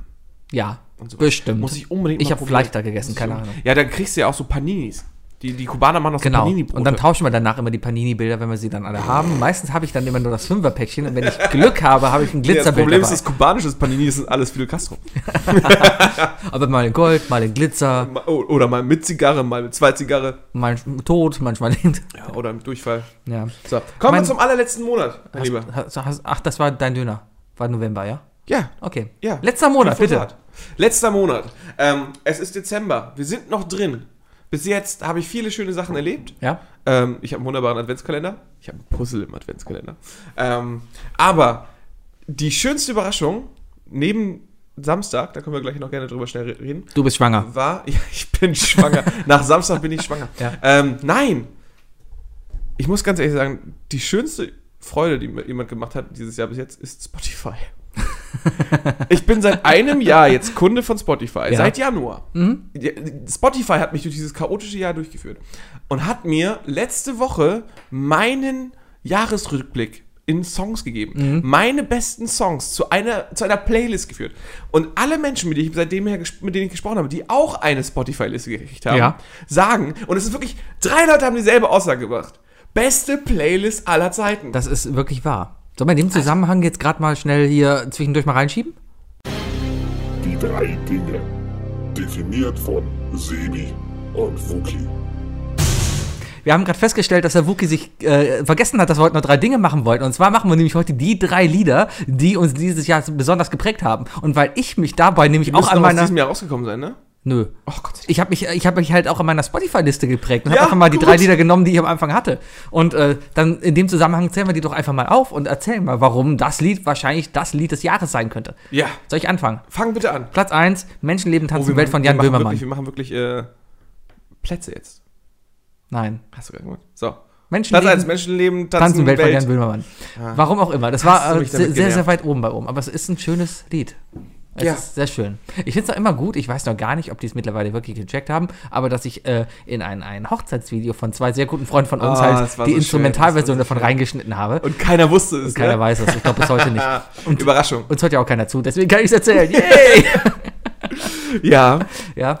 Ja,
sowas.
bestimmt.
Muss ich unbedingt
Ich
mal
habe
probieren.
Fleisch da gegessen, keine Ahnung.
Ja, dann kriegst du ja auch so Paninis. Die, die Kubaner machen auch
Genau.
so Panini-Brote.
Und dann tauschen wir danach immer die Panini-Bilder, wenn wir sie dann alle haben. Meistens habe ich dann immer nur das Fünferpäckchen und wenn ich Glück habe, habe ich ein
Ja, das
Glitzerbild
Problem ist,
dabei.
das kubanische Panini ist alles Fidel Castro.
Aber mal in Gold, mal in Glitzer,
Ma- o- Oder mal mit Zigarre, mal mit zwei Zigarre.
mal tot, manchmal nicht.
Ja, oder mit Durchfall.
Ja.
So, kommen
Mein-
wir zum allerletzten Monat, mein
Hast,
Lieber.
hast, hast, ach, das war dein Döner. War November, ja?
Ja.
Okay.
Ja.
Letzter Monat, bitte.
Monat. Letzter Monat. Ähm, es ist Dezember. Wir sind noch drin. Bis jetzt habe ich viele schöne Sachen erlebt.
Ja.
Ähm, ich habe einen wunderbaren Adventskalender. Ich habe einen Puzzle im Adventskalender. Ähm, aber die schönste Überraschung neben Samstag, da können wir gleich noch gerne drüber schnell re- reden,
Du bist schwanger.
war, ja, ich bin schwanger. Nach Samstag bin ich schwanger.
Ja.
Ähm, nein! Ich muss ganz ehrlich sagen, die schönste Freude, die mir jemand gemacht hat dieses Jahr bis jetzt, ist Spotify. Ich bin seit einem Jahr jetzt Kunde von Spotify,
Ja. Mhm.
seit Januar. Ja, Spotify hat mich durch dieses chaotische Jahr durchgeführt und hat mir letzte Woche meinen Jahresrückblick in Songs gegeben.
Mhm.
Meine besten Songs zu einer, zu einer Playlist geführt. Und alle Menschen, mit denen ich seitdem her ges- mit denen ich gesprochen habe, die auch eine Spotify-Liste gekriegt haben,
Ja.
sagen, und es ist wirklich, drei Leute haben dieselbe Aussage gemacht. Beste Playlist aller Zeiten.
Das ist wirklich wahr. Sollen wir in dem Zusammenhang jetzt gerade mal schnell hier zwischendurch mal reinschieben?
Die drei Dinge. Definiert von Sebi und Wookie.
Wir haben gerade festgestellt, dass der Wookie sich äh, vergessen hat, dass wir heute noch drei Dinge machen wollten. Und zwar machen wir nämlich heute die drei Lieder, die uns dieses Jahr besonders geprägt haben. Und weil ich mich dabei nämlich auch
Müsste
an
noch aus
meiner...
diesem Jahr rausgekommen sein, ne?
Nö.
Oh Gott.
Ich habe mich, ich hab mich halt auch an meiner Spotify-Liste geprägt und
Ja,
habe einfach mal die
gut.
drei Lieder genommen, die ich am Anfang hatte. Und äh, dann in dem Zusammenhang zählen wir die doch einfach mal auf und erzählen mal, warum das Lied wahrscheinlich das Lied des Jahres sein könnte.
Ja.
Soll ich anfangen?
Fang bitte an.
Platz 1, Menschenleben
Oh,
tanzen Also Welt von Jan
wir machen
Böhmermann.
Wirklich, wir machen wirklich äh, Plätze jetzt.
Nein.
Hast du gerade gemacht. So. Platz
Menschenleben
1, Menschenleben, Tanzen,
tanzen Welt von Jan
Welt. Ah.
Böhmermann. Warum auch immer. Das
Hast du
war äh,
mich
sehr,
damit
sehr, sehr
genervt?
weit oben bei oben. Aber es ist ein schönes Lied. Es
Ja.
ist sehr schön. Ich finde es noch immer gut. Ich weiß noch gar nicht, ob die es mittlerweile wirklich gecheckt haben, aber dass ich äh, in ein, ein Hochzeitsvideo von zwei sehr guten Freunden von uns
Ah,
halt
das war
die
so schön. Das war
Instrumentalversion
so
davon
schön.
reingeschnitten habe.
Und keiner wusste es.
keiner
ne?
weiß es. Ich glaube bis heute nicht.
Ah, Überraschung.
Uns hört ja auch keiner zu, deswegen kann ich es erzählen. Yay!
Ja.
ja.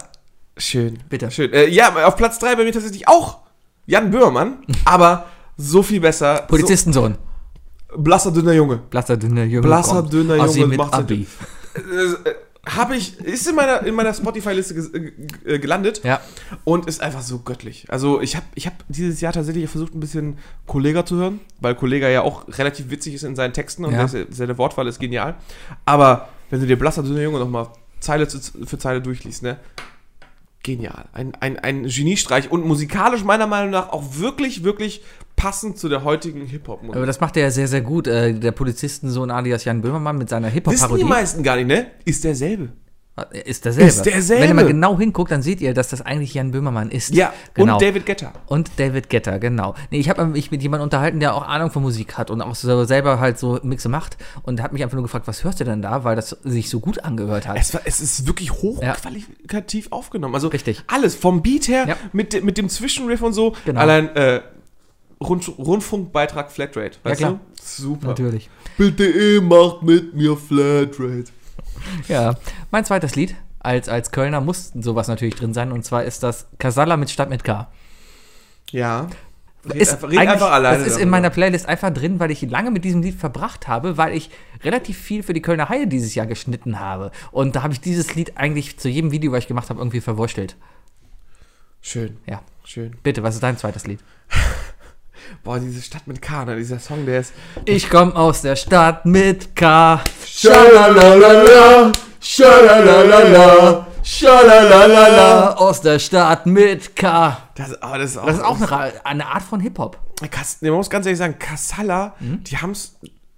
Schön.
Bitte.
Schön. Äh, ja, auf Platz 3 bei mir tatsächlich auch Jan Böhmermann, aber so viel besser.
Polizistensohn.
So, blasser, dünner Junge.
Blasser dünner Junge.
Blasser,
kommt.
dünner
Ossi
Junge
mit
macht's
Abi.
Habe Äh, ich, ist in meiner, in meiner Spotify-Liste ges- äh, g- äh, gelandet
Ja.
und ist einfach so göttlich. Also ich habe ich hab dieses Jahr tatsächlich versucht, ein bisschen Kollega zu hören, weil Kollega ja auch relativ witzig ist in seinen Texten und
Ja.
das- seine Wortwahl ist genial. Aber wenn du dir blasser dünner Junge nochmal Zeile zu, für Zeile durchliest, ne? Genial. Ein, ein, ein Geniestreich und musikalisch meiner Meinung nach auch wirklich, wirklich passend zu der heutigen
Aber
Hip-Hop-Musik.
das macht er ja sehr, sehr gut. Äh, der Polizistensohn alias Jan Böhmermann mit seiner
Wissen die
Hip-Hop-Parodie.
meisten gar nicht, ne? Ist derselbe.
Ist derselbe.
Ist derselbe.
Wenn ihr mal genau hinguckt, dann seht ihr, dass das eigentlich Jan Böhmermann ist.
Ja,
genau.
und David Guetta.
Und David Getter, genau. Nee, ich habe mich mit jemandem unterhalten, der auch Ahnung von Musik hat und auch so selber halt so Mixe macht und hat mich einfach nur gefragt, was hörst du denn da, weil das sich so gut angehört hat.
Es, war, es ist wirklich hochqualitativ aufgenommen. Also
Richtig.
alles vom Beat her,
Ja.
mit, de- mit dem Zwischenriff und so.
Genau.
Allein äh, Rund, Rundfunkbeitrag Flatrate. Weißt
klar.
du? Super.
Natürlich.
Bild.de eh macht mit mir Flatrate.
Ja. Mein zweites Lied als, als Kölner muss sowas natürlich drin sein und zwar ist das Casalla mit Stadt mit K.
Ja. Red
ist
einfach, red
eigentlich-
einfach alleine.
Das ist in
darüber.
meiner Playlist einfach drin, weil ich lange mit diesem Lied verbracht habe, weil ich relativ viel für die Kölner Haie dieses Jahr geschnitten habe. Und da habe ich dieses Lied eigentlich zu jedem Video, was ich gemacht habe, irgendwie verwurschtelt.
Schön,
Ja.
schön.
Bitte, was ist dein zweites Lied?
Boah, diese Stadt mit K, ne? dieser Song, der ist.
Ich komme aus der Stadt mit K.
Schalalala, schalalala, schalalala.
Aus der Stadt mit K.
Das, aber das ist auch,
Das ist auch eine, Ra- eine Art von Hip-Hop.
Kas- nee, man muss ganz ehrlich sagen, Kassala,
Mhm.
die haben es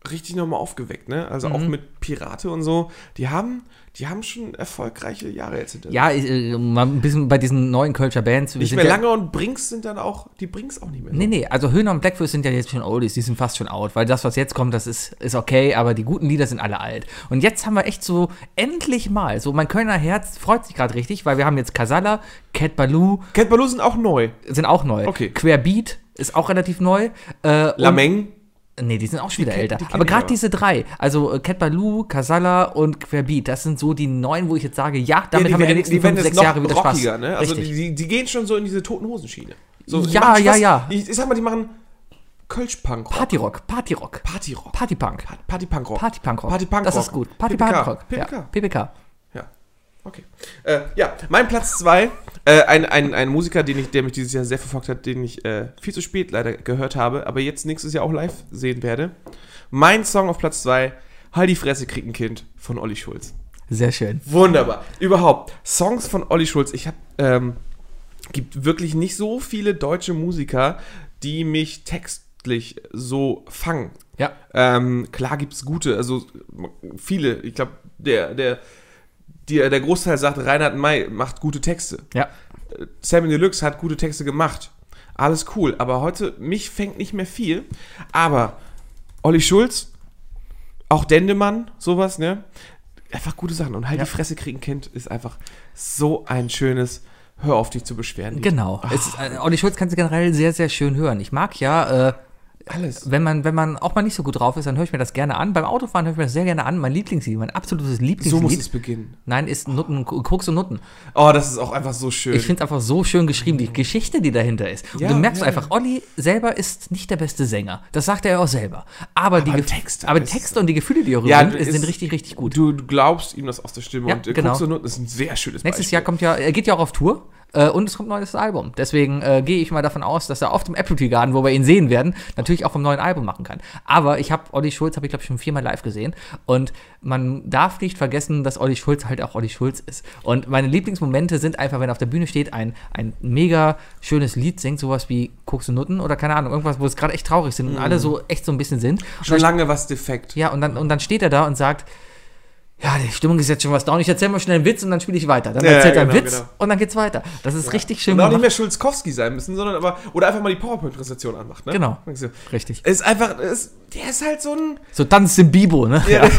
richtig nochmal aufgeweckt, ne? Also auch mit Pirate und so. Die haben, die haben schon erfolgreiche Jahre jetzt hinter sich.
Ja, ich, äh, mal ein bisschen bei diesen neuen Kölscher Bands. wir
nicht
sind
mehr
ja-
lange und Brinks sind dann auch, die Brinks auch nicht mehr.
Nee, nee, also Höhner und Blackfish sind ja jetzt schon Oldies, die sind fast schon out, weil das, was jetzt kommt, das ist, ist okay, aber die guten Lieder sind alle alt. Und jetzt haben wir echt so, endlich mal, so mein Kölner Herz freut sich gerade richtig, weil wir haben jetzt Casala, Cat Baloo
Cat Baloo sind auch neu.
sind auch neu.
Okay.
Querbeat ist auch relativ neu. Äh, und-
Lameng.
Nee, die sind auch schon wieder
kenn-
älter.
die kenn
Aber
ich
gerade
aber.
diese drei, also äh, Cat Baloo, Casala und Querbeat, das sind so die neuen, wo ich jetzt sage, ja, damit haben wir die nächsten fünf, sechs Jahre wieder Spaß.
ne? Also die,
Richtig.
die, die gehen schon so in diese toten Hosenschiene. So, die
Ja,
machen
ja,
Spaß.
ja.
Ich, ich sag mal, die machen Kölsch-Punk.
Partyrock, Partyrock,
Partyrock.
Partypunk.
Party-Punk-Rock.
Partypunkrock.
Party-Punk-Rock.
Das ist gut. Partypunkrock.
Party-Punk-Rock.
Ja. PPK.
Ja. Okay. Äh, ja, mein Platz 2, äh, ein, ein, ein Musiker, den ich, der mich dieses Jahr sehr verfolgt hat, den ich äh, viel zu spät leider gehört habe, aber jetzt nächstes Jahr auch live sehen werde. Mein Song auf Platz 2, Halt die Fresse, krieg ein Kind von Olli Schulz.
Sehr schön.
Wunderbar. Überhaupt, Songs von Olli Schulz. Ich habe, ähm, gibt wirklich nicht so viele deutsche Musiker, die mich textlich so fangen.
Ja.
Ähm, klar gibt es gute, also viele. Ich glaube, der, der, der, der Großteil sagt, Reinhard May macht gute Texte.
Ja.
Sammy Deluxe hat gute Texte gemacht. Alles cool, aber heute, mich fängt nicht mehr viel. Aber Olli Schulz, Auch Dendemann, sowas, ne? Einfach gute Sachen. Und halt die Fresse kriegen, Kind, ist einfach so ein schönes Hör auf dich zu beschweren. Lied.
Genau. Es ist, äh, Olli Schulz kannst du generell sehr, sehr schön hören. Ich mag ja, äh,
Alles.
wenn man, wenn man auch mal nicht so gut drauf ist, dann höre ich mir das gerne an. Beim Autofahren höre ich mir das sehr gerne an. Mein Lieblingslied, mein absolutes Lieblingslied.
So muss es beginnen.
Nein, ist Nutten, Krux und Nutten.
Oh, das ist auch einfach so schön.
Ich finde es einfach so schön geschrieben, die Geschichte, die dahinter ist. Und
Ja,
du merkst
ja,
einfach, Olli selber ist nicht der beste Sänger. Das sagt er ja auch selber. Aber, die
Aber
Gef-
Texte
aber
ist-
Texte und die Gefühle, die er
Ja,
rüberbringt,
ne? ist-
sind richtig, richtig gut.
du, du glaubst ihm das aus der Stimme
Ja,
und äh,
genau.
guckst du nur, das ist ein sehr schönes
Nächstes
Beispiel.
Jahr kommt ja, er geht ja auch auf Tour. Äh, und es kommt ein neues Album. Deswegen äh, gehe ich mal davon aus, dass er auf dem Apple Tree Garden, wo wir ihn sehen werden, natürlich auch vom neuen Album machen kann. Aber ich habe Olli Schulz, habe ich glaube ich schon viermal live gesehen. Und man darf nicht vergessen, dass Olli Schulz halt auch Olli Schulz ist. Und meine Lieblingsmomente sind einfach, wenn er auf der Bühne steht, ein, ein mega schönes Lied singt, sowas wie Koks und Nutten oder keine Ahnung, irgendwas, wo es gerade echt traurig sind und
Mhm.
alle so echt so ein bisschen sind. Und
Schon lange was defekt.
ja, und dann, und dann steht er da und sagt, ja, die Stimmung ist jetzt schon was down, ich erzähle mal schnell einen Witz und dann spiele ich weiter. Dann
Ja,
erzählt er
genau,
einen Witz
genau.
und dann geht's weiter. Das ist richtig schön
Und auch nicht
gemacht.
mehr Schulzkowski sein müssen, sondern aber, oder einfach mal die PowerPoint-Präsentation anmacht, ne?
Genau.
Denkst du,
Richtig.
Es ist einfach, es, der ist halt so ein,
So tanzt im Bibo, ne?
der,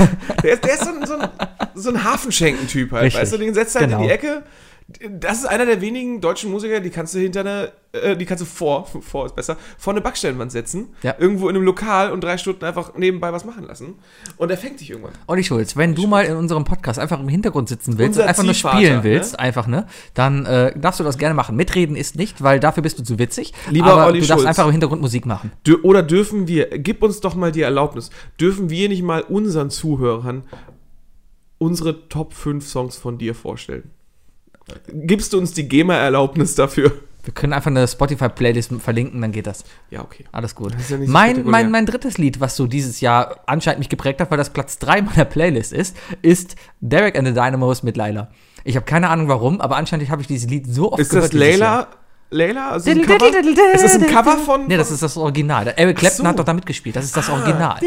der, ist, der ist so ein, so ein, so ein Hafenschenken-Typ halt,
Richtig.
weißt du, den setzt halt in
Genau.
die Ecke. Das ist einer der wenigen deutschen Musiker, die kannst du hinter eine, äh, die kannst du vor, vor ist besser, vor eine Backstellenwand setzen,
Ja.
irgendwo in einem Lokal und drei Stunden einfach nebenbei was machen lassen. Und er fängt dich irgendwann.
Olli Schulz, wenn du mal in unserem Podcast einfach im Hintergrund sitzen willst
Unser
und einfach nur
Ziehvater,
spielen
ne?
willst, einfach, ne? Dann äh, darfst du das gerne machen. Mitreden ist nicht, weil dafür bist du zu witzig.
Lieber
aber
Olli
du darfst
Schulz.
einfach im Hintergrund Musik machen.
Dür oder dürfen wir, gib uns doch mal die Erlaubnis, dürfen wir nicht mal unseren Zuhörern unsere Top 5 Songs von dir vorstellen? Gibst du uns die GEMA-Erlaubnis dafür?
Wir können einfach eine Spotify-Playlist verlinken, dann geht das.
Ja, okay.
Alles gut.
ist ja nicht so
mein,
spektakulär.
mein, mein drittes Lied, was so dieses Jahr anscheinend mich geprägt hat, weil das Platz 3 meiner Playlist ist, ist Derek and the Dynamos mit Layla. Ich habe keine Ahnung warum, aber anscheinend habe ich dieses Lied so oft
Ist das
dieses Jahr.
Layla? Layla? Also ein
Diddle,
Cover?
diddle, diddle,
Ist das ein
diddle,
Cover von.
Nee, das ist das Original. Der Eric Clapton
so. Ah.
hat doch da mitgespielt. Das ist das Original.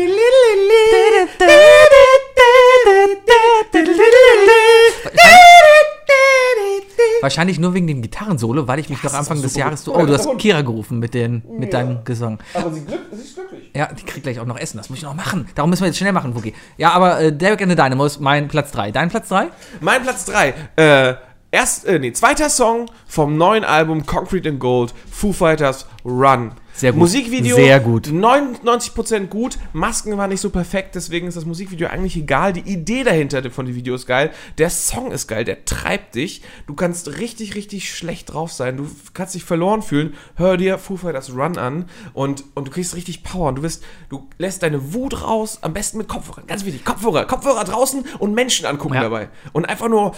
Wahrscheinlich nur wegen dem Gitarrensolo, weil ich mich doch Anfang des Jahres so. Oh, du hast Kira gerufen mit, den, mit deinem Gesang.
Aber sie, glück, sie ist glücklich.
Ja, die kriegt gleich auch noch Essen. Das muss ich noch machen. Darum müssen wir jetzt schnell machen, Wookie. Ja, aber äh, Derek and the Dynamos, mein Platz 3. Dein Platz 3?
Mein Platz 3. Äh, erst, äh, nee, zweiter Song vom neuen Album Concrete and Gold, Foo Fighters Run.
Sehr gut.
Musikvideo.
Sehr gut.
99% gut. Masken waren nicht so perfekt, deswegen ist das Musikvideo eigentlich egal. Die Idee dahinter von dem Video ist geil. Der Song ist geil, der treibt dich. Du kannst richtig, richtig schlecht drauf sein. Du kannst dich verloren fühlen. Hör dir Foo Fighters Run an und, und du kriegst richtig Power. Und du wirst, du lässt deine Wut raus, am besten mit Kopfhörern. Ganz wichtig, Kopfhörer. Kopfhörer draußen und Menschen angucken
Ja.
dabei. Und einfach nur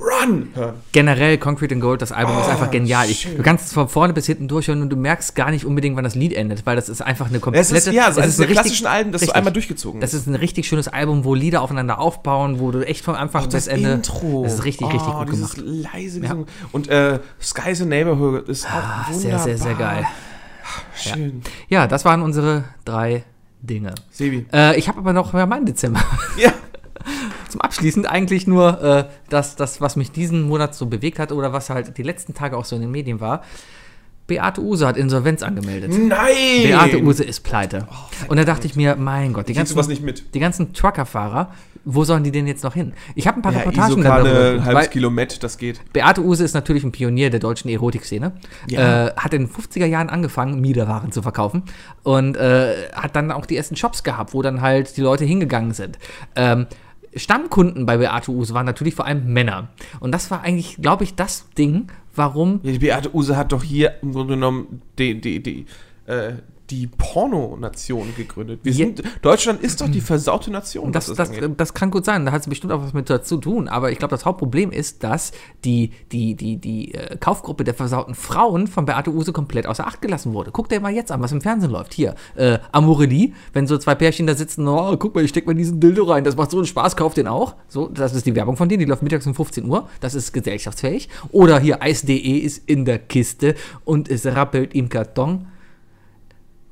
Run hören.
Generell Concrete and Gold, das Album ist einfach genial. Ich,
schön.
du kannst es von vorne bis hinten durchhören und du merkst gar nicht unbedingt, wann das Lied endet, weil das ist einfach eine komplette.
Es ist, ja, es
das
ist
ein
ein
richtig-
klassischen Alben, das so
richtig.
einmal durchgezogen
Das ist ein richtig schönes Album, wo Lieder aufeinander aufbauen, wo du echt vom Anfang bis Ende.
Intro.
Das ist richtig, richtig
Oh,
gut
dieses
gemacht.
leise gesungen. Und äh, Sky's a Neighborhood ist auch
Sehr,
wunderbar.
Ah,
Ah,
sehr, sehr geil.
Schön.
Ja, das waren unsere drei Dinge.
Sebi.
Äh, ich habe aber noch ja, meinen Dezember.
Ja.
Zum Abschließend eigentlich nur äh, das, das, was mich diesen Monat so bewegt hat oder was halt die letzten Tage auch so in den Medien war. Beate Use hat Insolvenz angemeldet.
Nein!
Beate Use ist pleite.
Oh,
und da dachte ich mir, mein Gott, die
Kriegst
ganzen,
du was nicht mit?
die ganzen Truckerfahrer, wo sollen die denn jetzt noch hin? Ich habe ein paar
Ja,
Reportagen
Isokane,
gemacht,
ein halbes Kilomet, das geht.
Beate Use ist natürlich ein Pionier der deutschen Erotikszene.
Ja.
Äh, hat in den 50er Jahren angefangen, Miederwaren zu verkaufen und äh, hat dann auch die ersten Shops gehabt, wo dann halt die Leute hingegangen sind. Ähm, Stammkunden bei Beate Use waren natürlich vor allem Männer. Und das war eigentlich, glaube ich, das Ding, warum
Ja, die Beate Use hat doch hier im Grunde genommen die, die, die, äh, die Pornonation gegründet. Wir
Ja.
sind, Deutschland ist doch die versaute Nation.
Und das,
was
das,
angeht.
das kann gut sein, da hat es bestimmt auch was mit dazu tun, aber ich glaube, das Hauptproblem ist, dass die, die, die, die äh, Kaufgruppe der versauten Frauen von Beate Use komplett außer Acht gelassen wurde. Guck dir mal jetzt an, was im Fernsehen läuft. Hier, äh, Amorelie, wenn so zwei Pärchen da sitzen, oh, guck mal, ich steck mal diesen Dildo rein, das macht so einen Spaß, kauf den auch. So, das ist die Werbung von denen, die läuft mittags um 15 Uhr, das ist gesellschaftsfähig. Oder hier, Eis.de ist in der Kiste und es rappelt im Karton.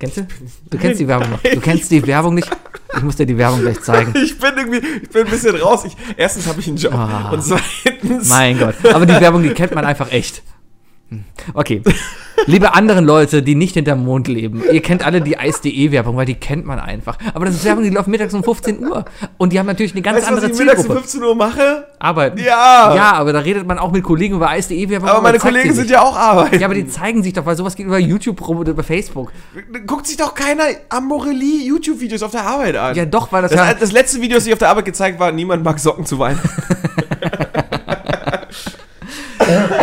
Kennst du? Du kennst die Werbung noch. Du kennst die Werbung nicht. Ich muss dir die Werbung gleich zeigen.
ich bin irgendwie, ich bin ein bisschen raus. Ich, erstens habe ich einen Job
Ah.
und zweitens.
Mein Gott. Aber die Werbung, die kennt man einfach echt. Hm. Okay. Liebe anderen Leute, die nicht hinterm Mond leben, ihr kennt alle die Eis.de-Werbung, weil die kennt man einfach. Aber das ist Werbung, die läuft mittags um 15 Uhr. Und die haben natürlich eine ganz
Weißt du, was
andere
ich mittags um
Zielgruppe.
15 Uhr mache?
Arbeiten.
Ja.
Ja, aber da redet man auch mit Kollegen über Eis.de-Werbung.
Aber meine Kollegen sind ja auch arbeiten.
Ja, aber die zeigen sich doch, weil sowas geht über YouTube rum oder über Facebook.
Guckt sich doch keiner Amorelie YouTube-Videos auf der Arbeit an.
Ja, doch, weil das,
Das,
ja.
das letzte Video, das ich auf der Arbeit gezeigt war, niemand mag Socken zu Weihnachten.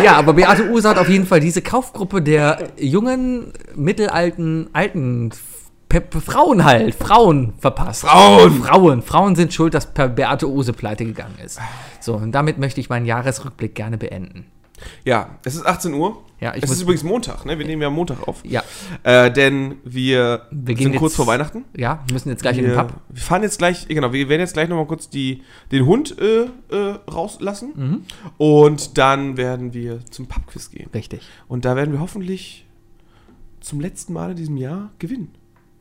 Ja, aber Beate Uhse hat auf jeden Fall diese Kaufgruppe der jungen, mittelalten, alten Pe- Pe- Frauen halt, Frauen verpasst.
Frauen!
Frauen, Frauen sind schuld, dass Pe- Beate Uhse pleite gegangen ist. So, und damit möchte ich meinen Jahresrückblick gerne beenden.
Ja, es ist 18 Uhr.
Ja, ich
es
muss-
ist übrigens Montag, ne? Wir nehmen ja Montag auf.
Ja,
Äh, denn wir,
wir gehen
sind
jetzt,
kurz vor Weihnachten.
Ja, wir müssen jetzt gleich in den
Wir,
Pub.
wir fahren jetzt gleich, genau, wir werden jetzt gleich nochmal kurz die, den Hund äh, äh, rauslassen.
Mhm.
Und dann werden wir zum Pubquiz gehen.
Richtig,
Und da werden wir hoffentlich zum letzten Mal in diesem Jahr gewinnen.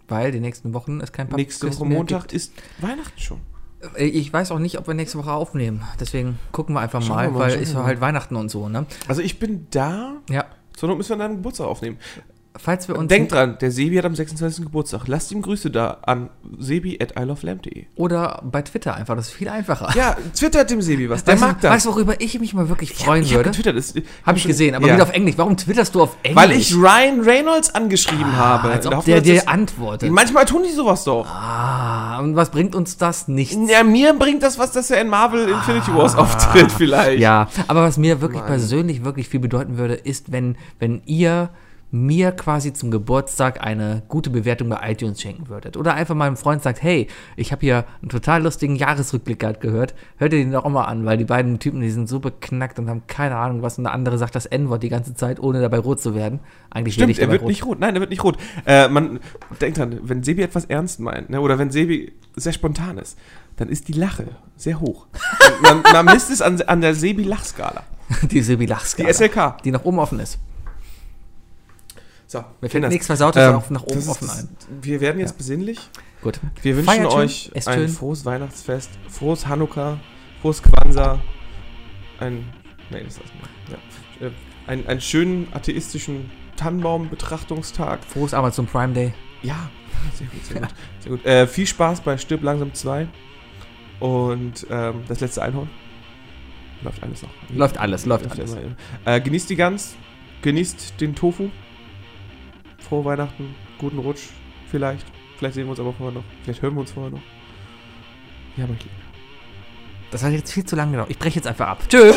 weil die nächsten Wochen ist kein Pub. Äh,
Nächste Woche Montag ist Weihnachten schon.
Ich weiß auch nicht, ob wir nächste Woche aufnehmen. Deswegen gucken wir einfach mal,
wir mal,
weil
schauen
ist
wir mal.
halt Weihnachten und so, ne?
Also ich bin da.
Ja.
Zur Not müssen wir dann einen Geburtstag aufnehmen.
Falls wir uns
Und Äh, Denkt dran, der Sebi hat am 26. Geburtstag. Lasst ihm Grüße da an sebi at ilovelamp.de.
oder bei Twitter einfach, das ist viel einfacher.
Ja, twittert dem Sebi was. Der
weißt,
mag
du-
das.
Weißt du, worüber ich mich mal wirklich freuen
ich hab
würde?
getwittert. Ist,
Habe ich
schon-
gesehen, aber
ja.
wieder auf Englisch. Warum twitterst du auf Englisch?
Weil ich Ryan Reynolds angeschrieben habe.
Ah, als
In
ob
Hoffnung,
der
dass
dir
das-
antwortet.
Manchmal tun die sowas doch.
Ah, und was bringt uns das? Nichts.
Ja, mir bringt das was, dass er in Marvel Infinity Wars auftritt vielleicht.
Ah. Ja, aber was mir wirklich persönlich wirklich viel bedeuten würde, ist, wenn, wenn ihr mir quasi zum Geburtstag eine gute Bewertung bei iTunes schenken würdet. Oder einfach meinem Freund sagt, hey, ich habe hier einen total lustigen Jahresrückblick gerade gehört. Hört ihr den doch auch mal an, weil die beiden Typen, die sind so beknackt und haben keine Ahnung was. Und der andere sagt das N-Wort die ganze Zeit, ohne dabei rot zu werden. Eigentlich werde ich
Stimmt,
dabei
er wird
rot.
nicht rot. Nein, er wird nicht rot. Äh, man denkt dran, wenn Sebi etwas ernst meint, ne, oder wenn Sebi sehr spontan ist, dann ist die Lache sehr hoch. Und man, man misst es an, an der Sebi-Lachskala.
Die Silbi
Die
Lachskala.
SLK.
die nach oben offen ist.
So,
Mir
Kinders. Ähm,
fällt nichts Versautes auf nach oben
das ist-
offen ein.
Wir werden jetzt besinnlich.
Gut.
Wir wünschen
Feiert schön,
euch
esst
ein
schön.
frohes Weihnachtsfest, frohes Hanukkah, frohes Kwanzaa, ein, nee, das ist nicht, ja, Äh, ein, einen schönen atheistischen Tannenbaum-Betrachtungstag.
Frohes Amazon Prime Day.
Ja, ja, sehr gut, sehr gut. Sehr gut. Äh, viel Spaß bei Stirb langsam 2 und ähm, das letzte Einhorn. Läuft alles noch.
Läuft alles, läuft
Läuft
alles.
immer. Äh, genießt die Gans, genießt den Tofu. Frohe Weihnachten, guten Rutsch, vielleicht. Vielleicht sehen wir uns aber vorher noch. Vielleicht hören wir uns vorher noch. Ja, mein Lieb.
Das hat jetzt viel zu lange gedauert. Ich breche jetzt einfach ab. Tschö.